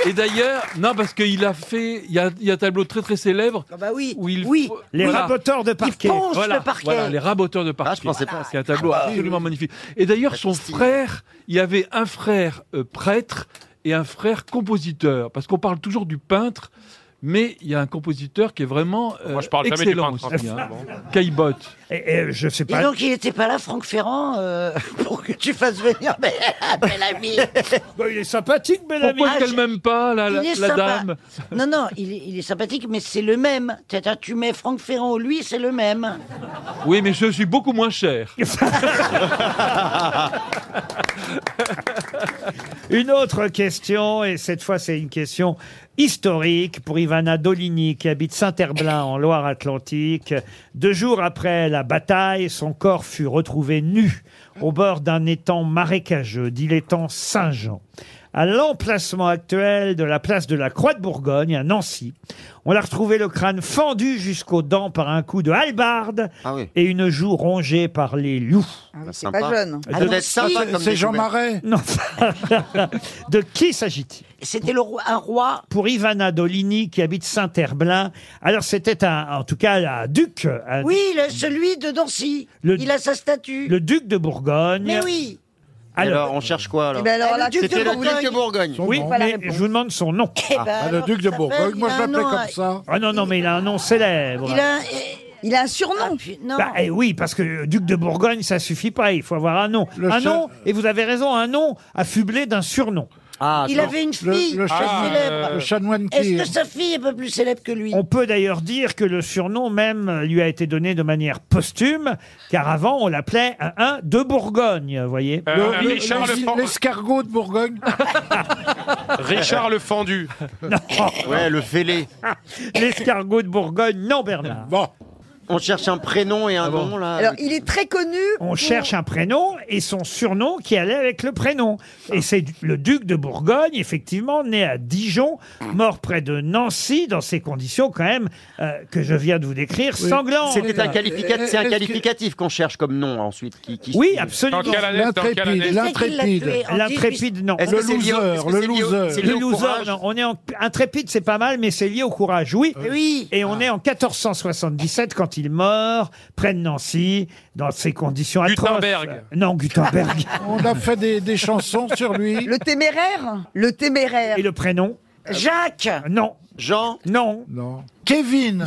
Speaker 8: Et d'ailleurs, non, parce qu'il a fait. Il y a, il y a un tableau très très célèbre
Speaker 7: Ah bah oui.
Speaker 8: où il.
Speaker 7: Oui.
Speaker 2: Les
Speaker 8: Voilà.
Speaker 2: raboteurs de
Speaker 7: Il
Speaker 2: parquet.
Speaker 7: ponce
Speaker 8: Voilà,
Speaker 7: le parquet.
Speaker 8: voilà, les raboteurs de parquet.
Speaker 4: Ah, je pensais pas à ça.
Speaker 8: C'est un tableau absolument magnifique. Et d'ailleurs, son frère, il y avait un frère euh, prêtre et un frère compositeur. Parce qu'on parle toujours du peintre, mais il y a un compositeur qui est vraiment euh,
Speaker 6: Moi, je parle jamais du
Speaker 8: excellent
Speaker 6: peintre.
Speaker 8: aussi. hein.
Speaker 6: Ah, bon.
Speaker 8: Caillebotte.
Speaker 2: Et, et je sais
Speaker 7: Et
Speaker 2: pas.
Speaker 7: donc il n'était pas là, Franck Ferrand, euh, pour que tu fasses venir Bel- Bellamy.
Speaker 2: Bah, il est sympathique, Bellamy.
Speaker 8: Pourquoi
Speaker 7: Ah,
Speaker 8: est-ce qu'elle
Speaker 7: j'ai-
Speaker 8: m'aime pas, la, la-
Speaker 7: Il est
Speaker 8: la
Speaker 7: sympa.
Speaker 8: dame
Speaker 7: Non, non, il est, il est sympathique, mais c'est le même. C'est-à-dire, tu mets Franck Ferrand ou lui, c'est le même.
Speaker 8: Oui, mais je suis beaucoup moins cher.
Speaker 2: Une autre question, et cette fois c'est une question historique pour Ivana Dolini qui habite Saint-Herblain en Loire-Atlantique. Deux jours après la bataille, son corps fut retrouvé nu au bord d'un étang marécageux, dit l'étang Saint-Jean. À l'emplacement actuel de la place de la Croix de Bourgogne, à Nancy, on a retrouvé le crâne fendu jusqu'aux dents par un coup de hallebarde
Speaker 4: Ah oui.
Speaker 2: et une joue rongée par les loups. Ah,
Speaker 3: Ah oui,
Speaker 4: Bah,
Speaker 3: C'est pas
Speaker 4: sympa.
Speaker 3: jeune.
Speaker 4: Elle devait être sympa comme
Speaker 5: C'est Jean
Speaker 4: découverte.
Speaker 5: Marais.
Speaker 2: Non. de qui s'agit-il
Speaker 7: C'était le roi- un roi.
Speaker 2: pour Ivana Dolini qui habite Saint-Herblain. Alors c'était un, en tout cas un duc, un-
Speaker 7: Oui, le- celui de Nancy.
Speaker 2: Le-
Speaker 7: Il a sa statue.
Speaker 2: le duc de Bourgogne.
Speaker 7: Mais oui.
Speaker 2: Alors,
Speaker 4: Alors, on cherche quoi
Speaker 3: Eh
Speaker 4: alors
Speaker 3: ben alors
Speaker 7: Ah, le
Speaker 3: là,
Speaker 7: duc
Speaker 3: tu
Speaker 4: C'était
Speaker 7: de
Speaker 4: le
Speaker 7: Bourgogne.
Speaker 4: duc de Bourgogne.
Speaker 5: Son
Speaker 2: oui,
Speaker 5: nom.
Speaker 3: pas la
Speaker 2: mais
Speaker 3: réponse.
Speaker 2: je vous demande son nom.
Speaker 7: Eh ben,
Speaker 5: Ah, le
Speaker 7: alors,
Speaker 5: duc de
Speaker 7: comment il
Speaker 5: Bourgogne.
Speaker 7: s'appelle
Speaker 5: Moi,
Speaker 7: Il
Speaker 5: je
Speaker 7: a un
Speaker 5: l'appelais
Speaker 7: nom,
Speaker 5: comme
Speaker 7: hein.
Speaker 5: ça.
Speaker 2: Ah non non, mais il a un nom célèbre.
Speaker 7: Il a.
Speaker 3: Il a un
Speaker 7: Non,
Speaker 3: surnom.
Speaker 4: Ah,
Speaker 7: non.
Speaker 2: Bah, eh oui, parce que duc de Bourgogne, ça suffit pas. Il faut avoir un nom,
Speaker 5: Le
Speaker 2: un
Speaker 5: chef-
Speaker 2: nom. Et vous avez raison, un nom affublé d'un surnom.
Speaker 4: Ah,
Speaker 7: il avait une
Speaker 5: Le,
Speaker 7: fille
Speaker 5: le
Speaker 7: très
Speaker 5: chanoine-
Speaker 7: célèbre.
Speaker 5: le chanoine qui...
Speaker 7: Est-ce que sa fille est pas plus célèbre que lui
Speaker 2: On peut d'ailleurs dire que le surnom même lui a été donné de manière posthume, car avant on l'appelait un, un de Bourgogne, vous voyez.
Speaker 6: Euh,
Speaker 5: Le- le-
Speaker 6: Richard, le,
Speaker 5: l'es-
Speaker 6: Fen-
Speaker 5: L'escargot de Bourgogne.
Speaker 6: Richard le Fendu.
Speaker 4: Ouais, le fêlé.
Speaker 2: L'escargot de Bourgogne, non Bernard.
Speaker 5: Bon, Ah
Speaker 4: On cherche un prénom et un nom là.
Speaker 3: Alors il est très connu.
Speaker 2: On
Speaker 3: pour-
Speaker 2: cherche un prénom et son surnom qui allait avec le prénom. Et c'est du- le duc de Bourgogne, effectivement, né à Dijon, mort près de Nancy, dans ces conditions quand même euh, que je viens de vous décrire, sanglantes.
Speaker 4: C'était
Speaker 6: Euh,
Speaker 4: un qualificatif, c'est un
Speaker 5: Est-ce que-
Speaker 4: qualificatif qu'on cherche comme nom ensuite. Qui, qui-
Speaker 2: Oui,
Speaker 6: Dans
Speaker 2: absolument.
Speaker 6: quelle année Dans quelle
Speaker 5: l'intrépide,
Speaker 6: année
Speaker 7: C'est qu'il l'a
Speaker 5: l'intrépide.
Speaker 7: tué en 18
Speaker 2: L'intrépide, non.
Speaker 4: Est-ce
Speaker 5: Le
Speaker 4: que c'est lié au-
Speaker 5: loser,
Speaker 4: est-ce que
Speaker 5: le
Speaker 4: c'est lié au-
Speaker 5: loser.
Speaker 4: c'est lié
Speaker 2: Le
Speaker 4: au
Speaker 2: loser,
Speaker 4: courage
Speaker 2: non. On est en... Intrépide, c'est pas mal, mais c'est lié au courage, oui.
Speaker 7: Oui.
Speaker 2: Et on est en 1477 quand il meurt, près de Nancy, dans ces conditions atroces.
Speaker 6: Gutenberg.
Speaker 2: Non, Gutenberg.
Speaker 5: On a fait des, des chansons sur lui.
Speaker 3: Le téméraire. Le téméraire. Ah
Speaker 2: Et le prénom Euh,
Speaker 7: Jacques.
Speaker 2: Non,
Speaker 4: Jean,
Speaker 2: non.
Speaker 5: Non. Kevin.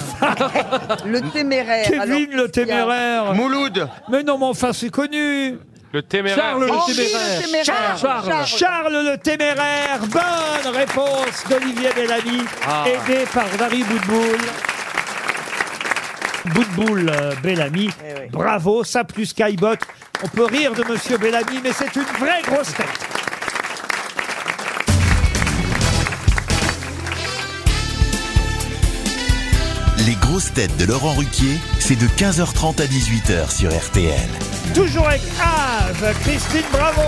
Speaker 3: Le téméraire. alors,
Speaker 2: Kevin le
Speaker 3: qu'est-ce qu'il y a
Speaker 2: téméraire.
Speaker 4: Mouloud,
Speaker 2: Mais non, mais enfin, c'est connu.
Speaker 6: Le téméraire.
Speaker 8: Charles
Speaker 3: Henri
Speaker 8: le
Speaker 3: le
Speaker 8: téméraire.
Speaker 3: téméraire.
Speaker 8: Charles.
Speaker 2: Charles le téméraire. Bonne réponse d'Olivier Bellamy,
Speaker 4: Ah.
Speaker 2: aidé par Dari Boudboul. Bout de boule, euh, Bellamy. Bravo, ça plus Skybot. On peut rire de Monsieur Bellamy, mais c'est une vraie grosse tête.
Speaker 1: Les grosses têtes de Laurent Ruquier, c'est de 15h30 à 18h sur RTL.
Speaker 2: Toujours avec Ave, Christine Bravo,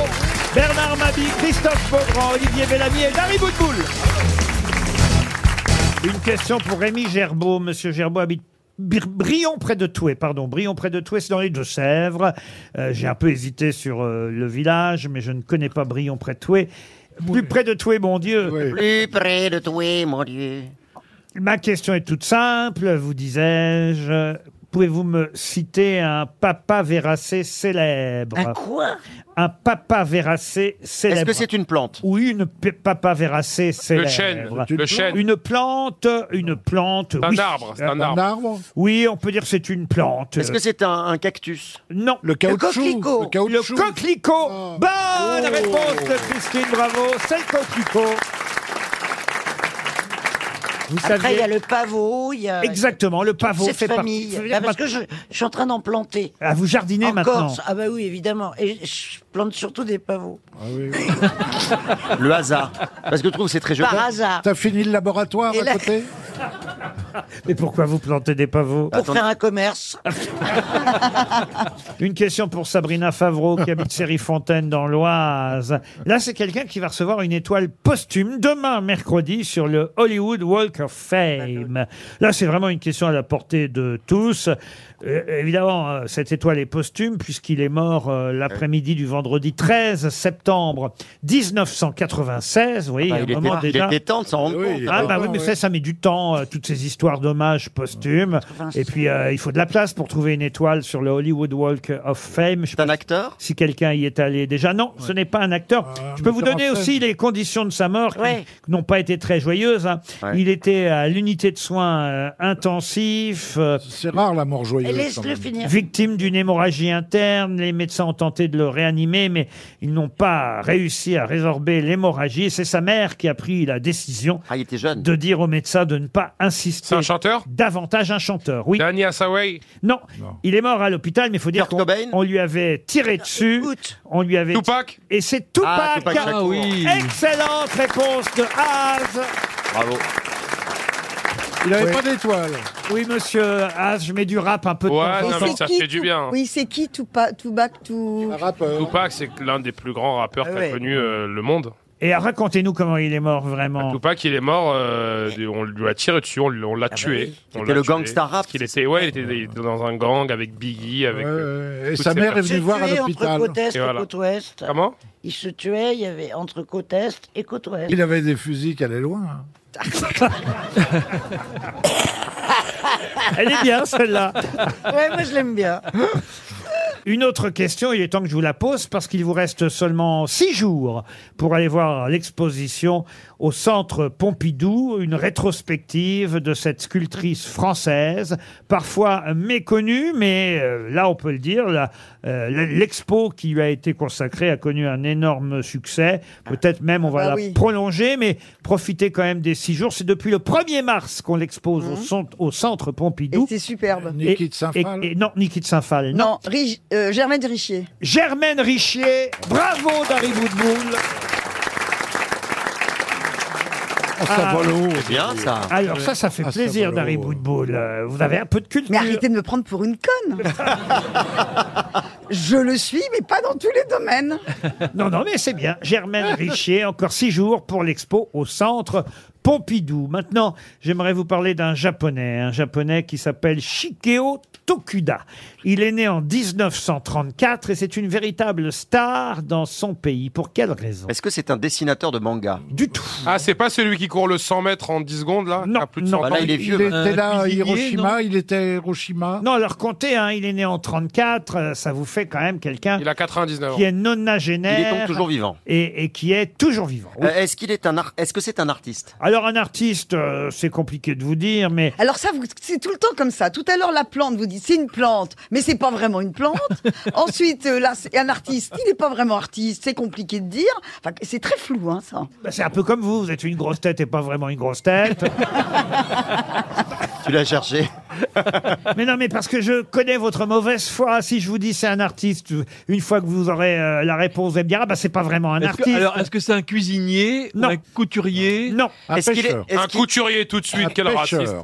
Speaker 2: Bernard Mabi, Christophe Beaugrand, Olivier Bellamy et Dari Boutboul. Une question pour Rémi Gerbeau. Monsieur Gerbeau habite Bir- Brion près de Toué, pardon, Brion près de Toué, c'est dans les Deux-Sèvres. Euh, J'ai un peu hésité sur euh, le village, mais je ne connais pas Brion près de Toué. Plus près de Toué, mon Dieu.
Speaker 13: Plus près de toi, mon Dieu.
Speaker 2: Ma question est toute simple, vous disais-je. Pouvez-vous me citer un papa véracé célèbre
Speaker 13: Un quoi
Speaker 2: Un papa véracé célèbre.
Speaker 4: Est-ce que c'est
Speaker 2: une plante Oui, une p- papa véracé célèbre.
Speaker 6: chêne, le
Speaker 2: Une
Speaker 6: chêne.
Speaker 2: Une plante, une plante.
Speaker 6: un
Speaker 2: oui.
Speaker 6: arbre, c'est un Un arbre. arbre
Speaker 2: Oui, on peut dire que c'est une plante.
Speaker 4: Est-ce que c'est un, un cactus
Speaker 2: Non. Le
Speaker 4: caoutchouc,
Speaker 2: coquelicot.
Speaker 4: le
Speaker 2: Le coquelicot. Bonne
Speaker 4: Oh.
Speaker 2: réponse de Christine, bravo. C'est le coquelicot. Vous
Speaker 7: Après,
Speaker 2: saviez-
Speaker 7: il y a le pavot, il y a...
Speaker 2: Exactement, le pavot
Speaker 7: Cette
Speaker 2: fait
Speaker 7: famille.
Speaker 2: partie-
Speaker 7: Bah, parce que je, je suis en train d'en planter.
Speaker 2: Ah, vous jardinez
Speaker 7: En
Speaker 2: maintenant.
Speaker 7: Corse. Ah bah oui, évidemment. Et je plante surtout des pavots.
Speaker 6: Ah
Speaker 4: Le hasard. Parce que je trouve que c'est très joli.
Speaker 7: Par hasard.
Speaker 5: T'as fini le laboratoire
Speaker 7: Et
Speaker 5: à
Speaker 7: la-
Speaker 5: côté
Speaker 2: Mais pourquoi vous plantez des pavots
Speaker 7: Pour faire un commerce.
Speaker 2: Une question pour Sabrina Favreau qui habite Série-Fontaine dans l'Oise. Là, c'est quelqu'un qui va recevoir une étoile posthume demain, mercredi, sur le Hollywood Walk of Fame. Là, c'est vraiment une question à la portée de tous. Euh, évidemment, euh, cette étoile est posthume puisqu'il est mort euh, l'après-midi du vendredi 13 septembre 1996. Vous voyez,
Speaker 4: Bah,
Speaker 2: il
Speaker 4: il,
Speaker 2: y a un moment
Speaker 4: était, il
Speaker 2: déjà.
Speaker 4: était temps de s'en rendre compte.
Speaker 2: Ah bah oui, mais ça, ça met du temps, euh, toutes ces histoires d'hommages posthumes. Et puis, euh, il faut de la place pour trouver une étoile sur le Hollywood Walk of Fame. C'est un acteur Si quelqu'un y est allé déjà. Non, ce n'est pas un acteur. Je peux vous
Speaker 5: metteur en
Speaker 2: donner
Speaker 5: scène.
Speaker 2: aussi les conditions de sa mort qui
Speaker 5: Ouais.
Speaker 2: n'ont pas été très joyeuses. hein.
Speaker 5: Ouais.
Speaker 2: Il était à l'unité de soins euh, intensifs. C'est rare la mort joyeuse.
Speaker 7: Et laisse-le quand même. finir.
Speaker 2: Victime d'une hémorragie interne, les médecins ont tenté de le réanimer, mais ils n'ont pas réussi à résorber l'hémorragie. C'est sa mère qui a pris la décision
Speaker 6: Ah,
Speaker 2: de dire aux médecins de ne pas insister.
Speaker 6: C'est un chanteur
Speaker 2: Davantage un chanteur, oui.
Speaker 6: Danny Hassaway
Speaker 2: Non. il est mort à l'hôpital, mais il faut dire qu'on on lui avait tiré dessus. On lui avait
Speaker 6: Tupac
Speaker 2: Et c'est Tupac.
Speaker 6: Ah, Tupac Shakur. Ah oui.
Speaker 2: Excellente réponse de Haas.
Speaker 6: Bravo.
Speaker 5: Il n'avait
Speaker 2: Oui.
Speaker 5: pas d'étoile.
Speaker 2: Oui, monsieur Haas, je mets du rap un peu de
Speaker 6: Ouais,
Speaker 2: temps en
Speaker 6: non,
Speaker 2: temps.
Speaker 6: mais ça fait du bien.
Speaker 3: Oui, c'est qui tout pas tout bac tout
Speaker 6: Tupac, c'est l'un des plus grands rappeurs
Speaker 3: Ah
Speaker 6: qu'a
Speaker 3: ouais.
Speaker 6: connu euh, le monde.
Speaker 2: Et racontez-nous comment il est mort vraiment.
Speaker 6: Tupac, il est mort, euh, du- on lui a tiré dessus, on, l- on l'a
Speaker 4: Ah
Speaker 6: tué. On
Speaker 4: bah C'était
Speaker 6: l'a
Speaker 4: le
Speaker 6: tué.
Speaker 4: gangsta rap,
Speaker 6: Parce qu'il était, ouais, il était il était dans un gang avec Biggie, avec. euh,
Speaker 5: Et
Speaker 6: toutes
Speaker 5: sa
Speaker 6: ces
Speaker 5: mère est
Speaker 6: personnes.
Speaker 5: venue voir à
Speaker 7: tué entre
Speaker 5: l'hôpital.
Speaker 7: côte est et,
Speaker 6: Et voilà.
Speaker 7: côte ouest.
Speaker 6: Comment
Speaker 7: Il se tuait, il y avait entre côte est et côte ouest.
Speaker 5: Il avait des fusils qui allaient loin. hein.
Speaker 2: Elle est bien celle-là.
Speaker 7: Ouais, moi je l'aime bien.
Speaker 2: Une autre question, il est temps que je vous la pose parce qu'il vous reste seulement six jours pour aller voir l'exposition au Centre Pompidou, une rétrospective de cette sculptrice française, parfois méconnue, mais euh, là on peut le dire, la- euh, l'expo qui lui a été consacrée a connu un énorme succès. Peut-être même on va
Speaker 3: bah
Speaker 2: la
Speaker 3: oui.
Speaker 2: prolonger, mais profitez quand même des six jours. C'est depuis le 1er mars qu'on l'expose au, centre, au Centre Pompidou.
Speaker 3: Mmh. C'est superbe.
Speaker 2: Niki de Saint-Phal Non, Niki de Saint-Phal.
Speaker 3: Non, Ri- euh, Germaine Richier.
Speaker 2: Germaine Richier, bravo Dari Woodbull. Ah.
Speaker 4: C'est bien ça.
Speaker 2: Alors ça, ça fait plaisir Dari Woodbull. Euh, Vous avez un peu de culture.
Speaker 3: Mais arrêtez de me prendre pour une conne. Je le suis, mais pas dans tous les domaines.
Speaker 2: Non, non, mais c'est bien. Germaine Richier, encore six jours pour l'expo au centre Pompidou. Maintenant, j'aimerais vous parler d'un japonais, un japonais qui s'appelle Shikeo Tokuda. Il est né en 1934 et c'est une véritable star dans son pays. Pour quelle raison
Speaker 4: Est-ce que c'est un dessinateur de manga
Speaker 2: Du tout.
Speaker 6: Ah, c'est pas celui qui court le 100 mètres en 10 secondes, là Non. plus de 100
Speaker 4: Bah là, il est vieux.
Speaker 5: Il était là à Hiroshima,
Speaker 2: Euh, non
Speaker 5: il était à Hiroshima.
Speaker 2: Non, alors comptez, hein, il est né en 34, euh, ça vous fait quand même quelqu'un
Speaker 6: Il a 99 ans.
Speaker 2: qui est nonagénaire.
Speaker 4: Il est donc toujours vivant.
Speaker 2: Et, et qui est toujours vivant. oui.
Speaker 4: Euh, Est-ce qu'il est un ar- Est-ce que c'est un artiste
Speaker 2: Alors un artiste, euh, c'est compliqué de vous dire, mais
Speaker 3: Alors ça, vous- c'est tout le temps comme ça. Tout à l'heure, la plante, vous dites, c'est une plante, mais c'est pas vraiment une plante. Ensuite, euh, là, c'est un artiste. Il n'est pas vraiment artiste. C'est compliqué de dire. Enfin, c'est très flou, hein, ça.
Speaker 2: bah, c'est un peu comme vous, vous êtes une grosse tête et pas vraiment une grosse tête.
Speaker 4: Tu l'as cherché
Speaker 2: Mais non, mais parce que je connais votre mauvaise foi. Si je vous dis c'est un artiste, une fois que vous aurez euh, la réponse, vous allez me dire ah bah c'est pas vraiment un
Speaker 8: Est-ce que-
Speaker 2: artiste.
Speaker 8: alors, est-ce que c'est un cuisinier
Speaker 2: Non.
Speaker 8: un couturier
Speaker 2: Non.
Speaker 6: Un couturier tout de suite, quel raciste.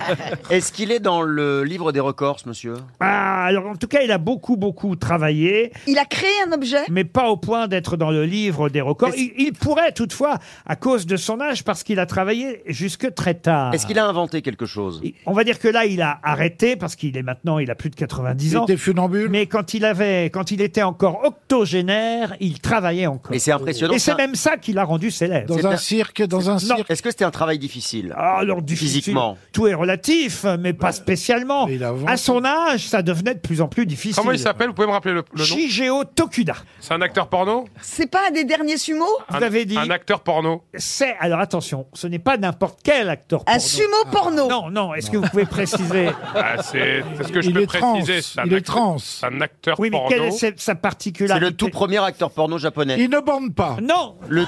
Speaker 4: Est-ce qu'il est dans le livre des records, ce monsieur
Speaker 2: Ah, alors en tout cas, il a beaucoup, beaucoup travaillé.
Speaker 3: Il a créé un objet
Speaker 2: Mais pas au point d'être dans le livre des records. Il, il pourrait toutefois, à cause de son âge, parce qu'il a travaillé jusque très tard.
Speaker 4: Est-ce qu'il a inventé quelque chose
Speaker 2: On va dire que là, il a arrêté parce qu'il est maintenant, il a plus de 90
Speaker 4: Il
Speaker 2: ans.
Speaker 4: était
Speaker 2: funambule. Mais quand il avait, quand il était encore octogénaire, il travaillait encore.
Speaker 4: Mais c'est impressionnant,
Speaker 2: Et
Speaker 4: c'est
Speaker 2: c'est
Speaker 4: un-
Speaker 2: même ça qui l'a rendu célèbre.
Speaker 4: C'est
Speaker 2: cirque, dans un cirque.
Speaker 4: Est-ce que c'était un travail difficile
Speaker 2: Ah, Alors, difficile.
Speaker 4: Physiquement.
Speaker 2: Tout est relatif, mais pas spécialement. À son âge, ça devenait de plus en plus difficile.
Speaker 6: Comment il s'appelle Vous pouvez me rappeler le, le nom
Speaker 2: Shigeo Tokuda.
Speaker 6: C'est un acteur porno
Speaker 3: C'est pas un des derniers sumo
Speaker 6: un, Un acteur porno
Speaker 2: C'est, alors attention, ce n'est pas n'importe quel acteur
Speaker 3: Un
Speaker 2: porno.
Speaker 3: sumo porno
Speaker 2: Non, non, est-ce que vous pouvez préciser
Speaker 6: Ah, C'est c'est ce que je
Speaker 2: Il
Speaker 6: peux
Speaker 2: est trans,
Speaker 6: préciser. c'est un
Speaker 2: il est
Speaker 6: acteur-
Speaker 2: trans.
Speaker 6: c'est Un acteur
Speaker 2: Oui, mais
Speaker 6: porno.
Speaker 2: quelle est sa- sa
Speaker 4: C'est
Speaker 2: particularité
Speaker 4: le tout premier acteur porno japonais.
Speaker 5: Il ne bande pas.
Speaker 2: Non.
Speaker 4: Le,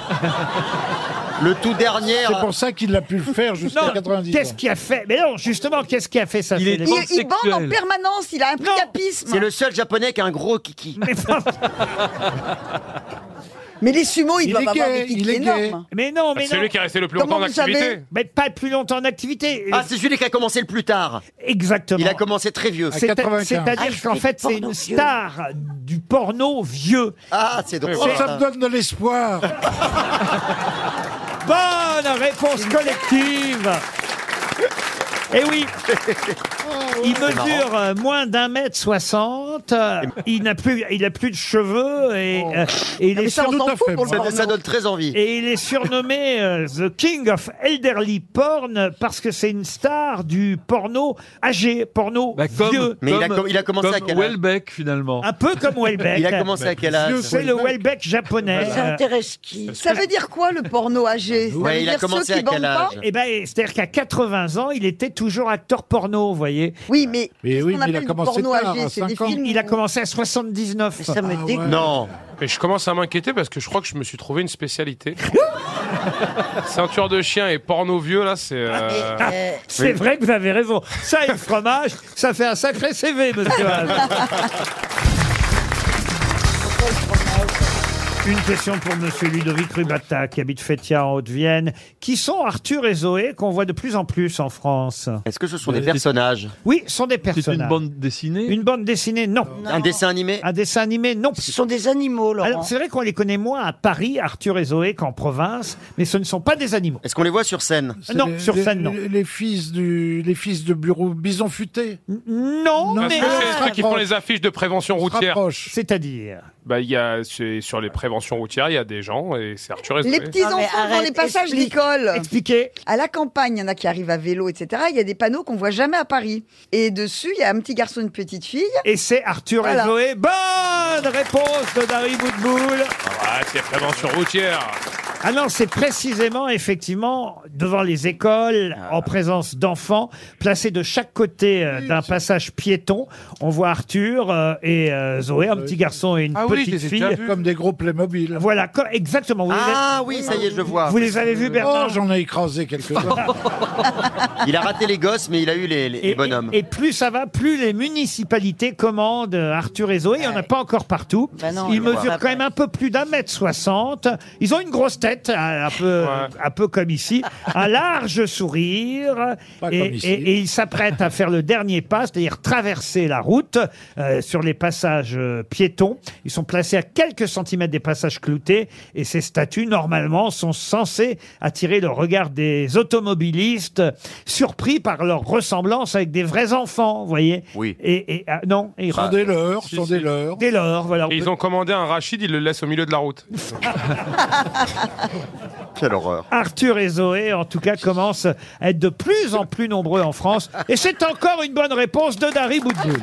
Speaker 4: le tout dernier.
Speaker 5: C'est pour ça qu'il a pu le faire jusqu'à
Speaker 2: Non,
Speaker 5: 90
Speaker 2: Qu'est-ce
Speaker 5: ans.
Speaker 2: qui a fait Mais non, justement, qu'est-ce qui a fait ça
Speaker 4: Il est
Speaker 2: célèbre
Speaker 3: Il, il bande en permanence, il a un priapisme.
Speaker 4: C'est le seul japonais qui a un gros kiki.
Speaker 3: Mais les sumos, ils
Speaker 2: Il
Speaker 3: doivent
Speaker 2: est
Speaker 3: avoir
Speaker 2: gay,
Speaker 3: des kicks
Speaker 2: il est gay.
Speaker 3: énormes.
Speaker 2: Mais non,
Speaker 6: Ah,
Speaker 2: mais non.
Speaker 6: c'est lui qui est resté le plus longtemps en activité.
Speaker 2: Mais pas plus longtemps en activité.
Speaker 4: Ah, c'est celui qui a commencé le plus tard.
Speaker 2: Exactement.
Speaker 4: Il a commencé très vieux.
Speaker 2: C'est- C'est-à-dire qu'en fait, c'est une star du porno vieux.
Speaker 4: Ah, c'est drôle.
Speaker 5: Oh, ça me donne de l'espoir.
Speaker 2: Ah. Bonne réponse collective Eh oui Il
Speaker 4: Oh, C'est marrant. Eh ben.
Speaker 2: mesure euh, moins d'un mètre soixante, euh, il n'a plus, il a plus de cheveux et, euh, et il
Speaker 4: Ah, mais
Speaker 2: est
Speaker 4: ça, on
Speaker 2: surnom-
Speaker 4: s'en fout pour le Ça- porno. ça donne très envie.
Speaker 2: Et il est surnommé euh, The King of Elderly Porn parce que c'est une star du porno âgé, porno
Speaker 4: Bah,
Speaker 8: Comme-
Speaker 2: vieux.
Speaker 8: comme- comme Houellebecq, finalement.
Speaker 2: Un peu comme Welbeck.
Speaker 8: Il a commencé à quel âge
Speaker 2: C'est le Welbeck japonais.
Speaker 8: Ça
Speaker 3: intéresse
Speaker 7: qui
Speaker 3: Ça veut dire quoi le porno âgé Ça veut dire ceux qui bandent pas
Speaker 2: Eh ben, c'est-à-dire qu'à 80 ans, il était toujours acteur porno, vous voyez.
Speaker 3: Oui, mais,
Speaker 5: mais
Speaker 2: oui,
Speaker 3: qu'on mais il a appelle du commencé porno tard, âgé, à c'est des 50. films
Speaker 2: Il a commencé à 79.
Speaker 3: ça me Ah dégoûte. ouais.
Speaker 4: Non.
Speaker 6: Mais je commence à m'inquiéter parce que je crois que je me suis trouvé une spécialité. Ceinture de chien et porno vieux, là, c'est. euh,
Speaker 2: Ah, c'est vrai que vous avez raison. Ça et le fromage, ça fait un sacré CV, monsieur. Haas. Une question pour monsieur Ludovic Rubata, qui habite Fétia en Haute-Vienne. Qui sont Arthur et Zoé, qu'on voit de plus en plus en France
Speaker 4: Est-ce que ce
Speaker 3: Bah,
Speaker 4: sont des personnages
Speaker 2: Oui, ce sont des personnages.
Speaker 4: une
Speaker 8: bande dessinée
Speaker 2: Une bande dessinée, non.
Speaker 4: Un dessin animé
Speaker 2: Un dessin animé, non. Ce
Speaker 7: sont des animaux, Laurent.
Speaker 2: Alors, c'est vrai qu'on les connaît moins à Paris, Arthur et Zoé, qu'en province, mais ce ne sont pas des animaux. Euh,
Speaker 4: Est-ce qu'on les voit sur scène
Speaker 5: C'est
Speaker 2: Non,
Speaker 5: les-
Speaker 2: sur
Speaker 5: les-
Speaker 2: scène, non.
Speaker 5: Les, les fils du, les fils de bureau Bison Futé.
Speaker 2: Non,
Speaker 6: Parce
Speaker 5: mais-
Speaker 6: que c'est
Speaker 5: Ah,
Speaker 6: ceux qui font
Speaker 5: rapproche.
Speaker 6: les affiches de prévention routière.
Speaker 2: C'est-à-dire
Speaker 6: Bah, il y a, c'est- sur les préventions routières, il y a des gens et c'est Arthur et
Speaker 3: Les
Speaker 6: Zoé.
Speaker 3: petits enfants dans les passages d'école.
Speaker 2: Expliquez.
Speaker 3: À la campagne, il y en a qui arrivent à vélo, etc. Il y a des panneaux qu'on voit jamais à Paris. Et dessus, il y a un petit garçon, une petite fille.
Speaker 2: Et c'est Arthur
Speaker 3: Voilà.
Speaker 2: et Zoé. Bonne réponse de Dari Boudboul.
Speaker 6: Ah, c'est prévention routière.
Speaker 2: Ah non, c'est précisément, effectivement, devant les écoles,
Speaker 4: Ah.
Speaker 2: en présence d'enfants, placés de chaque côté euh, d'un passage piéton. On voit Arthur euh, et euh, Zoé, un petit garçon et une
Speaker 5: Ah oui,
Speaker 2: petite
Speaker 5: je les ai
Speaker 2: fille.
Speaker 5: déjà vus. Comme
Speaker 2: des gros Playmobil. Voilà, comme- exactement. Vous les avez-
Speaker 4: Ah oui, ça y est, je le vois.
Speaker 2: Vous les avez vus, Bernard
Speaker 5: Oh, j'en ai écrasé quelques-uns.
Speaker 4: Il a raté les gosses, mais il a eu les, les- les bonhommes.
Speaker 2: Et plus ça va, plus les municipalités commandent euh, Arthur et Zoé. Il n'y en a pas encore partout.
Speaker 7: Bah non,
Speaker 2: Ils
Speaker 7: on le voit
Speaker 2: mesurent
Speaker 7: pas.
Speaker 2: quand même un peu plus d'un mètre soixante. Ils ont une grosse tête, hein, un un peu, un peu comme ici. Un large sourire.
Speaker 5: Pas
Speaker 2: et,
Speaker 5: comme ici.
Speaker 2: et- et ils s'apprêtent à faire le dernier pas, c'est-à-dire traverser la route euh, sur les passages euh, piétons. Ils sont placés à quelques centimètres des passages cloutés. Et ces statues, normalement, sont censées attirer le regard des automobilistes surpris par leur ressemblance avec des vrais enfants, vous voyez
Speaker 4: Oui.
Speaker 2: Et, et, ah, non, et-
Speaker 5: Sont Bah, des leurs, sont des leurs.
Speaker 2: Des leurs, voilà. on
Speaker 6: Et ils
Speaker 2: peut-
Speaker 6: ont commandé un rachid, ils le laissent au milieu de la route.
Speaker 4: Quelle horreur.
Speaker 2: Arthur et Zoé, en tout cas, commencent à être de plus en plus nombreux en France. Et c'est encore une bonne réponse de Dari Boudboul.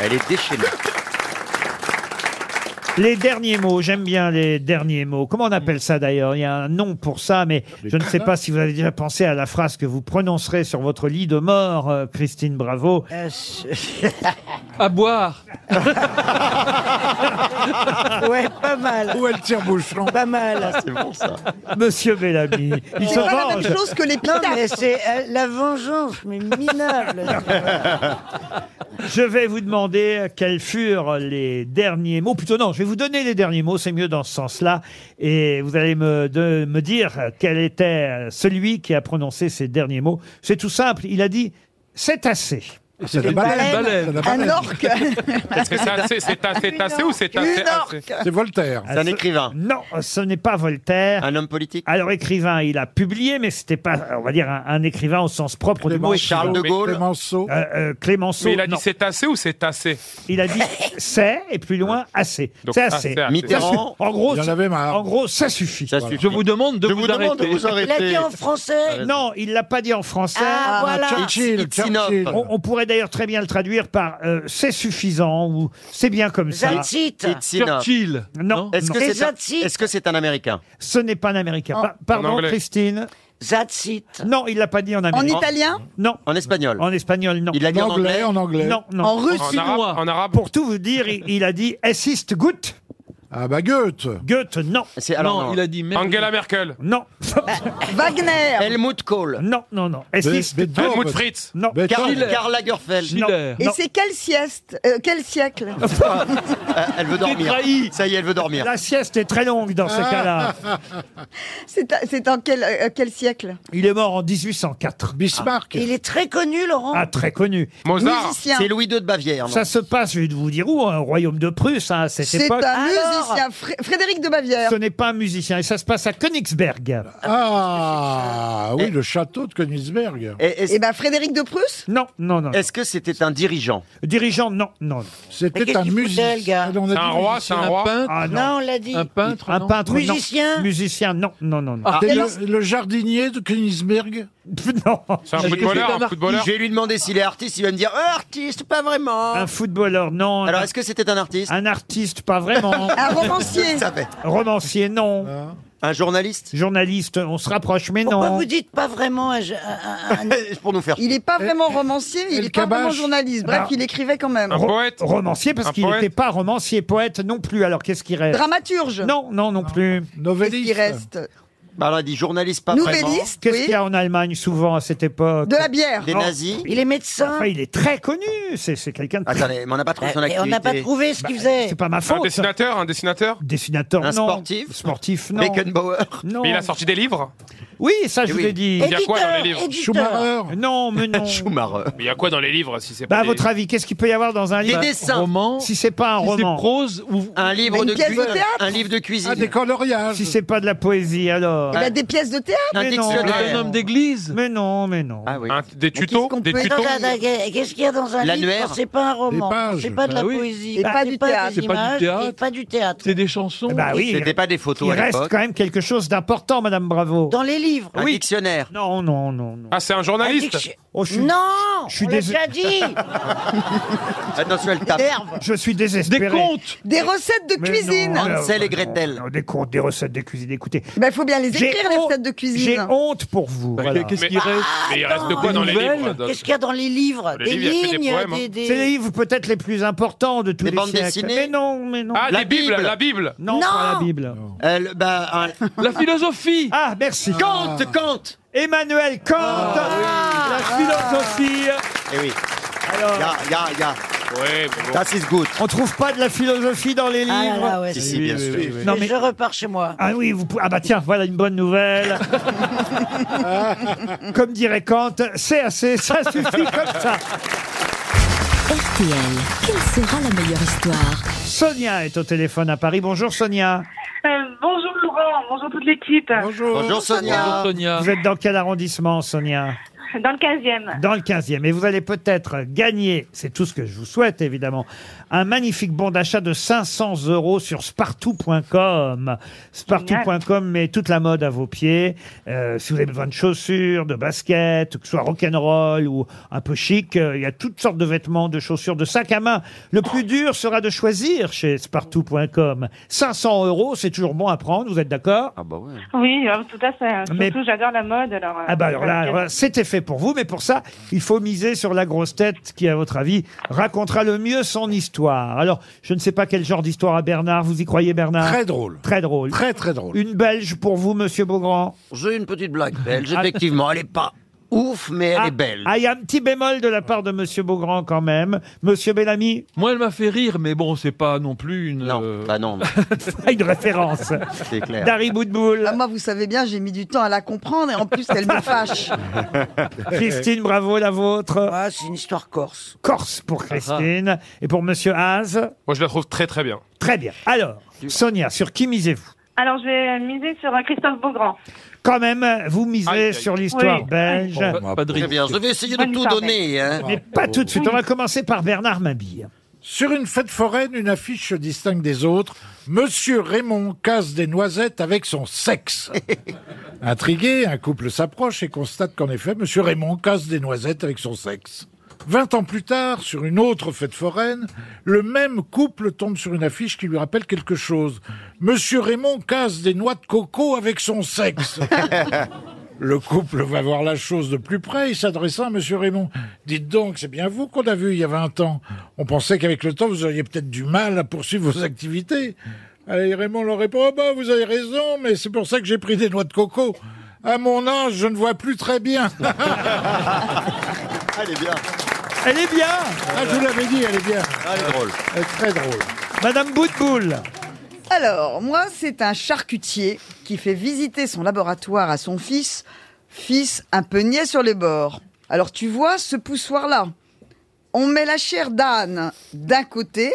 Speaker 4: Elle est déchaînée.
Speaker 2: Les derniers mots, j'aime bien les derniers mots. Comment on appelle ça d'ailleurs Il y a un nom pour ça, mais je ne sais pas si vous avez déjà pensé à la phrase que vous euh, prononcerez sur votre lit de mort, euh, Christine Bravo.
Speaker 7: Euh, je-
Speaker 8: À boire.
Speaker 7: Ouais, pas mal.
Speaker 5: Ou elle tire bouchon.
Speaker 7: Pas mal.
Speaker 4: Ah, C'est bon ça.
Speaker 2: Monsieur Bellamy, il se
Speaker 7: C'est pas
Speaker 2: venge.
Speaker 7: Non, mais c'est euh, la vengeance, mais minable.
Speaker 2: Je vais vous demander quels furent les derniers mots. Plutôt non, je vais vous donner les derniers mots, c'est mieux dans ce sens-là. Et vous allez me, de- me dire quel était celui qui a prononcé ces derniers mots. C'est tout simple, il a dit « c'est assez ».
Speaker 5: c'est la baleine. C'est la baleine. Un orque.
Speaker 6: Est-ce que c'est assez, c'est assez, c'est assez ou c'est assez, assez
Speaker 5: Voltaire.
Speaker 4: C'est un écrivain.
Speaker 2: Non, ce n'est pas Voltaire.
Speaker 4: Un homme politique.
Speaker 2: Alors écrivain, il a publié, mais c'était pas, on va dire, un, un écrivain au sens propre du mot. écrivain.
Speaker 6: Charles de Gaulle.
Speaker 5: Clémenceau.
Speaker 2: Euh, euh, Clémenceau.
Speaker 6: Mais il a dit
Speaker 2: non.
Speaker 6: c'est assez ou c'est assez
Speaker 2: Il a dit c'est et plus loin assez.
Speaker 6: Donc,
Speaker 2: C'est
Speaker 6: assez,
Speaker 2: assez.
Speaker 6: assez. Mitterrand,
Speaker 2: en gros,
Speaker 5: il en avait marre.
Speaker 2: en gros, ça suffit.
Speaker 4: Ça
Speaker 2: Voilà.
Speaker 4: suffit.
Speaker 8: Je vous demande de
Speaker 4: Je
Speaker 8: vous,
Speaker 4: vous demande de
Speaker 8: arrêter.
Speaker 4: vous arrêter.
Speaker 7: Il a dit en français.
Speaker 2: Ah, Non, il l'a pas dit en français.
Speaker 7: Ah, voilà.
Speaker 5: Churchill,
Speaker 4: Itzinov.
Speaker 5: Churchill.
Speaker 2: On, on pourrait d'ailleurs très bien le traduire par euh, c'est suffisant ou c'est bien comme ça.
Speaker 7: That's it.
Speaker 4: Itzinov.
Speaker 8: Churchill.
Speaker 2: Non,
Speaker 4: Est-ce que
Speaker 7: Les
Speaker 4: c'est un,
Speaker 7: Atzites.
Speaker 4: est-ce que c'est un américain
Speaker 2: ce n'est pas un américain. Pa-
Speaker 6: En
Speaker 2: pardon,
Speaker 6: anglais.
Speaker 2: Christine.
Speaker 7: That's it.
Speaker 2: Non, il l'a pas dit en
Speaker 3: En
Speaker 2: américain.
Speaker 3: italien
Speaker 2: non,
Speaker 4: En espagnol
Speaker 2: en espagnol, non.
Speaker 4: Il l'a dit en
Speaker 5: En anglais,
Speaker 4: anglais
Speaker 5: en anglais.
Speaker 2: Non, non.
Speaker 3: En russe
Speaker 6: En arabe, en arabe
Speaker 2: Pour tout vous dire, il, il a dit es ist gut.
Speaker 5: Ah bah Goethe.
Speaker 2: Goethe, non,
Speaker 4: C'est
Speaker 8: non,
Speaker 4: alors non.
Speaker 8: il a dit merde.
Speaker 6: Angela Merkel.
Speaker 2: non,
Speaker 3: Bah, Wagner
Speaker 4: Helmut Kohl.
Speaker 2: non, non, non. Es
Speaker 5: Be-
Speaker 2: ist
Speaker 5: Beethoven.
Speaker 6: Helmut Fritz.
Speaker 2: non.
Speaker 4: Karl,
Speaker 5: Beethoven.
Speaker 8: Schiller.
Speaker 4: Karl Lagerfeld.
Speaker 8: Schiller.
Speaker 3: Et
Speaker 2: Non.
Speaker 3: c'est quelle sieste Euh, Quel siècle
Speaker 4: Euh, elle veut dormir.
Speaker 8: trahi.
Speaker 4: Ça y est, elle veut dormir.
Speaker 2: La sieste est très longue dans
Speaker 5: Ah.
Speaker 2: ces cas-là.
Speaker 3: Ah. C'est à- c'est en quel, euh, quel siècle
Speaker 2: Il est mort en 1804.
Speaker 5: Bismarck.
Speaker 7: Il est très connu, Laurent.
Speaker 2: Ah, très connu.
Speaker 6: Mozart.
Speaker 3: Musicien.
Speaker 4: C'est Louis II de Bavière. non
Speaker 2: Ça se passe, je vais vous dire où, hein, au royaume de Prusse, hein, à cette
Speaker 3: C'est un
Speaker 2: époque.
Speaker 3: musicien, Fré- Frédéric de Bavière.
Speaker 2: Ce n'est pas un musicien. Et ça se passe à Königsberg.
Speaker 5: Ah oui, le château de Königsberg.
Speaker 4: Et est-ce,
Speaker 3: Eh ben Frédéric de Prusse
Speaker 2: Non, non, non.
Speaker 4: est-ce que c'était un dirigeant
Speaker 2: Dirigeant, non, non. non.
Speaker 7: Mais
Speaker 5: C'était
Speaker 7: qu'est-ce
Speaker 5: un
Speaker 7: qu'il foutait, le gars
Speaker 5: musicien. Ah, On a
Speaker 6: C'est
Speaker 5: dit
Speaker 6: un roi, c'est
Speaker 5: musicien.
Speaker 6: un
Speaker 8: Un
Speaker 6: roi.
Speaker 8: peintre.
Speaker 2: Ah, non.
Speaker 7: Non, on l'a dit.
Speaker 8: Un peintre.
Speaker 2: Un
Speaker 8: non.
Speaker 2: peintre, non.
Speaker 7: Musicien
Speaker 2: Musicien, non, non, non, non.
Speaker 5: Ah, C'est le, le jardinier de Königsberg.
Speaker 2: Non.
Speaker 6: C'est un
Speaker 8: Est-ce que c'est un
Speaker 6: footballeur, un
Speaker 8: artiste
Speaker 6: footballeur.
Speaker 4: Je vais lui demander s'il est artiste. Il va me dire Euh, artiste, pas vraiment.
Speaker 2: Un footballeur, non.
Speaker 4: Alors, est-ce que c'était un artiste
Speaker 2: Un artiste, pas vraiment.
Speaker 3: Un romancier
Speaker 4: Ça fait.
Speaker 2: Romancier, non.
Speaker 8: Ah.
Speaker 4: Un journaliste
Speaker 2: Journaliste, on se rapproche, mais
Speaker 7: Pourquoi
Speaker 2: non.
Speaker 7: vous dites pas vraiment un, je- un- un- un-
Speaker 4: Pour nous faire.
Speaker 3: Il n'est pas vraiment romancier, il
Speaker 5: El
Speaker 3: n'est pas vraiment
Speaker 5: Kabash.
Speaker 3: journaliste. Bref,
Speaker 2: Bah.
Speaker 3: il écrivait quand même.
Speaker 6: Un
Speaker 2: Ro-
Speaker 6: poète
Speaker 2: Romancier, parce
Speaker 6: Un
Speaker 2: qu'il
Speaker 6: poète
Speaker 2: n'était pas romancier, poète non plus. Alors, qu'est-ce qu'il reste
Speaker 3: Dramaturge
Speaker 2: Non, non, non plus.
Speaker 3: Qu'est-ce qui
Speaker 5: Novelliste.
Speaker 3: reste
Speaker 4: Bah, alors, il dit journaliste, pas vraiment.
Speaker 3: Nouvelliste,
Speaker 2: Qu'est-ce
Speaker 3: oui.
Speaker 2: qu'il y a en Allemagne souvent à cette époque
Speaker 3: De la bière.
Speaker 4: Des nazis.
Speaker 7: Il est médecin.
Speaker 2: Enfin, il est très connu. C'est c'est quelqu'un de très...
Speaker 4: Attendez, mais on n'a pas
Speaker 3: Euh,
Speaker 4: trouvé son
Speaker 7: Et
Speaker 4: activité.
Speaker 7: on n'a pas trouvé ce qu'il faisait.
Speaker 2: C'est pas ma
Speaker 6: Un
Speaker 2: faute.
Speaker 6: dessinateur, un dessinateur.
Speaker 2: Dessinateur,
Speaker 4: Un
Speaker 2: non.
Speaker 4: sportif
Speaker 2: Sportif, non.
Speaker 4: Beckenbauer.
Speaker 2: Non.
Speaker 6: Mais il a sorti des livres.
Speaker 2: Oui, ça, je
Speaker 4: Eh
Speaker 2: vous
Speaker 4: oui.
Speaker 2: l'ai dit.
Speaker 6: y a quoi dans les livres
Speaker 7: éditeur.
Speaker 5: Schumacher.
Speaker 2: Non, mais non.
Speaker 4: Schumacher.
Speaker 6: Mais il y a quoi dans les livres si c'est
Speaker 2: Bah,
Speaker 6: pas
Speaker 2: à
Speaker 6: des-
Speaker 2: votre avis, qu'est-ce qu'il peut y avoir dans un
Speaker 4: Des
Speaker 2: livre
Speaker 4: dessins.
Speaker 8: Roman.
Speaker 2: Si c'est pas un
Speaker 8: Si c'est
Speaker 2: roman,
Speaker 8: prose ou
Speaker 4: Un livre
Speaker 3: Une
Speaker 4: de
Speaker 3: pièce de
Speaker 4: cuisine.
Speaker 3: théâtre.
Speaker 4: Un livre de cuisine.
Speaker 5: Ah, des coloriages.
Speaker 2: si c'est pas de la poésie, alors.
Speaker 3: Il a Eh ben, des pièces de théâtre
Speaker 4: un
Speaker 2: mais non.
Speaker 8: un
Speaker 4: dictionnaire.
Speaker 8: homme d'église.
Speaker 2: Mais non, mais non.
Speaker 4: Ah oui.
Speaker 6: Un- des
Speaker 3: qu'est-ce
Speaker 6: tutos,
Speaker 3: qu'on
Speaker 6: des
Speaker 3: peut-
Speaker 6: tutos.
Speaker 7: Attends, attends, Qu'est-ce qu'il y a dans un livre
Speaker 4: L'annuaire.
Speaker 7: quand C'est pas un roman,
Speaker 5: Des
Speaker 7: quand
Speaker 5: pages.
Speaker 7: c'est pas de la
Speaker 8: Bah oui.
Speaker 7: poésie,
Speaker 3: Et
Speaker 7: quand
Speaker 3: pas
Speaker 7: c'est
Speaker 3: du
Speaker 7: des
Speaker 3: théâtre.
Speaker 8: C'est pas du
Speaker 7: images,
Speaker 8: théâtre.
Speaker 7: et pas du théâtre.
Speaker 8: C'est des chansons.
Speaker 2: Bah oui,
Speaker 4: C'était pas des
Speaker 2: il
Speaker 4: photos à
Speaker 2: reste
Speaker 4: l'époque.
Speaker 2: quand même quelque chose d'important, Madame Bravo.
Speaker 7: Dans les livres.
Speaker 4: Un dictionnaire.
Speaker 2: Non, non, non, non.
Speaker 6: Ah, c'est un journaliste.
Speaker 7: Un dic-
Speaker 2: Oh, je suis-
Speaker 7: Non,
Speaker 2: je suis
Speaker 7: on l'a
Speaker 2: désolé.
Speaker 7: déjà dit.
Speaker 4: Attention, elle tape.
Speaker 2: Je suis
Speaker 8: Des
Speaker 2: désespéré.
Speaker 8: contes.
Speaker 3: Des recettes de
Speaker 2: Mais
Speaker 3: cuisine
Speaker 2: non,
Speaker 3: Il
Speaker 2: alors,
Speaker 4: Hansel et
Speaker 2: non,
Speaker 4: Gretel.
Speaker 2: non, des contes, des recettes de cuisine. Écoutez,
Speaker 3: Bah, faut bien les
Speaker 2: j'ai
Speaker 3: écrire, les
Speaker 2: hon-
Speaker 3: recettes de
Speaker 2: J'ai
Speaker 3: cuisine.
Speaker 2: honte pour vous.
Speaker 8: Bah,
Speaker 2: voilà.
Speaker 8: Qu'est-ce
Speaker 6: Mais-
Speaker 8: qu'il reste
Speaker 6: Mais il reste de quoi
Speaker 8: Des
Speaker 6: dans les
Speaker 8: nouvelles
Speaker 6: livres dans-
Speaker 7: Qu'est-ce qu'il y a dans les livres
Speaker 6: Dans
Speaker 7: Des
Speaker 6: les livres, il y a que des
Speaker 7: lignes,
Speaker 6: poèmes, hein.
Speaker 7: des- des-
Speaker 2: C'est les livres peut-être les plus importants de tous
Speaker 4: Des
Speaker 2: les
Speaker 4: bandes
Speaker 2: siècles.
Speaker 4: dessinées
Speaker 2: Mais non, mais non.
Speaker 6: Ah,
Speaker 4: La
Speaker 6: la Bible,
Speaker 4: Bible.
Speaker 6: la Bible.
Speaker 2: non,
Speaker 7: Non.
Speaker 2: pas la Bible.
Speaker 4: Elle, bah, un-
Speaker 8: La philosophie.
Speaker 2: Ah, merci.
Speaker 4: Kant, Kant. Ah,
Speaker 2: Emmanuel Kant, la philosophie.
Speaker 4: Eh oui.
Speaker 2: Alors,
Speaker 4: Ya, ya, ya.
Speaker 6: Ouais, mais bon.
Speaker 4: Das ist gut.
Speaker 2: on trouve pas de la philosophie dans les livres.
Speaker 7: Ah là là, ouais,
Speaker 4: Si,
Speaker 7: c'est-
Speaker 4: si, bien sûr.
Speaker 2: Non,
Speaker 7: Et
Speaker 2: mais-
Speaker 7: Je repars chez moi.
Speaker 2: Ah oui, vous pouvez- Ah bah tiens, voilà une bonne nouvelle. Comme dirait Kant, c'est assez, ça suffit comme ça.
Speaker 11: RTL, quelle sera la meilleure histoire
Speaker 2: Sonia est au téléphone à Paris. Bonjour Sonia.
Speaker 9: Euh, bonjour Laurent, bonjour toute l'équipe.
Speaker 5: Bonjour.
Speaker 4: Bonjour Sonia.
Speaker 8: Sonia.
Speaker 2: Vous êtes dans quel arrondissement, Sonia
Speaker 9: Dans le 15e.
Speaker 2: Dans le 15e. Et vous allez peut-être gagner, c'est tout ce que je vous souhaite évidemment, un magnifique bon d'achat de 500 euros sur spartou.com. Spartou.com met toute la mode à vos pieds. Euh, si vous avez besoin de chaussures, de baskets, que ce soit rock'n'roll ou un peu chic, euh, il y a toutes sortes de vêtements, de chaussures, de sacs à main. Le plus dur sera de choisir chez spartou.com. 500 euros, c'est toujours bon à prendre, vous êtes d'accord
Speaker 4: Ah bah ouais.
Speaker 9: Oui, euh, tout à fait.
Speaker 2: Mais-
Speaker 9: Surtout, j'adore la mode. Alors, euh,
Speaker 2: Ah bah alors là,
Speaker 9: voilà.
Speaker 2: alors là, c'est effet fait pour vous, mais pour ça, il faut miser sur la grosse tête qui, à votre avis, racontera le mieux son histoire. Alors, je ne sais pas quel genre d'histoire à Bernard, vous y croyez Bernard
Speaker 5: Très drôle.
Speaker 2: Très drôle.
Speaker 5: Très très drôle.
Speaker 2: Une belge pour vous, monsieur Beaugrand
Speaker 13: J'ai une petite blague belge, effectivement. Elle est pas ouf, mais elle est belle.
Speaker 2: Ah, il y a un petit bémol de la part de monsieur Beaugrand quand même. Monsieur Bellamy
Speaker 8: Moi, elle m'a fait rire, mais bon, c'est pas non plus une. euh, Non,
Speaker 13: bah non.
Speaker 2: une référence.
Speaker 13: C'est clair.
Speaker 2: Dari Boudboul.
Speaker 3: Ah, moi, vous savez bien, j'ai mis du temps à la comprendre et en plus, elle me fâche.
Speaker 2: Bah, Christine, bravo, la vôtre.
Speaker 7: Ah, c'est une histoire corse.
Speaker 2: Corse pour Christine. Et pour monsieur Haas
Speaker 6: Ah, Moi, je la trouve très très bien.
Speaker 2: Très bien. Alors, Sonia, sur qui misez-vous
Speaker 9: Alors, je vais miser sur euh, Christophe Beaugrand.
Speaker 2: Quand même, vous misez
Speaker 9: aïe.
Speaker 2: sur l'histoire
Speaker 9: Oui.
Speaker 2: belge.
Speaker 13: Très bien, je vais essayer de tout donner. hein.
Speaker 2: Mais pas tout de suite. On va commencer par Bernard Mabille.
Speaker 5: Sur une fête foraine, une affiche se distingue des autres. Monsieur Raymond casse des noisettes avec son sexe. Intrigué, un couple s'approche et constate qu'en effet, Monsieur Raymond casse des noisettes avec son sexe. Vingt ans plus tard, sur une autre fête foraine, le même couple tombe sur une affiche qui lui rappelle quelque chose. Monsieur Raymond casse des noix de coco avec son sexe. Le couple va voir la chose de plus près et s'adressant à Monsieur Raymond. Dites donc, c'est bien vous qu'on a vu il y a 20 ans. On pensait qu'avec le temps, vous auriez peut-être du mal à poursuivre vos activités. Allez, Raymond leur répond, oh bah, vous avez raison, mais c'est pour ça que j'ai pris des noix de coco. À mon âge, je ne vois plus très bien.
Speaker 13: Ah, Elle est bien.
Speaker 2: Elle est bien
Speaker 5: Ah, je vous l'avais dit, elle est bien.
Speaker 13: Ah, Elle est drôle.
Speaker 5: Elle est très drôle.
Speaker 2: Madame Boutboul.
Speaker 3: Alors, moi, c'est un charcutier qui fait visiter son laboratoire à son fils, fils un peu niais sur les bords. Alors, tu vois ce poussoir-là On met la chair d'âne d'un côté,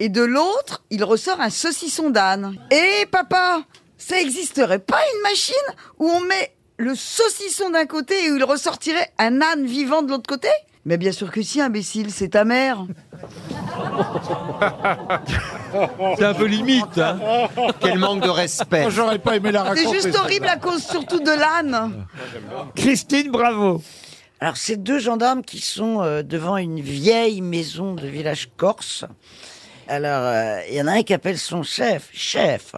Speaker 3: et de l'autre, il ressort un saucisson d'âne. Et papa, ça existerait pas une machine où on met le saucisson d'un côté et où il ressortirait un âne vivant de l'autre côté Mais bien sûr que si, imbécile, c'est ta mère.
Speaker 8: C'est un peu limite. hein.
Speaker 13: Quel manque de respect.
Speaker 5: Oh, J'aurais pas aimé la
Speaker 3: C'est
Speaker 5: raconter.
Speaker 3: juste horrible à cause surtout de l'âne.
Speaker 2: Christine, bravo.
Speaker 7: Alors, c'est deux gendarmes qui sont euh, devant une vieille maison de village corse. Alors, euh, il y en a un qui appelle son chef. Chef,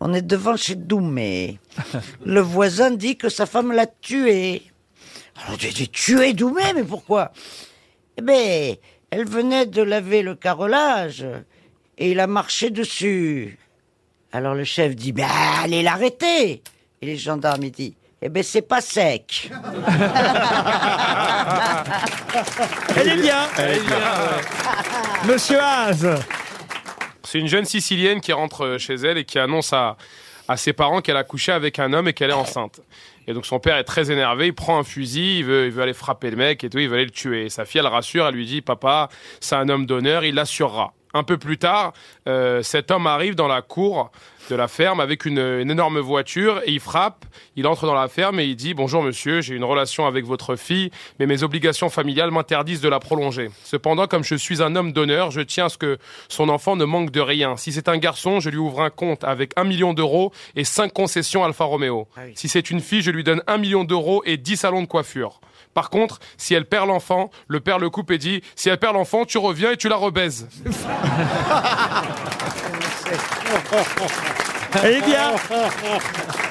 Speaker 7: on est devant chez Doumé. Le voisin dit que sa femme l'a tué. Alors, tu dit tué Doumé, mais pourquoi Eh bien, elle venait de laver le carrelage et il a marché dessus. Alors le chef dit, ben, allez l'arrêter. Et les gendarmes, ils disent, eh ben, c'est pas sec.
Speaker 2: Elle est bien.
Speaker 4: Eh,
Speaker 2: Monsieur Haas.
Speaker 6: C'est une jeune Sicilienne qui rentre euh, chez elle et qui annonce à, à ses parents qu'elle a couché avec un homme et qu'elle est enceinte. Et donc son père est très énervé, il prend un fusil, il veut, il veut aller frapper le mec et tout, il veut aller le tuer. Et sa fille, elle rassure, elle lui dit, papa, c'est un homme d'honneur, il l'assurera. Un peu plus tard, euh, cet homme arrive dans la cour de la ferme avec une, une énorme voiture et il frappe, il entre dans la ferme et il dit, bonjour monsieur, j'ai une relation avec votre fille, mais mes obligations familiales m'interdisent de la prolonger. Cependant, comme je suis un homme d'honneur, je tiens à ce que son enfant ne manque de rien. Si c'est un garçon, je lui ouvre un compte avec un million d'euros et cinq concessions Alfa Romeo. Si c'est une fille, je lui donne un million d'euros et 10 salons de coiffure. Par contre, si elle perd l'enfant, le père le coupe et dit Si elle perd l'enfant, tu reviens et tu la rebaises.
Speaker 2: Elle est bien.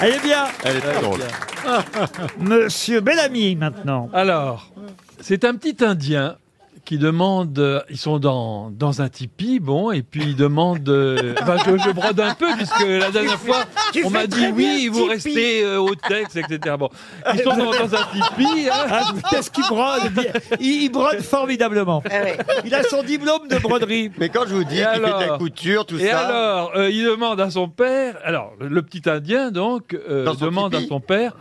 Speaker 2: Elle est bien.
Speaker 13: Elle est très drôle.
Speaker 2: Monsieur Bellamy, maintenant.
Speaker 8: Alors, c'est un petit Indien qui demande. euh, Ils sont dans, dans un tipi, bon, et puis ils demandent. euh, enfin, je, je brode un peu, puisque la dernière fois,
Speaker 7: tu
Speaker 8: on
Speaker 7: fais
Speaker 8: m'a
Speaker 2: Eh
Speaker 8: dit
Speaker 7: très bien,
Speaker 8: oui, vous
Speaker 7: tipi.
Speaker 8: restez euh, au texte, etc. Bon, ils sont dans, dans un tipi. hein.
Speaker 2: bah. Ah, Qu'est-ce qu'il brode il, il brode formidablement.
Speaker 7: Ah ouais.
Speaker 2: Il a son diplôme de broderie.
Speaker 13: Mais quand je vous dis
Speaker 8: Et
Speaker 13: qu'il fait de la
Speaker 8: alors
Speaker 13: couture, tout
Speaker 8: Et
Speaker 13: ça.
Speaker 8: alors, euh, il demande à son père, alors le, le petit Indien donc, euh,
Speaker 13: Dans son
Speaker 8: demande à
Speaker 13: tipi.
Speaker 8: son père,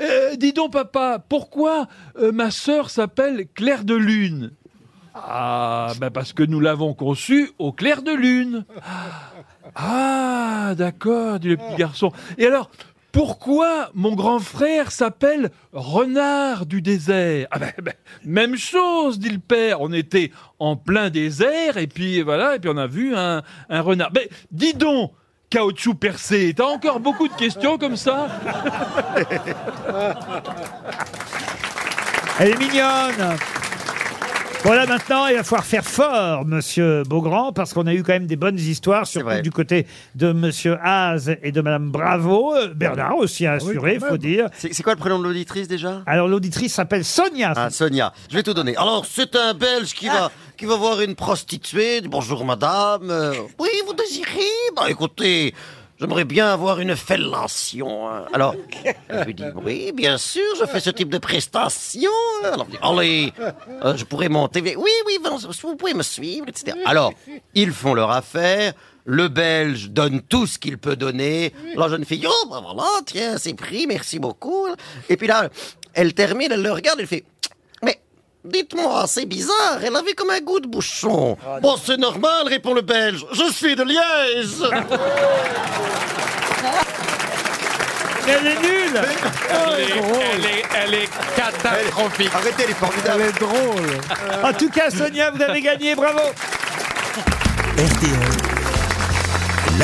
Speaker 8: Euh, dis donc papa, pourquoi euh, ma sœur s'appelle Claire de Lune Ah, ben parce que nous l'avons conçue au clair de lune. Ah, d'accord, dit le petit garçon. Et alors, pourquoi mon grand frère s'appelle Renard du désert Ah ben, ben, Même chose, dit le père. On était en plein désert et puis voilà, et puis on a vu un, un renard. Mais dis donc, caoutchouc percé, t'as encore beaucoup de questions comme ça
Speaker 2: Elle est mignonne. Voilà, maintenant, il va falloir faire fort, monsieur Beaugrand, parce qu'on a eu quand même des bonnes histoires, surtout du côté de monsieur Haas et de madame Bravo. Euh, Bernard aussi a
Speaker 8: Ah
Speaker 2: assuré, faut dire.
Speaker 14: C'est c'est quoi le prénom de l'auditrice déjà
Speaker 2: Alors, l'auditrice s'appelle Sonia.
Speaker 4: Ah, Sonia, je vais tout donner. Alors, c'est un Belge qui va, qui va voir une prostituée. Il dit, Bonjour madame. Euh, Oui, vous désirez Bah écoutez, j'aimerais bien avoir une fellation. hein. Alors, je lui dis Oui, bien sûr, je fais ce type de prestation. hein. Alors, il dit, allez, euh, je pourrais monter. Oui, oui, vous- vous pouvez me suivre, etc. Alors, ils font leur affaire. Le Belge donne tout ce qu'il peut donner. La jeune fille, oh, ben voilà, tiens, c'est pris, merci beaucoup. Et puis là, elle termine, elle le regarde, elle fait, mais dites-moi, c'est bizarre, elle avait comme un goût de bouchon.
Speaker 2: Ah,
Speaker 4: Bon, c'est normal, répond le Belge, je suis de Liège.
Speaker 2: Elle est nulle
Speaker 6: Elle est, elle est- elle est catastrophique.
Speaker 4: Arrêtez, elle est formidable.
Speaker 15: Elle est drôle.
Speaker 2: En tout cas, Sonia, vous avez gagné, bravo
Speaker 16: La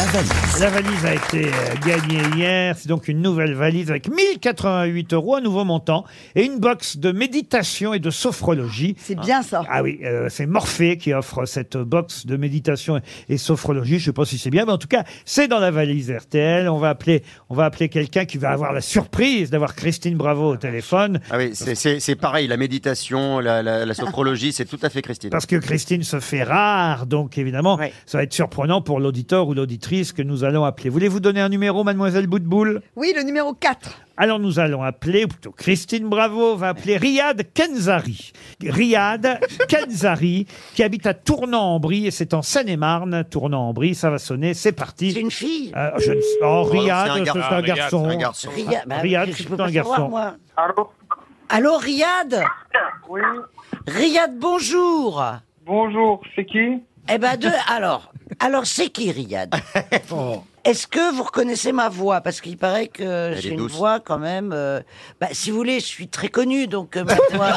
Speaker 16: valise.
Speaker 2: La valise a été euh, gagnée hier. C'est donc une nouvelle valise avec 1088 euros, un nouveau montant, et une box de méditation et de sophrologie.
Speaker 17: C'est bien ça.
Speaker 2: Ah oui, euh, c'est Morphée qui offre cette box de méditation et sophrologie. Je sais pas si c'est bien, mais en tout cas, c'est dans la valise RTL. On va appeler, on va appeler quelqu'un qui va avoir la surprise d'avoir Christine Bravo au téléphone.
Speaker 14: Ah oui, c'est- c'est c'est pareil, la méditation, la, la- la sophrologie, c'est tout à fait Christine.
Speaker 2: Parce que Christine se fait rare, donc évidemment, ça va être surprenant pour l'auditeur ou l'auditrice que nous allons appeler. Voulez-vous donner un numéro, mademoiselle Boutboul
Speaker 17: Oui, le numéro 4.
Speaker 2: Alors nous allons appeler, ou plutôt Christine Bravo va appeler Riyad Kenzari. Riyad Kenzari, qui habite à Tournant-en-Brie, et c'est en Seine-et-Marne, Tournant-en-Brie, ça va sonner, c'est parti. C'est
Speaker 7: une fille
Speaker 2: je ne sais- oh,
Speaker 14: Oh, c'est
Speaker 2: Riyad,
Speaker 14: un
Speaker 2: c'est
Speaker 14: gar-
Speaker 2: un,
Speaker 14: ah, Riyad,
Speaker 2: garçon.
Speaker 14: c'est un garçon.
Speaker 7: Riyad, bah,
Speaker 2: Riyad,
Speaker 7: je- je peux
Speaker 2: c'est
Speaker 7: pas savoir,
Speaker 2: un garçon.
Speaker 7: moi. Allô Allô, Riyad Oui. Riyad, bonjour. Bonjour, c'est qui Eh ben, de... alors, alors c'est qui Riyad Est-ce que vous reconnaissez ma voix Parce qu'il paraît que j'ai une voix quand même. euh, bah, si vous voulez, je suis très connue, donc euh, ma voix.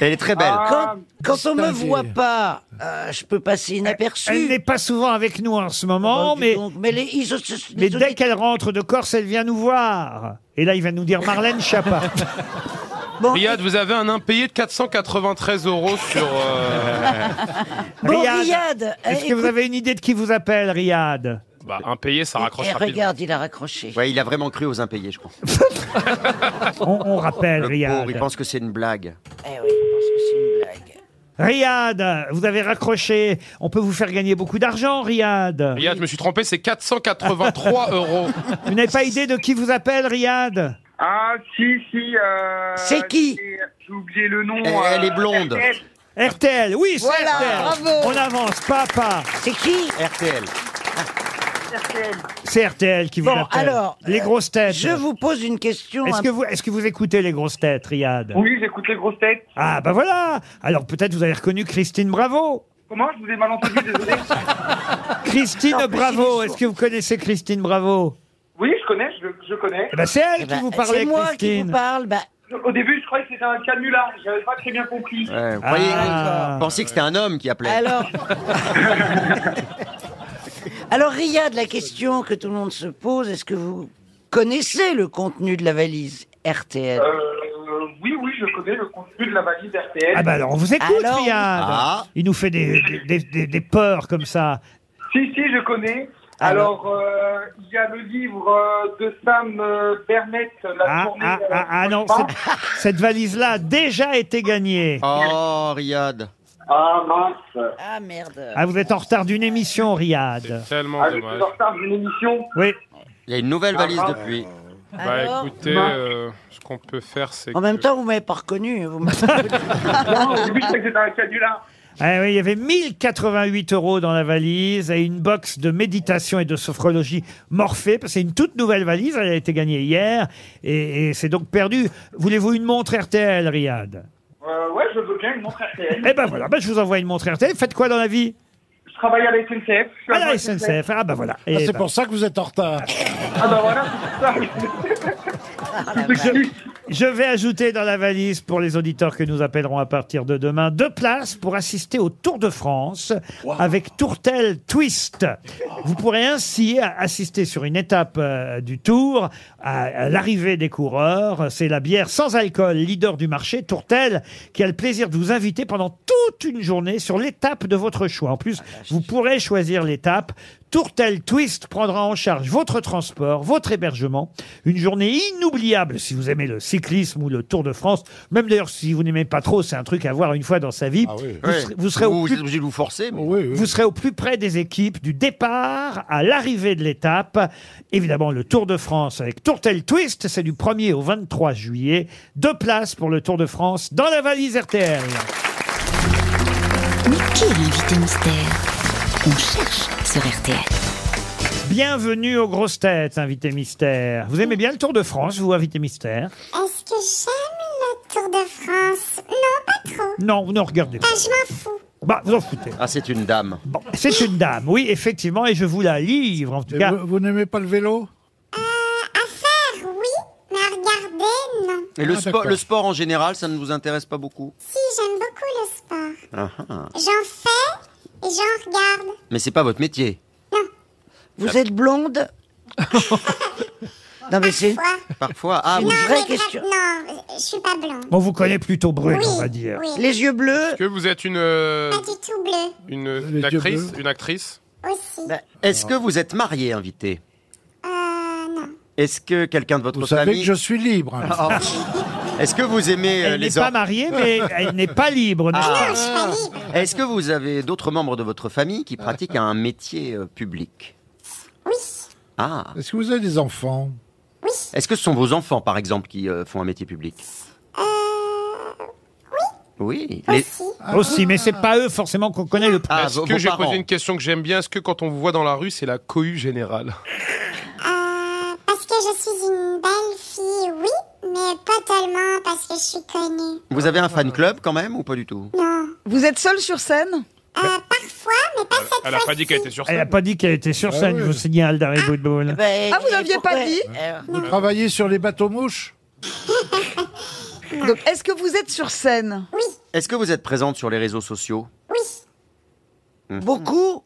Speaker 14: Elle est très belle.
Speaker 2: Ah.
Speaker 7: Quand, quand on me voit pas, euh, je peux passer inaperçu.
Speaker 2: Elle n'est pas souvent avec nous en ce moment,
Speaker 7: Oh, dis
Speaker 2: mais,
Speaker 7: donc, mais les- ils- ce- ce-
Speaker 2: mais
Speaker 7: les
Speaker 2: dès qu'elle rentre de Corse, elle vient nous voir. Et là, il va nous dire Marlène Chapa.
Speaker 6: Riyad, vous avez un impayé de 493 euros sur. euh,
Speaker 7: Bon, Riyad, eh,
Speaker 2: est-ce que vous
Speaker 7: écoute-
Speaker 2: avez une idée de qui vous appelle, Riyad
Speaker 6: Bah, impayé, ça raccroche
Speaker 7: Eh,
Speaker 6: rapidement.
Speaker 7: regarde, il a raccroché.
Speaker 14: Ouais, il a vraiment cru aux impayés, je crois.
Speaker 2: on, on rappelle,
Speaker 14: Le
Speaker 2: Riyad.
Speaker 14: pauvre, il pense que c'est une blague.
Speaker 7: Eh oui, je pense que c'est une blague.
Speaker 2: Riyad, vous avez raccroché. On peut vous faire gagner beaucoup d'argent, Riyad.
Speaker 6: Riyad, je me suis trompé, c'est 483 euros.
Speaker 2: Vous n'avez pas idée de qui vous appelle, Riyad
Speaker 10: Ah, si, si. euh,
Speaker 2: C'est qui
Speaker 10: j'ai- J'ai oublié le nom.
Speaker 2: Elle- elle
Speaker 10: euh,
Speaker 2: est blonde.
Speaker 10: RTL.
Speaker 2: RTL, oui, c'est
Speaker 10: Voilà,
Speaker 2: RTL.
Speaker 10: bravo.
Speaker 2: On avance, papa.
Speaker 7: C'est qui
Speaker 14: RTL.
Speaker 10: RTL.
Speaker 2: C'est RTL qui vous
Speaker 7: Bon,
Speaker 2: appelle.
Speaker 7: alors, euh,
Speaker 2: les grosses têtes.
Speaker 7: Je vous pose une question.
Speaker 2: Est-ce
Speaker 7: un
Speaker 2: que vous, est-ce que vous écoutez les grosses têtes, Riyad
Speaker 10: Oui, j'écoute les grosses têtes.
Speaker 2: Ah bah voilà. Alors peut-être vous avez reconnu Christine Bravo.
Speaker 10: Comment Je vous ai mal entendu, désolé.
Speaker 2: Christine
Speaker 10: Non, mais
Speaker 2: Bravo.
Speaker 10: c'est
Speaker 2: Est-ce que vous connaissez Christine Bravo
Speaker 10: Oui, je connais, je, je connais.
Speaker 2: Eh ben, c'est elle Eh qui ben, vous parlait, c'est moi qui Christine. vous bah.
Speaker 7: parle.
Speaker 10: Au début, je croyais que c'était un canular. J'avais pas très bien compris.
Speaker 14: Ouais, vous croyez-
Speaker 7: Ah.
Speaker 14: vous pensiez que c'était un homme qui appelait.
Speaker 7: Alors, alors Riyad, la question que tout le monde se pose, est-ce que vous connaissez le contenu de la valise RTL
Speaker 10: Euh, oui, oui, je connais le contenu de la valise RTL.
Speaker 2: Ah bah alors on vous écoute,
Speaker 10: Alors-
Speaker 2: Riyad.
Speaker 10: Ah.
Speaker 2: Il nous fait des, des, des- des- des peurs comme ça.
Speaker 10: Si, si, je connais. Alors, euh, il y a le livre euh, de Sam euh, Bermet, La
Speaker 2: Ah,
Speaker 10: journée.
Speaker 2: ah,
Speaker 10: euh,
Speaker 2: ah, ah, non, cette, cette valise-là a déjà été gagnée.
Speaker 14: Oh, Riyad.
Speaker 10: Ah, mince.
Speaker 7: Ah, merde.
Speaker 2: Ah, vous êtes en retard d'une émission, Riyad.
Speaker 6: Tellement
Speaker 10: Ah, je suis
Speaker 6: dommage.
Speaker 10: en retard d'une émission.
Speaker 2: Oui.
Speaker 14: Il y a une nouvelle
Speaker 10: valise Ah,
Speaker 14: depuis.
Speaker 6: Bah écoutez,
Speaker 10: Bah.
Speaker 6: euh, ce qu'on peut faire, c'est.
Speaker 7: En même
Speaker 6: que-
Speaker 7: temps, vous m'avez pas reconnu. Vous m'avez-
Speaker 10: non,
Speaker 3: Ah,
Speaker 10: au début, je croyais que c'était un canular.
Speaker 2: Ah oui, il y avait 1088 euros dans la valise et une box de méditation et de sophrologie Morphée. parce que C'est une toute nouvelle valise, elle a été gagnée hier et, et c'est donc perdu. Voulez-vous une montre RTL, Riyad
Speaker 10: Euh, ouais, je veux bien une montre RTL.
Speaker 2: Eh ben voilà, ben je vous envoie une montre RTL. Faites quoi dans la vie
Speaker 10: Je travaille à la SNCF. je suis
Speaker 2: Ah, la
Speaker 10: agent
Speaker 2: SNCF. Ah, bah voilà.
Speaker 15: Ah,
Speaker 2: Et
Speaker 15: c'est
Speaker 2: ben-
Speaker 15: pour ça que vous êtes en retard.
Speaker 10: Ah bah voilà, c'est pour ça.
Speaker 2: Je, je vais ajouter dans la valise pour les auditeurs que nous appellerons à partir de demain deux places pour assister au Tour de France avec Tourtel Twist. Vous pourrez ainsi a- assister sur une étape euh, du Tour à, à l'arrivée des coureurs. C'est la bière sans alcool, leader du marché, Tourtel, qui a le plaisir de vous inviter pendant toute une journée sur l'étape de votre choix. En plus, vous pourrez choisir l'étape. Tourtel Twist prendra en charge votre transport, votre hébergement. Une journée inoubliable si vous aimez le cyclisme ou le Tour de France. Même d'ailleurs, si vous n'aimez pas trop, c'est un truc à voir une fois dans sa vie. Vous
Speaker 13: Ouais.
Speaker 2: serez- vous serez au
Speaker 13: Vous
Speaker 2: plus
Speaker 13: êtes obligé de vous forcer. mais-
Speaker 2: vous serez au plus près des équipes du départ à l'arrivée de l'étape. Évidemment, le Tour de France avec Tourtel Twist, c'est du 1er au 23 juillet. Deux places pour le Tour de France dans la valise RTL.
Speaker 11: Mais qui est l'invité mystère On cherche sur RTL.
Speaker 2: Bienvenue aux grosses têtes, invité mystère. Vous
Speaker 18: Mm.
Speaker 2: aimez bien le Tour de France, vous, invité mystère
Speaker 18: Est-ce que j'aime le Tour de France Non, pas trop.
Speaker 2: Non, vous ne regardez pas.
Speaker 18: Ah, je m'en fous.
Speaker 2: Bah, vous en foutez.
Speaker 13: Ah, c'est une dame.
Speaker 2: Bon, c'est une dame, oui, effectivement, et je vous la livre, en tout cas. Vous, n'aimez pas le vélo
Speaker 18: À faire, oui, mais à regarder, non.
Speaker 13: Et
Speaker 2: Ah,
Speaker 4: Ah,
Speaker 13: le, sport, le sport en général, ça ne vous intéresse pas beaucoup
Speaker 18: Si, j'aime beaucoup le sport.
Speaker 13: Ah, ah.
Speaker 18: J'en fais et j'en regarde.
Speaker 13: Mais c'est pas votre métier.
Speaker 7: Vous êtes blonde Non, mais c'est.
Speaker 13: Parfois. Ah,
Speaker 7: Une
Speaker 13: vous-
Speaker 7: vraie
Speaker 18: mais
Speaker 7: question.
Speaker 18: vra- Non, je suis pas blonde.
Speaker 2: On vous connaît plutôt brune,
Speaker 18: Oui,
Speaker 2: on va dire.
Speaker 18: oui.
Speaker 7: Les yeux bleus
Speaker 6: Est-ce que vous êtes une, euh,
Speaker 18: Pas du tout bleu,
Speaker 6: une, une
Speaker 13: yeux
Speaker 6: actrice Une actrice
Speaker 18: aussi.
Speaker 13: Est-ce que vous êtes marié, invité
Speaker 18: Euh, non.
Speaker 13: Est-ce que quelqu'un de votre
Speaker 5: Vous savez
Speaker 13: famille...
Speaker 5: que je suis libre. hein.
Speaker 13: Ah, ah. Est-ce que vous aimez euh,
Speaker 5: Elle
Speaker 13: les
Speaker 5: n'est pas
Speaker 13: or-
Speaker 5: mariée, mais
Speaker 2: elle n'est pas libre.
Speaker 18: n'est-ce Ah non, je suis pas
Speaker 13: Est-ce que vous avez d'autres membres de votre famille qui pratiquent un métier euh, public
Speaker 18: Oui.
Speaker 13: Ah.
Speaker 5: Est-ce que vous avez des enfants
Speaker 13: Est-ce que ce sont vos enfants, par exemple, qui euh, font un métier public
Speaker 18: Euh,
Speaker 13: Oui. Oui. Les-
Speaker 2: Ah, Aussi, mais c'est pas eux forcément qu'on connaît
Speaker 13: Ah,
Speaker 2: le plus.
Speaker 6: Est-ce que j'ai posé une question que j'aime bien Est-ce que quand on vous voit dans la rue, c'est la cohue générale
Speaker 18: Euh, parce que je suis une belle fille, oui, mais pas tellement parce que je suis connue.
Speaker 13: Vous avez un fan club quand même ou pas du tout
Speaker 18: Non.
Speaker 3: Vous êtes seul sur scène
Speaker 6: Elle n'a pas dit qu'elle était sur
Speaker 2: Elle n'a
Speaker 6: scène. Ah
Speaker 2: pas dit qu'elle était sur scène, je vous signale, Darry Boudboul.
Speaker 4: Ben,
Speaker 3: Ah, vous n'aviez pas dit
Speaker 4: Euh,
Speaker 5: Vous travaillez sur les bateaux mouches
Speaker 3: Donc, est-ce que vous êtes sur scène
Speaker 18: Oui.
Speaker 13: Est-ce que vous êtes présente sur les réseaux sociaux
Speaker 2: Ah
Speaker 7: Beaucoup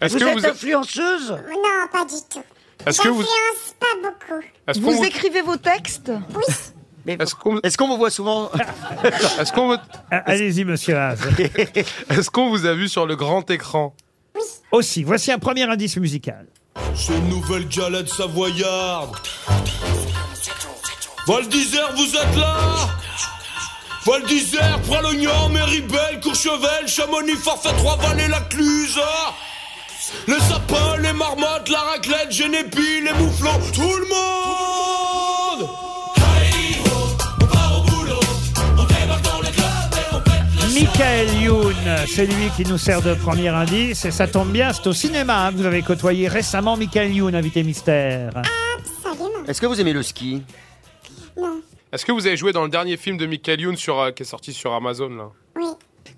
Speaker 6: Est-ce
Speaker 7: Vous
Speaker 6: que
Speaker 7: êtes
Speaker 6: vous-
Speaker 7: influenceuse
Speaker 18: Euh, Non, pas du tout.
Speaker 6: Est-ce que vous-
Speaker 18: J'influence pas beaucoup.
Speaker 6: Est-ce qu'on vous-
Speaker 3: écrivez vos textes
Speaker 6: Est-ce qu'on
Speaker 13: Est-ce qu'on vous voit souvent
Speaker 6: Est-ce qu'on vous-
Speaker 2: Ah, Allez-y, monsieur Haas.
Speaker 6: Est-ce qu'on vous a vu sur le grand écran
Speaker 2: Aussi, voici un premier indice musical.
Speaker 19: Ce nouvelle galette savoyarde. Val d'Isère, vous êtes là Val d'Isère, Pralognan, Méribel, Courchevel, Chamonix, Forfait, Trois-Vallées, la Cluse. Les sapins, les marmottes, la raclette, Génépi, les mouflons, tout le monde Allez, on part au boulot, on débarque dans les clubs et on
Speaker 2: Michael Youn, c'est lui qui nous sert de premier indice, et ça tombe bien, c'est au cinéma hein, que vous avez côtoyé récemment Michael Youn, invité mystère.
Speaker 13: Est-ce que vous aimez le ski
Speaker 6: Est-ce que vous avez joué dans le dernier film de Michael Youn sur, euh, qui est sorti sur Amazon là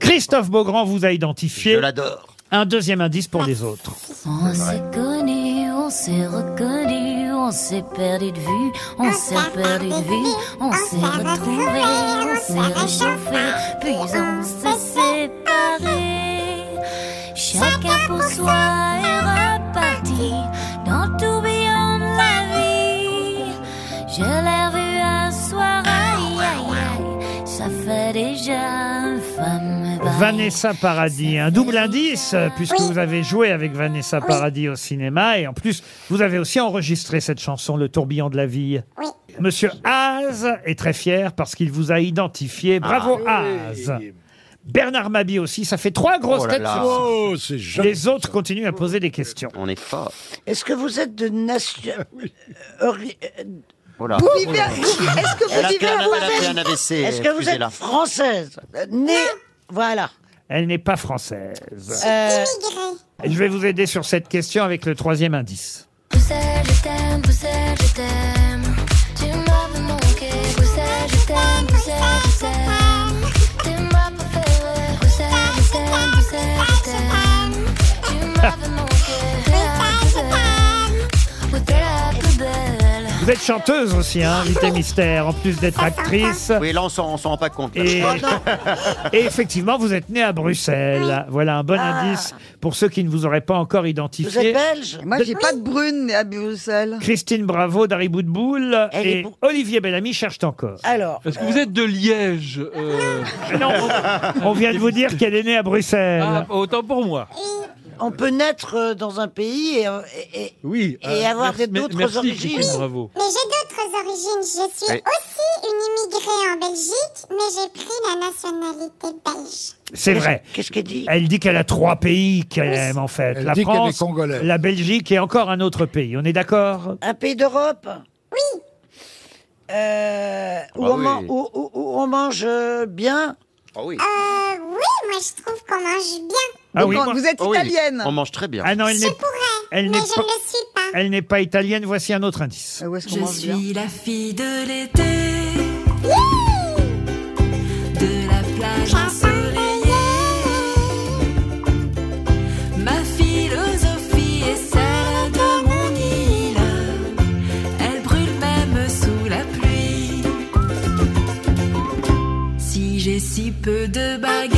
Speaker 2: Christophe Beaugrand vous a identifié. Je
Speaker 13: l'adore.
Speaker 2: Un deuxième indice pour les autres.
Speaker 11: On s'est connu, on s'est reconnu, on s'est perdu de vue, on s'est perdu de vue, on s'est retrouvé, on s'est réchauffé, puis on s'est séparés. Chacun pour soi est reparti dans le tourbillon de la vie. Je l'ai revu un soir, aïe aïe aïe, ça fait déjà un fameux
Speaker 7: Bah.
Speaker 11: bail.
Speaker 2: Vanessa Paradis, un double indice, euh, puisque vous avez joué avec Vanessa Paradis au cinéma, et en plus, vous avez aussi enregistré cette chanson, Le tourbillon de la vie. Monsieur Haas est très fier parce qu'il vous a identifié. Bravo
Speaker 5: Ah.
Speaker 2: Haas Bernard Mabi aussi, ça fait trois grosses
Speaker 13: Oh là
Speaker 2: têtes.
Speaker 13: là.
Speaker 2: sur six.
Speaker 5: Oh, c'est joli.
Speaker 2: Les autres continuent à poser des questions.
Speaker 13: On est fort.
Speaker 7: Est-ce que vous êtes de nation. euh, ori- euh,
Speaker 13: Voilà.
Speaker 7: Vous vivez à- vous vivez- est-ce que vous
Speaker 13: Oh Elle a fait
Speaker 7: vivez
Speaker 13: un-
Speaker 7: à
Speaker 13: elle a fait
Speaker 7: Bourges
Speaker 13: un AVC,
Speaker 7: Est-ce que vous
Speaker 13: excusez-la.
Speaker 7: êtes française euh, Née. Voilà.
Speaker 2: Elle n'est pas française.
Speaker 7: Euh,
Speaker 2: Je vais vous aider sur cette question avec le troisième indice.
Speaker 11: Vous êtes, je t'aime, vous êtes, je t'aime. Tu m'as manqué. Vous êtes, je t'aime, vous êtes, je t'aime. Tu m'as pas fait rire. Vous êtes, je t'aime, vous êtes, je t'aime. Tu m'as manqué. Vous êtes, je t'aime. We're better off the bed.
Speaker 2: Vous êtes chanteuse aussi, hein, invité mystère, en plus d'être actrice.
Speaker 4: Oui, là, on s'en on s'en rend pas compte. là.
Speaker 2: Et, et effectivement, vous êtes né à Bruxelles. Voilà un bon
Speaker 3: Ah.
Speaker 2: indice pour ceux qui ne vous auraient pas encore
Speaker 3: Vous
Speaker 2: identifié.
Speaker 3: êtes belge Moi, j'ai pas de brune née à Bruxelles.
Speaker 2: Christine Bravo, Dari Boudboul
Speaker 3: Elle est
Speaker 2: et
Speaker 3: bou-
Speaker 2: Olivier Bellamy cherchent encore. Ah
Speaker 7: Alors.
Speaker 8: Est-ce que vous êtes de Liège euh,
Speaker 2: Non, on, on vient de vous dire qu'elle est née à Bruxelles.
Speaker 8: ah, Autant pour moi.
Speaker 7: On peut naître euh, dans un pays et, euh, et- et-
Speaker 8: Oui.
Speaker 7: et avoir
Speaker 8: merci-
Speaker 7: des- d'autres
Speaker 8: merci,
Speaker 7: origines.
Speaker 8: Christine, bravo.
Speaker 18: Mais j'ai d'autres origines. Je suis
Speaker 8: Oui.
Speaker 18: aussi une immigrée en Belgique, mais j'ai pris la nationalité belge.
Speaker 2: C'est vrai.
Speaker 7: Qu'est-ce qu'elle dit
Speaker 2: Elle dit qu'elle a trois pays qu'elle aime en fait.
Speaker 5: Elle
Speaker 2: la
Speaker 5: dit qu'elle est
Speaker 2: France,
Speaker 5: congolaise.
Speaker 2: la Belgique et encore un autre pays. On est d'accord
Speaker 7: un pays d'Europe. Oui. où,
Speaker 2: Ah
Speaker 7: on man-
Speaker 2: oui.
Speaker 7: où- où- où on mange euh, bien.
Speaker 4: Ah oui.
Speaker 18: Euh, oui, moi je trouve qu'on mange bien.
Speaker 2: Ah Donc, oui, moi- vous êtes Ah oui, italienne on
Speaker 4: mange très bien.
Speaker 2: Ah non, elle n'est
Speaker 18: Je pourrais,
Speaker 2: elle
Speaker 18: mais
Speaker 2: n'est
Speaker 18: je
Speaker 2: pas-
Speaker 18: ne le suis pas.
Speaker 2: Elle n'est pas italienne. Voici un autre indice.
Speaker 18: Euh, qu'on
Speaker 20: Je
Speaker 18: mange
Speaker 20: suis la fille de l'été, de la plage ensoleillée. Ma philosophie est celle de mon île. Elle brûle même sous la pluie. Si j'ai si peu de bagages.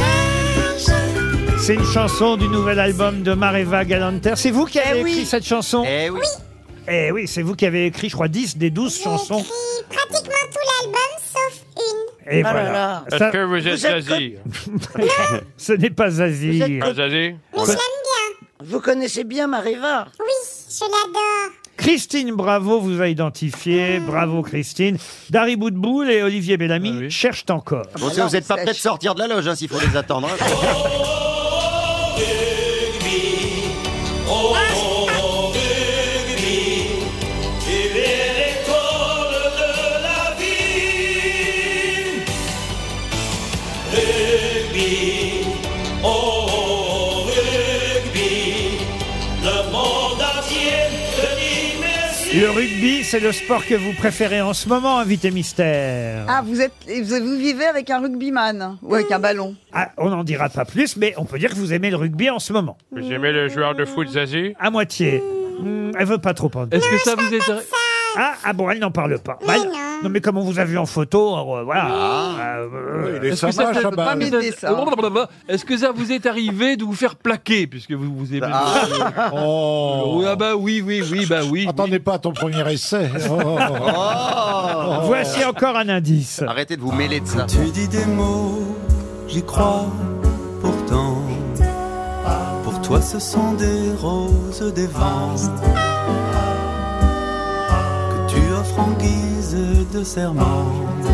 Speaker 2: C'est une chanson du nouvel album de Mareva Galanter. C'est vous qui avez écrit cette chanson
Speaker 4: Eh oui.
Speaker 2: Eh oui, c'est vous qui avez écrit, je crois, 10 des 12 chansons.
Speaker 18: J'ai pratiquement tout l'album sauf une.
Speaker 2: Et
Speaker 7: Ah
Speaker 2: voilà.
Speaker 6: Est-ce
Speaker 2: Ça-
Speaker 6: que vous êtes Zazie
Speaker 2: Ce n'est pas Zazie.
Speaker 6: Pas Zazie
Speaker 18: Mais je l'aime bien.
Speaker 7: Vous connaissez bien Mariva
Speaker 18: Oui, je l'adore.
Speaker 2: Christine Bravo vous a
Speaker 8: Mmh.
Speaker 2: identifié. Bravo, Christine. Dari Boudboul et Olivier Bellamy
Speaker 8: Ah
Speaker 2: cherchent encore.
Speaker 4: Bon, si vous n'êtes pas prêts de sortir de la loge, hein, s'il faut les attendre. hein.
Speaker 19: Oh, oh, rugby, il est l'école de la vie. Rugby, oh, oh, rugby, le monde entier te dit merci.
Speaker 2: Le rugby, c'est le sport que vous préférez en ce moment, invité mystère.
Speaker 3: Ah, vous êtes, vous vous vivez avec un rugbyman ou avec un ballon.
Speaker 2: Ah, on n'en dira pas plus, mais on peut dire que vous aimez le rugby en ce moment.
Speaker 6: Vous aimez le joueur de foot Zazie
Speaker 2: À moitié. Hmm, elle veut pas trop en dire.
Speaker 8: Est-ce que ça vous est arri-
Speaker 2: Ah, ah bon, elle n'en parle pas. Bah, elle- non. mais comme on vous a vu en photo, euh, voilà.
Speaker 8: Ah.
Speaker 2: Euh, euh,
Speaker 5: il est
Speaker 8: Est-ce que ça
Speaker 5: sympa,
Speaker 8: peut-
Speaker 5: Chabal.
Speaker 8: peut-
Speaker 5: m'aider, ça, hein.
Speaker 8: Blablabla. Est-ce que ça vous est arrivé de vous faire plaquer puisque vous vous aimez
Speaker 5: Ah.
Speaker 8: Oh. Ah bah oui, oui, oui, bah oui.
Speaker 5: Attendez pas à ton premier essai. Oh.
Speaker 2: Voici encore un indice.
Speaker 4: Arrêtez de vous mêler de ça.
Speaker 21: Tu dis des mots, j'y crois pourtant. Pour toi, ce sont des roses des vents que tu offres en guise de serment.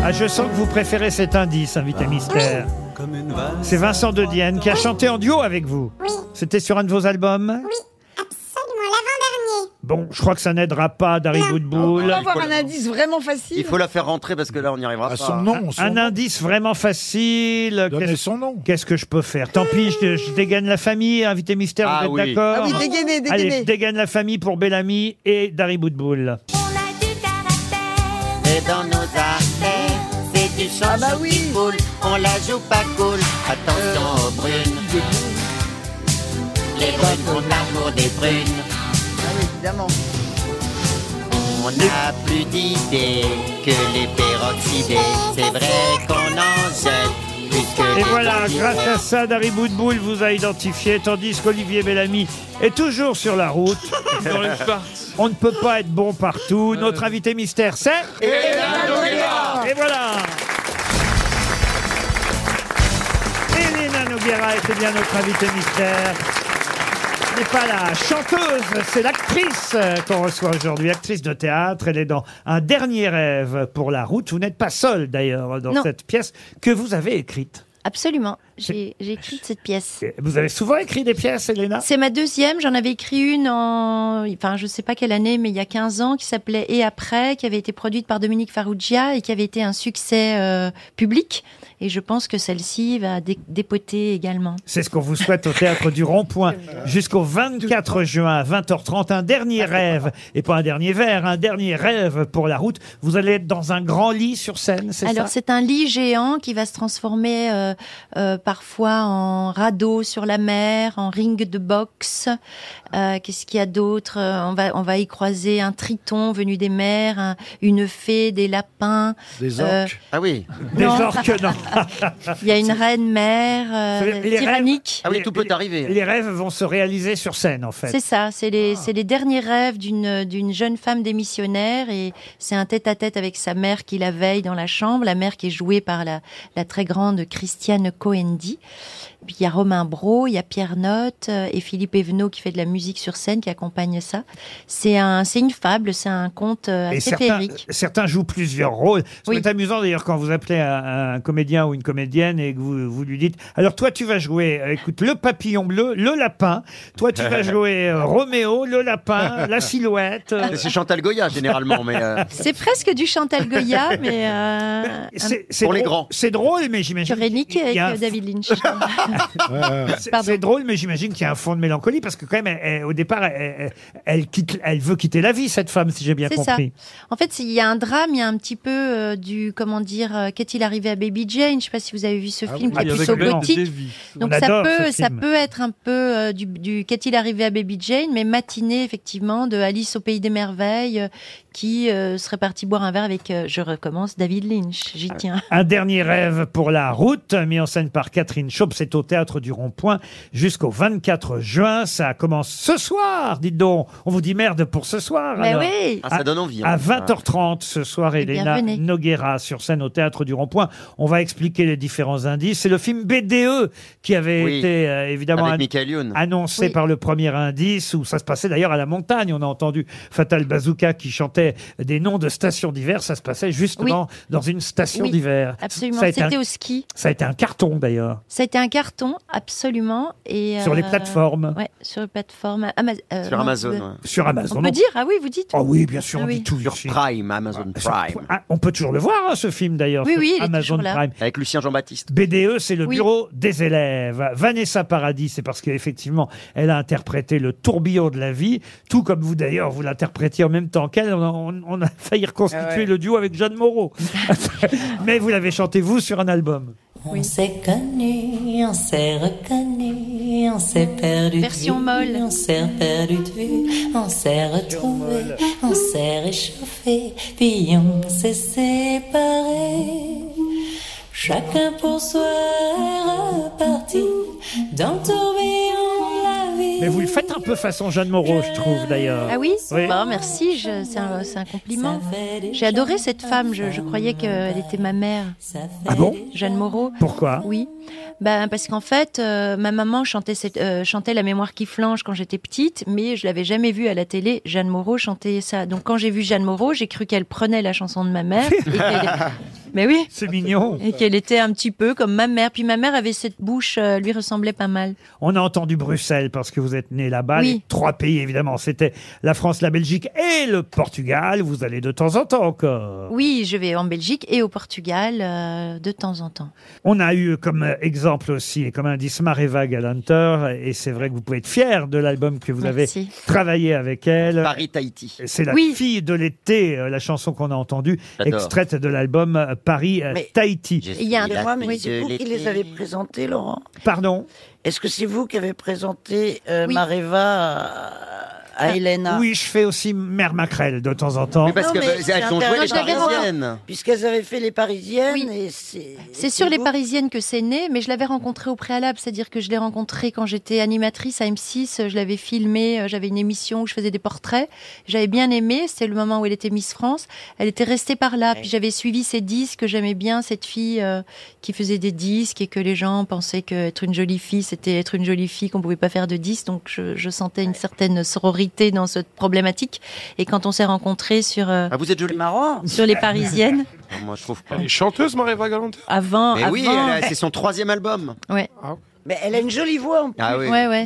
Speaker 2: Ah, je sens que vous préférez cet indice, invité mystère.
Speaker 21: Comme une valse.
Speaker 2: C'est Vincent De Dienne qui a chanté en duo avec vous. C'était sur un de vos albums
Speaker 18: Absolument, l'avant-dernier.
Speaker 2: Bon, je crois que ça n'aidera pas Dari
Speaker 3: On
Speaker 2: Boudboul.
Speaker 3: va avoir un indice vraiment facile.
Speaker 4: Il faut la faire rentrer parce que là, on n'y
Speaker 2: Ah,
Speaker 4: arrivera pas.
Speaker 13: Ah,
Speaker 2: un indice vraiment facile. Qu'est-ce- Qu'est-ce que je peux faire Tant pis, je, je dégaine la famille, invité mystère,
Speaker 4: Ah
Speaker 2: vous êtes
Speaker 4: oui.
Speaker 2: d'accord
Speaker 3: Ah oui, dégainez, dégainez.
Speaker 2: Allez, je dégaine la famille pour Bellamy et Dari Boudboul.
Speaker 13: Et dans nos artères, c'est du
Speaker 2: Ah,
Speaker 13: sang
Speaker 2: bah
Speaker 13: qui coule. On la joue pas cool.
Speaker 2: Euh.
Speaker 13: Attention aux brunes. Les brunes, mon amour des brunes.
Speaker 3: Ah oui, évidemment.
Speaker 13: On n'a plus d'idées que les peroxydés. C'est vrai qu'on en jette plus que
Speaker 2: Et
Speaker 13: les
Speaker 2: voilà,
Speaker 13: ordinés.
Speaker 2: grâce à ça, Dari Boudboul vous a identifié, tandis qu'Olivier Bellamy est toujours sur la route.
Speaker 8: Dans les parcs.
Speaker 2: On ne peut pas être bon partout. Notre invité mystère, c'est... Et voilà Elena Noguera était bien notre invitée mystère. Ce n'est pas la chanteuse, c'est l'actrice euh, qu'on reçoit aujourd'hui, actrice de théâtre. Elle est dans Un dernier rêve pour la route. Vous n'êtes pas seule d'ailleurs dans
Speaker 22: Non.
Speaker 2: cette pièce que vous avez écrite.
Speaker 22: Absolument, j'ai j'ai écrit cette pièce.
Speaker 2: Vous avez souvent écrit des pièces, Elena
Speaker 22: C'est ma deuxième, j'en avais écrit une en, enfin je sais pas quelle année, mais il y a 15 ans, qui s'appelait Et après, qui avait été produite par Dominique Farrugia et qui avait été un succès euh, public. Et je pense que celle-ci va dé- dépoter également.
Speaker 2: C'est ce qu'on vous souhaite au théâtre du Rond-Point jusqu'au 24 juin à 20h30. Un dernier rêve, et pas un dernier verre, un dernier rêve pour la route. Vous allez être dans un grand lit sur scène, c'est ça
Speaker 22: Alors c'est un lit géant qui va se transformer euh, euh, parfois en radeau sur la mer, en ring de boxe. Euh, Qu'est-ce qu'il y a d'autre Euh, On va on va y croiser un triton venu des mers, un- une fée, des lapins,
Speaker 2: Des
Speaker 22: euh,
Speaker 2: orques.
Speaker 13: Ah oui.
Speaker 2: Des orques, non.
Speaker 22: Il y a une reine mère euh, tyrannique.
Speaker 2: ah oui, tout peut arriver. Les rêves vont se réaliser sur scène, en fait.
Speaker 22: C'est ça, c'est
Speaker 2: Ah.
Speaker 22: les, c'est les derniers rêves d'une d'une jeune femme démissionnaire et c'est un tête-à-tête avec sa mère qui la veille dans la chambre, la mère qui est jouée par la, la très grande Christiane Coendi. Puis il y a Romain Bro, il y a Pierre Notte euh, et Philippe Evenot qui fait de la musique sur scène, qui accompagne ça. C'est un, c'est une fable, c'est un conte euh,
Speaker 2: Et
Speaker 22: assez
Speaker 2: certains,
Speaker 22: féerique.
Speaker 2: certains jouent plusieurs rôles. C'est amusant d'ailleurs quand vous appelez un, un comédien ou une comédienne et que vous, vous lui dites Alors toi, tu vas jouer, euh, écoute, le papillon bleu, le lapin. Toi, tu vas jouer euh, Roméo, le lapin, la silhouette. euh.
Speaker 13: C'est Chantal Goya généralement, mais. euh,
Speaker 22: C'est presque du Chantal Goya, mais euh,
Speaker 2: C'est-
Speaker 22: un-
Speaker 2: c'est drôle- C'est drôle, mais j'imagine.
Speaker 22: Rénique
Speaker 2: Il
Speaker 22: avec
Speaker 2: y a un-
Speaker 22: euh, David Lynch.
Speaker 2: C'est- C'est drôle, mais j'imagine qu'il y a un fond de mélancolie parce que quand même, elle- elle- au départ, elle, elle- elle quitte, elle veut quitter la vie, cette femme, si j'ai bien
Speaker 22: C'est ça.
Speaker 2: compris.
Speaker 22: En fait, il y a un drame, il y a un petit peu euh, du comment dire, euh, qu'est-il arrivé à Baby Jane Je ne sais pas si vous avez vu ce film
Speaker 2: Ah oui,
Speaker 22: qui est
Speaker 2: avec
Speaker 22: plutôt
Speaker 2: Bette
Speaker 22: gothique.
Speaker 2: Davis.
Speaker 22: Donc
Speaker 2: On
Speaker 22: ça
Speaker 2: adore ce
Speaker 22: peut, ça
Speaker 2: film.
Speaker 22: peut être un peu euh, du, du qu'est-il arrivé à Baby Jane, mais matinée effectivement de Alice au pays des merveilles, euh, qui euh, serait partie boire un verre avec, euh, je recommence, David Lynch. J'y tiens.
Speaker 2: Un dernier rêve pour la route, mis en scène par Catherine Chaube. C'est au théâtre du Rond-Point jusqu'au 24 juin. Ça commence ce soir, dites donc. On vous dit merde pour ce soir.
Speaker 13: Mais
Speaker 2: alors.
Speaker 13: oui. Ah, ça
Speaker 2: À-
Speaker 13: donne envie, hein.
Speaker 2: À 20h30 ce soir,
Speaker 13: bien,
Speaker 2: Elena
Speaker 13: venez.
Speaker 2: Noguera sur scène au théâtre du Rond-Point. On va expliquer les différents indices. C'est le film BDE qui avait
Speaker 13: Oui.
Speaker 2: été euh, évidemment
Speaker 13: Avec
Speaker 2: an-
Speaker 13: Michael Youn.
Speaker 2: annoncé
Speaker 13: Oui.
Speaker 2: par le premier indice où ça se passait d'ailleurs à la montagne. On a entendu Fatal Bazooka qui chantait des noms de stations d'hiver. Ça se passait justement dans une station
Speaker 22: Oui,
Speaker 2: d'hiver.
Speaker 22: absolument.
Speaker 2: Ça a été
Speaker 22: C'était
Speaker 2: un-
Speaker 22: au ski.
Speaker 2: Ça a été un carton d'ailleurs.
Speaker 22: Ça a été un carton, absolument. Et, euh,
Speaker 2: Sur les plateformes.
Speaker 22: Ouais, sur les plateformes. Ama- euh, non, euh,
Speaker 2: Sur Amazon.
Speaker 22: On peut
Speaker 2: on-
Speaker 22: dire, ah oui, vous dites.
Speaker 2: Ah oui, bien sûr,
Speaker 22: Ah
Speaker 2: on
Speaker 22: oui.
Speaker 2: dit tout. Sur
Speaker 13: Prime, Amazon Prime.
Speaker 2: Ah, on peut toujours le voir, hein, ce film d'ailleurs.
Speaker 13: Oui,
Speaker 2: sur
Speaker 13: oui, il est
Speaker 2: Amazon
Speaker 13: toujours là.
Speaker 2: Prime.
Speaker 13: Avec Lucien Jean-Baptiste.
Speaker 2: BDE, c'est le
Speaker 13: Oui.
Speaker 2: bureau des élèves. Vanessa Paradis, c'est parce qu'effectivement, elle a interprété le tourbillon de la vie, tout comme vous d'ailleurs, vous l'interprétiez en même temps qu'elle. On a, on- on a failli reconstituer
Speaker 23: Ah ouais.
Speaker 2: le duo avec Jeanne Moreau. Mais vous l'avez chanté, vous, sur un album.
Speaker 23: On s'est connu, on s'est reconnu, on s'est perdu
Speaker 22: Version
Speaker 23: de vue,
Speaker 22: molle.
Speaker 23: on s'est perdu de vue, on s'est retrouvé, on s'est réchauffé, puis on s'est séparé. Chacun pour soi est reparti dans le tourbillon de la vie.
Speaker 2: Mais vous le faites un peu façon Jeanne Moreau, je trouve d'ailleurs.
Speaker 22: Ah oui, Bon, merci, je- c'est un, c'est un compliment. J'ai adoré cette femme, je, je croyais qu'elle était ma mère.
Speaker 2: Ah bon
Speaker 22: Jeanne Moreau.
Speaker 2: Pourquoi
Speaker 22: Oui. Ben, parce qu'en fait, euh, ma maman chantait, cette, euh, chantait La mémoire qui flanche quand j'étais petite, mais je l'avais jamais vue à la télé, Jeanne Moreau chanter ça. Donc quand j'ai vu Jeanne Moreau, j'ai cru qu'elle prenait la chanson de ma mère. et qu'elle- Mais oui.
Speaker 2: C'est mignon.
Speaker 22: Et qu'elle était un petit peu comme ma mère. Puis ma mère avait cette bouche, euh, lui ressemblait pas mal.
Speaker 2: On a entendu Bruxelles parce que vous êtes né là-bas.
Speaker 22: Oui.
Speaker 2: Les trois pays, évidemment, c'était la France, la Belgique et le Portugal. Vous allez de temps en temps encore.
Speaker 22: Oui, je vais en Belgique et au Portugal euh, de temps en temps.
Speaker 2: On a eu comme euh, exemple aussi et comme indice Mareva Galanter. Et c'est vrai que vous pouvez être fier de l'album que vous avez
Speaker 13: Merci.
Speaker 2: travaillé avec elle.
Speaker 13: Paris-Tahiti.
Speaker 2: Euh, C'est la
Speaker 13: Oui.
Speaker 2: fille de l'été, euh, la chanson qu'on a entendue,
Speaker 13: J'adore.
Speaker 2: extraite de l'album euh, Paris-Tahiti.
Speaker 7: Il y a un droit, mais
Speaker 2: oui.
Speaker 7: c'est vous qui les avez présentés, Laurent.
Speaker 2: Pardon
Speaker 7: Est-ce que c'est vous qui avez présenté euh, Mareva à, à Ah, Elena
Speaker 2: Ah, Oui, je fais aussi Mère Macrel de temps en temps.
Speaker 7: Non, mais c'est intéressant. Puisqu'elles avaient fait les Parisiennes. et c'est...
Speaker 22: C'est sur les Parisiennes que c'est né, mais je l'avais rencontrée au préalable, c'est-à-dire que je l'ai rencontrée quand j'étais animatrice à M6, euh, je l'avais filmée, euh, j'avais une émission où je faisais des portraits, j'avais bien aimé, c'était le moment où elle était Miss France, elle était restée par là, puis j'avais suivi ses disques, j'aimais bien cette fille euh, qui faisait des disques et que les gens pensaient qu'être une jolie fille, c'était être une jolie fille, qu'on pouvait pas faire de disques, donc je, je sentais une certaine sororité dans cette problématique, et quand on s'est rencontrés sur, euh,
Speaker 13: Ah, vous êtes jolie.
Speaker 7: marrant.
Speaker 22: sur les Parisiennes,
Speaker 13: Moi, je trouve pas. Ah,
Speaker 6: Elle est chanteuse, Maréva Galante
Speaker 22: avant...
Speaker 13: Mais oui,
Speaker 22: avant-
Speaker 13: elle a- c'est son troisième album.
Speaker 8: Ah,
Speaker 22: Ouais.
Speaker 7: Mais elle a une jolie voix en plus.
Speaker 2: Ah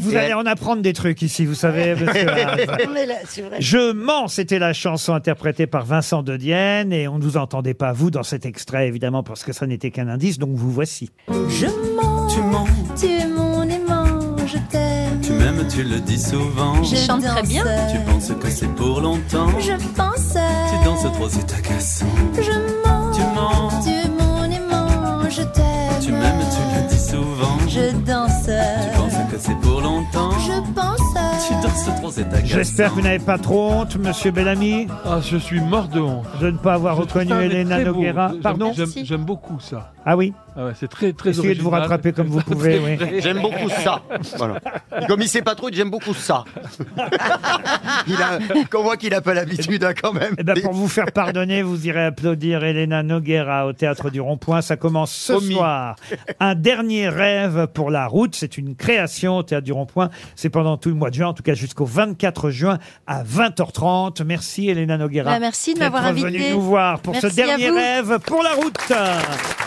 Speaker 2: Vous allez en apprendre des trucs ici, vous savez, monsieur. Haas.
Speaker 7: On est là, c'est vrai.
Speaker 2: Je mens, c'était la chanson interprétée par Vincent de Dienne et on ne vous entendait pas, vous, dans cet extrait, évidemment, parce que ça n'était qu'un indice, donc vous voici.
Speaker 11: Je mens. Tu mens. Tu es mon aimant, je t'aime.
Speaker 21: Tu m'aimes, tu le dis souvent.
Speaker 11: Je chante très bien.
Speaker 21: Tu penses que c'est pour longtemps.
Speaker 11: Je pensais.
Speaker 21: Tu danses trop, c'est agaçant.
Speaker 11: Je mens.
Speaker 21: Tu mens.
Speaker 11: Tu es mon aimant, je t'aime.
Speaker 21: Tu m'aimes, tu le dis souvent.
Speaker 11: Je danse.
Speaker 21: Tu penses que c'est pour longtemps.
Speaker 11: Je pense.
Speaker 21: Tu danses trop, c'est agaçant.
Speaker 2: J'espère que vous n'avez pas trop honte, monsieur Bellamy.
Speaker 8: Ah, je suis mort de honte.
Speaker 2: De ne pas avoir reconnu
Speaker 8: Putain, mais
Speaker 2: Elena
Speaker 8: très beau.
Speaker 2: Noguera.
Speaker 8: J'aime-
Speaker 2: Pardon
Speaker 8: j'aime- J'aime beaucoup ça.
Speaker 2: Ah oui
Speaker 8: Ah ouais, c'est très très
Speaker 2: Essayez de vous
Speaker 8: original.
Speaker 2: rattraper comme vous pouvez, oui.
Speaker 4: J'aime beaucoup ça. Voilà. Comme il sait pas trop, j'aime beaucoup ça. Il a, qu'on voit qu'il a pas l'habitude hein, quand même.
Speaker 2: Eh ben, pour vous faire pardonner, vous irez applaudir Elena Noguera au Théâtre du Rond-Point. Ça commence ce
Speaker 4: Promis.
Speaker 2: soir. Un dernier rêve pour la route. C'est une création au Théâtre du Rond-Point. C'est pendant tout le mois de juin, en tout cas jusqu'au 24 juin à 20h30. Merci Elena Noguera.
Speaker 22: Bah, merci de m'avoir
Speaker 2: d'être venue
Speaker 22: invitée.
Speaker 2: nous voir pour ce
Speaker 22: Merci à
Speaker 2: dernier
Speaker 22: vous.
Speaker 2: rêve pour la route.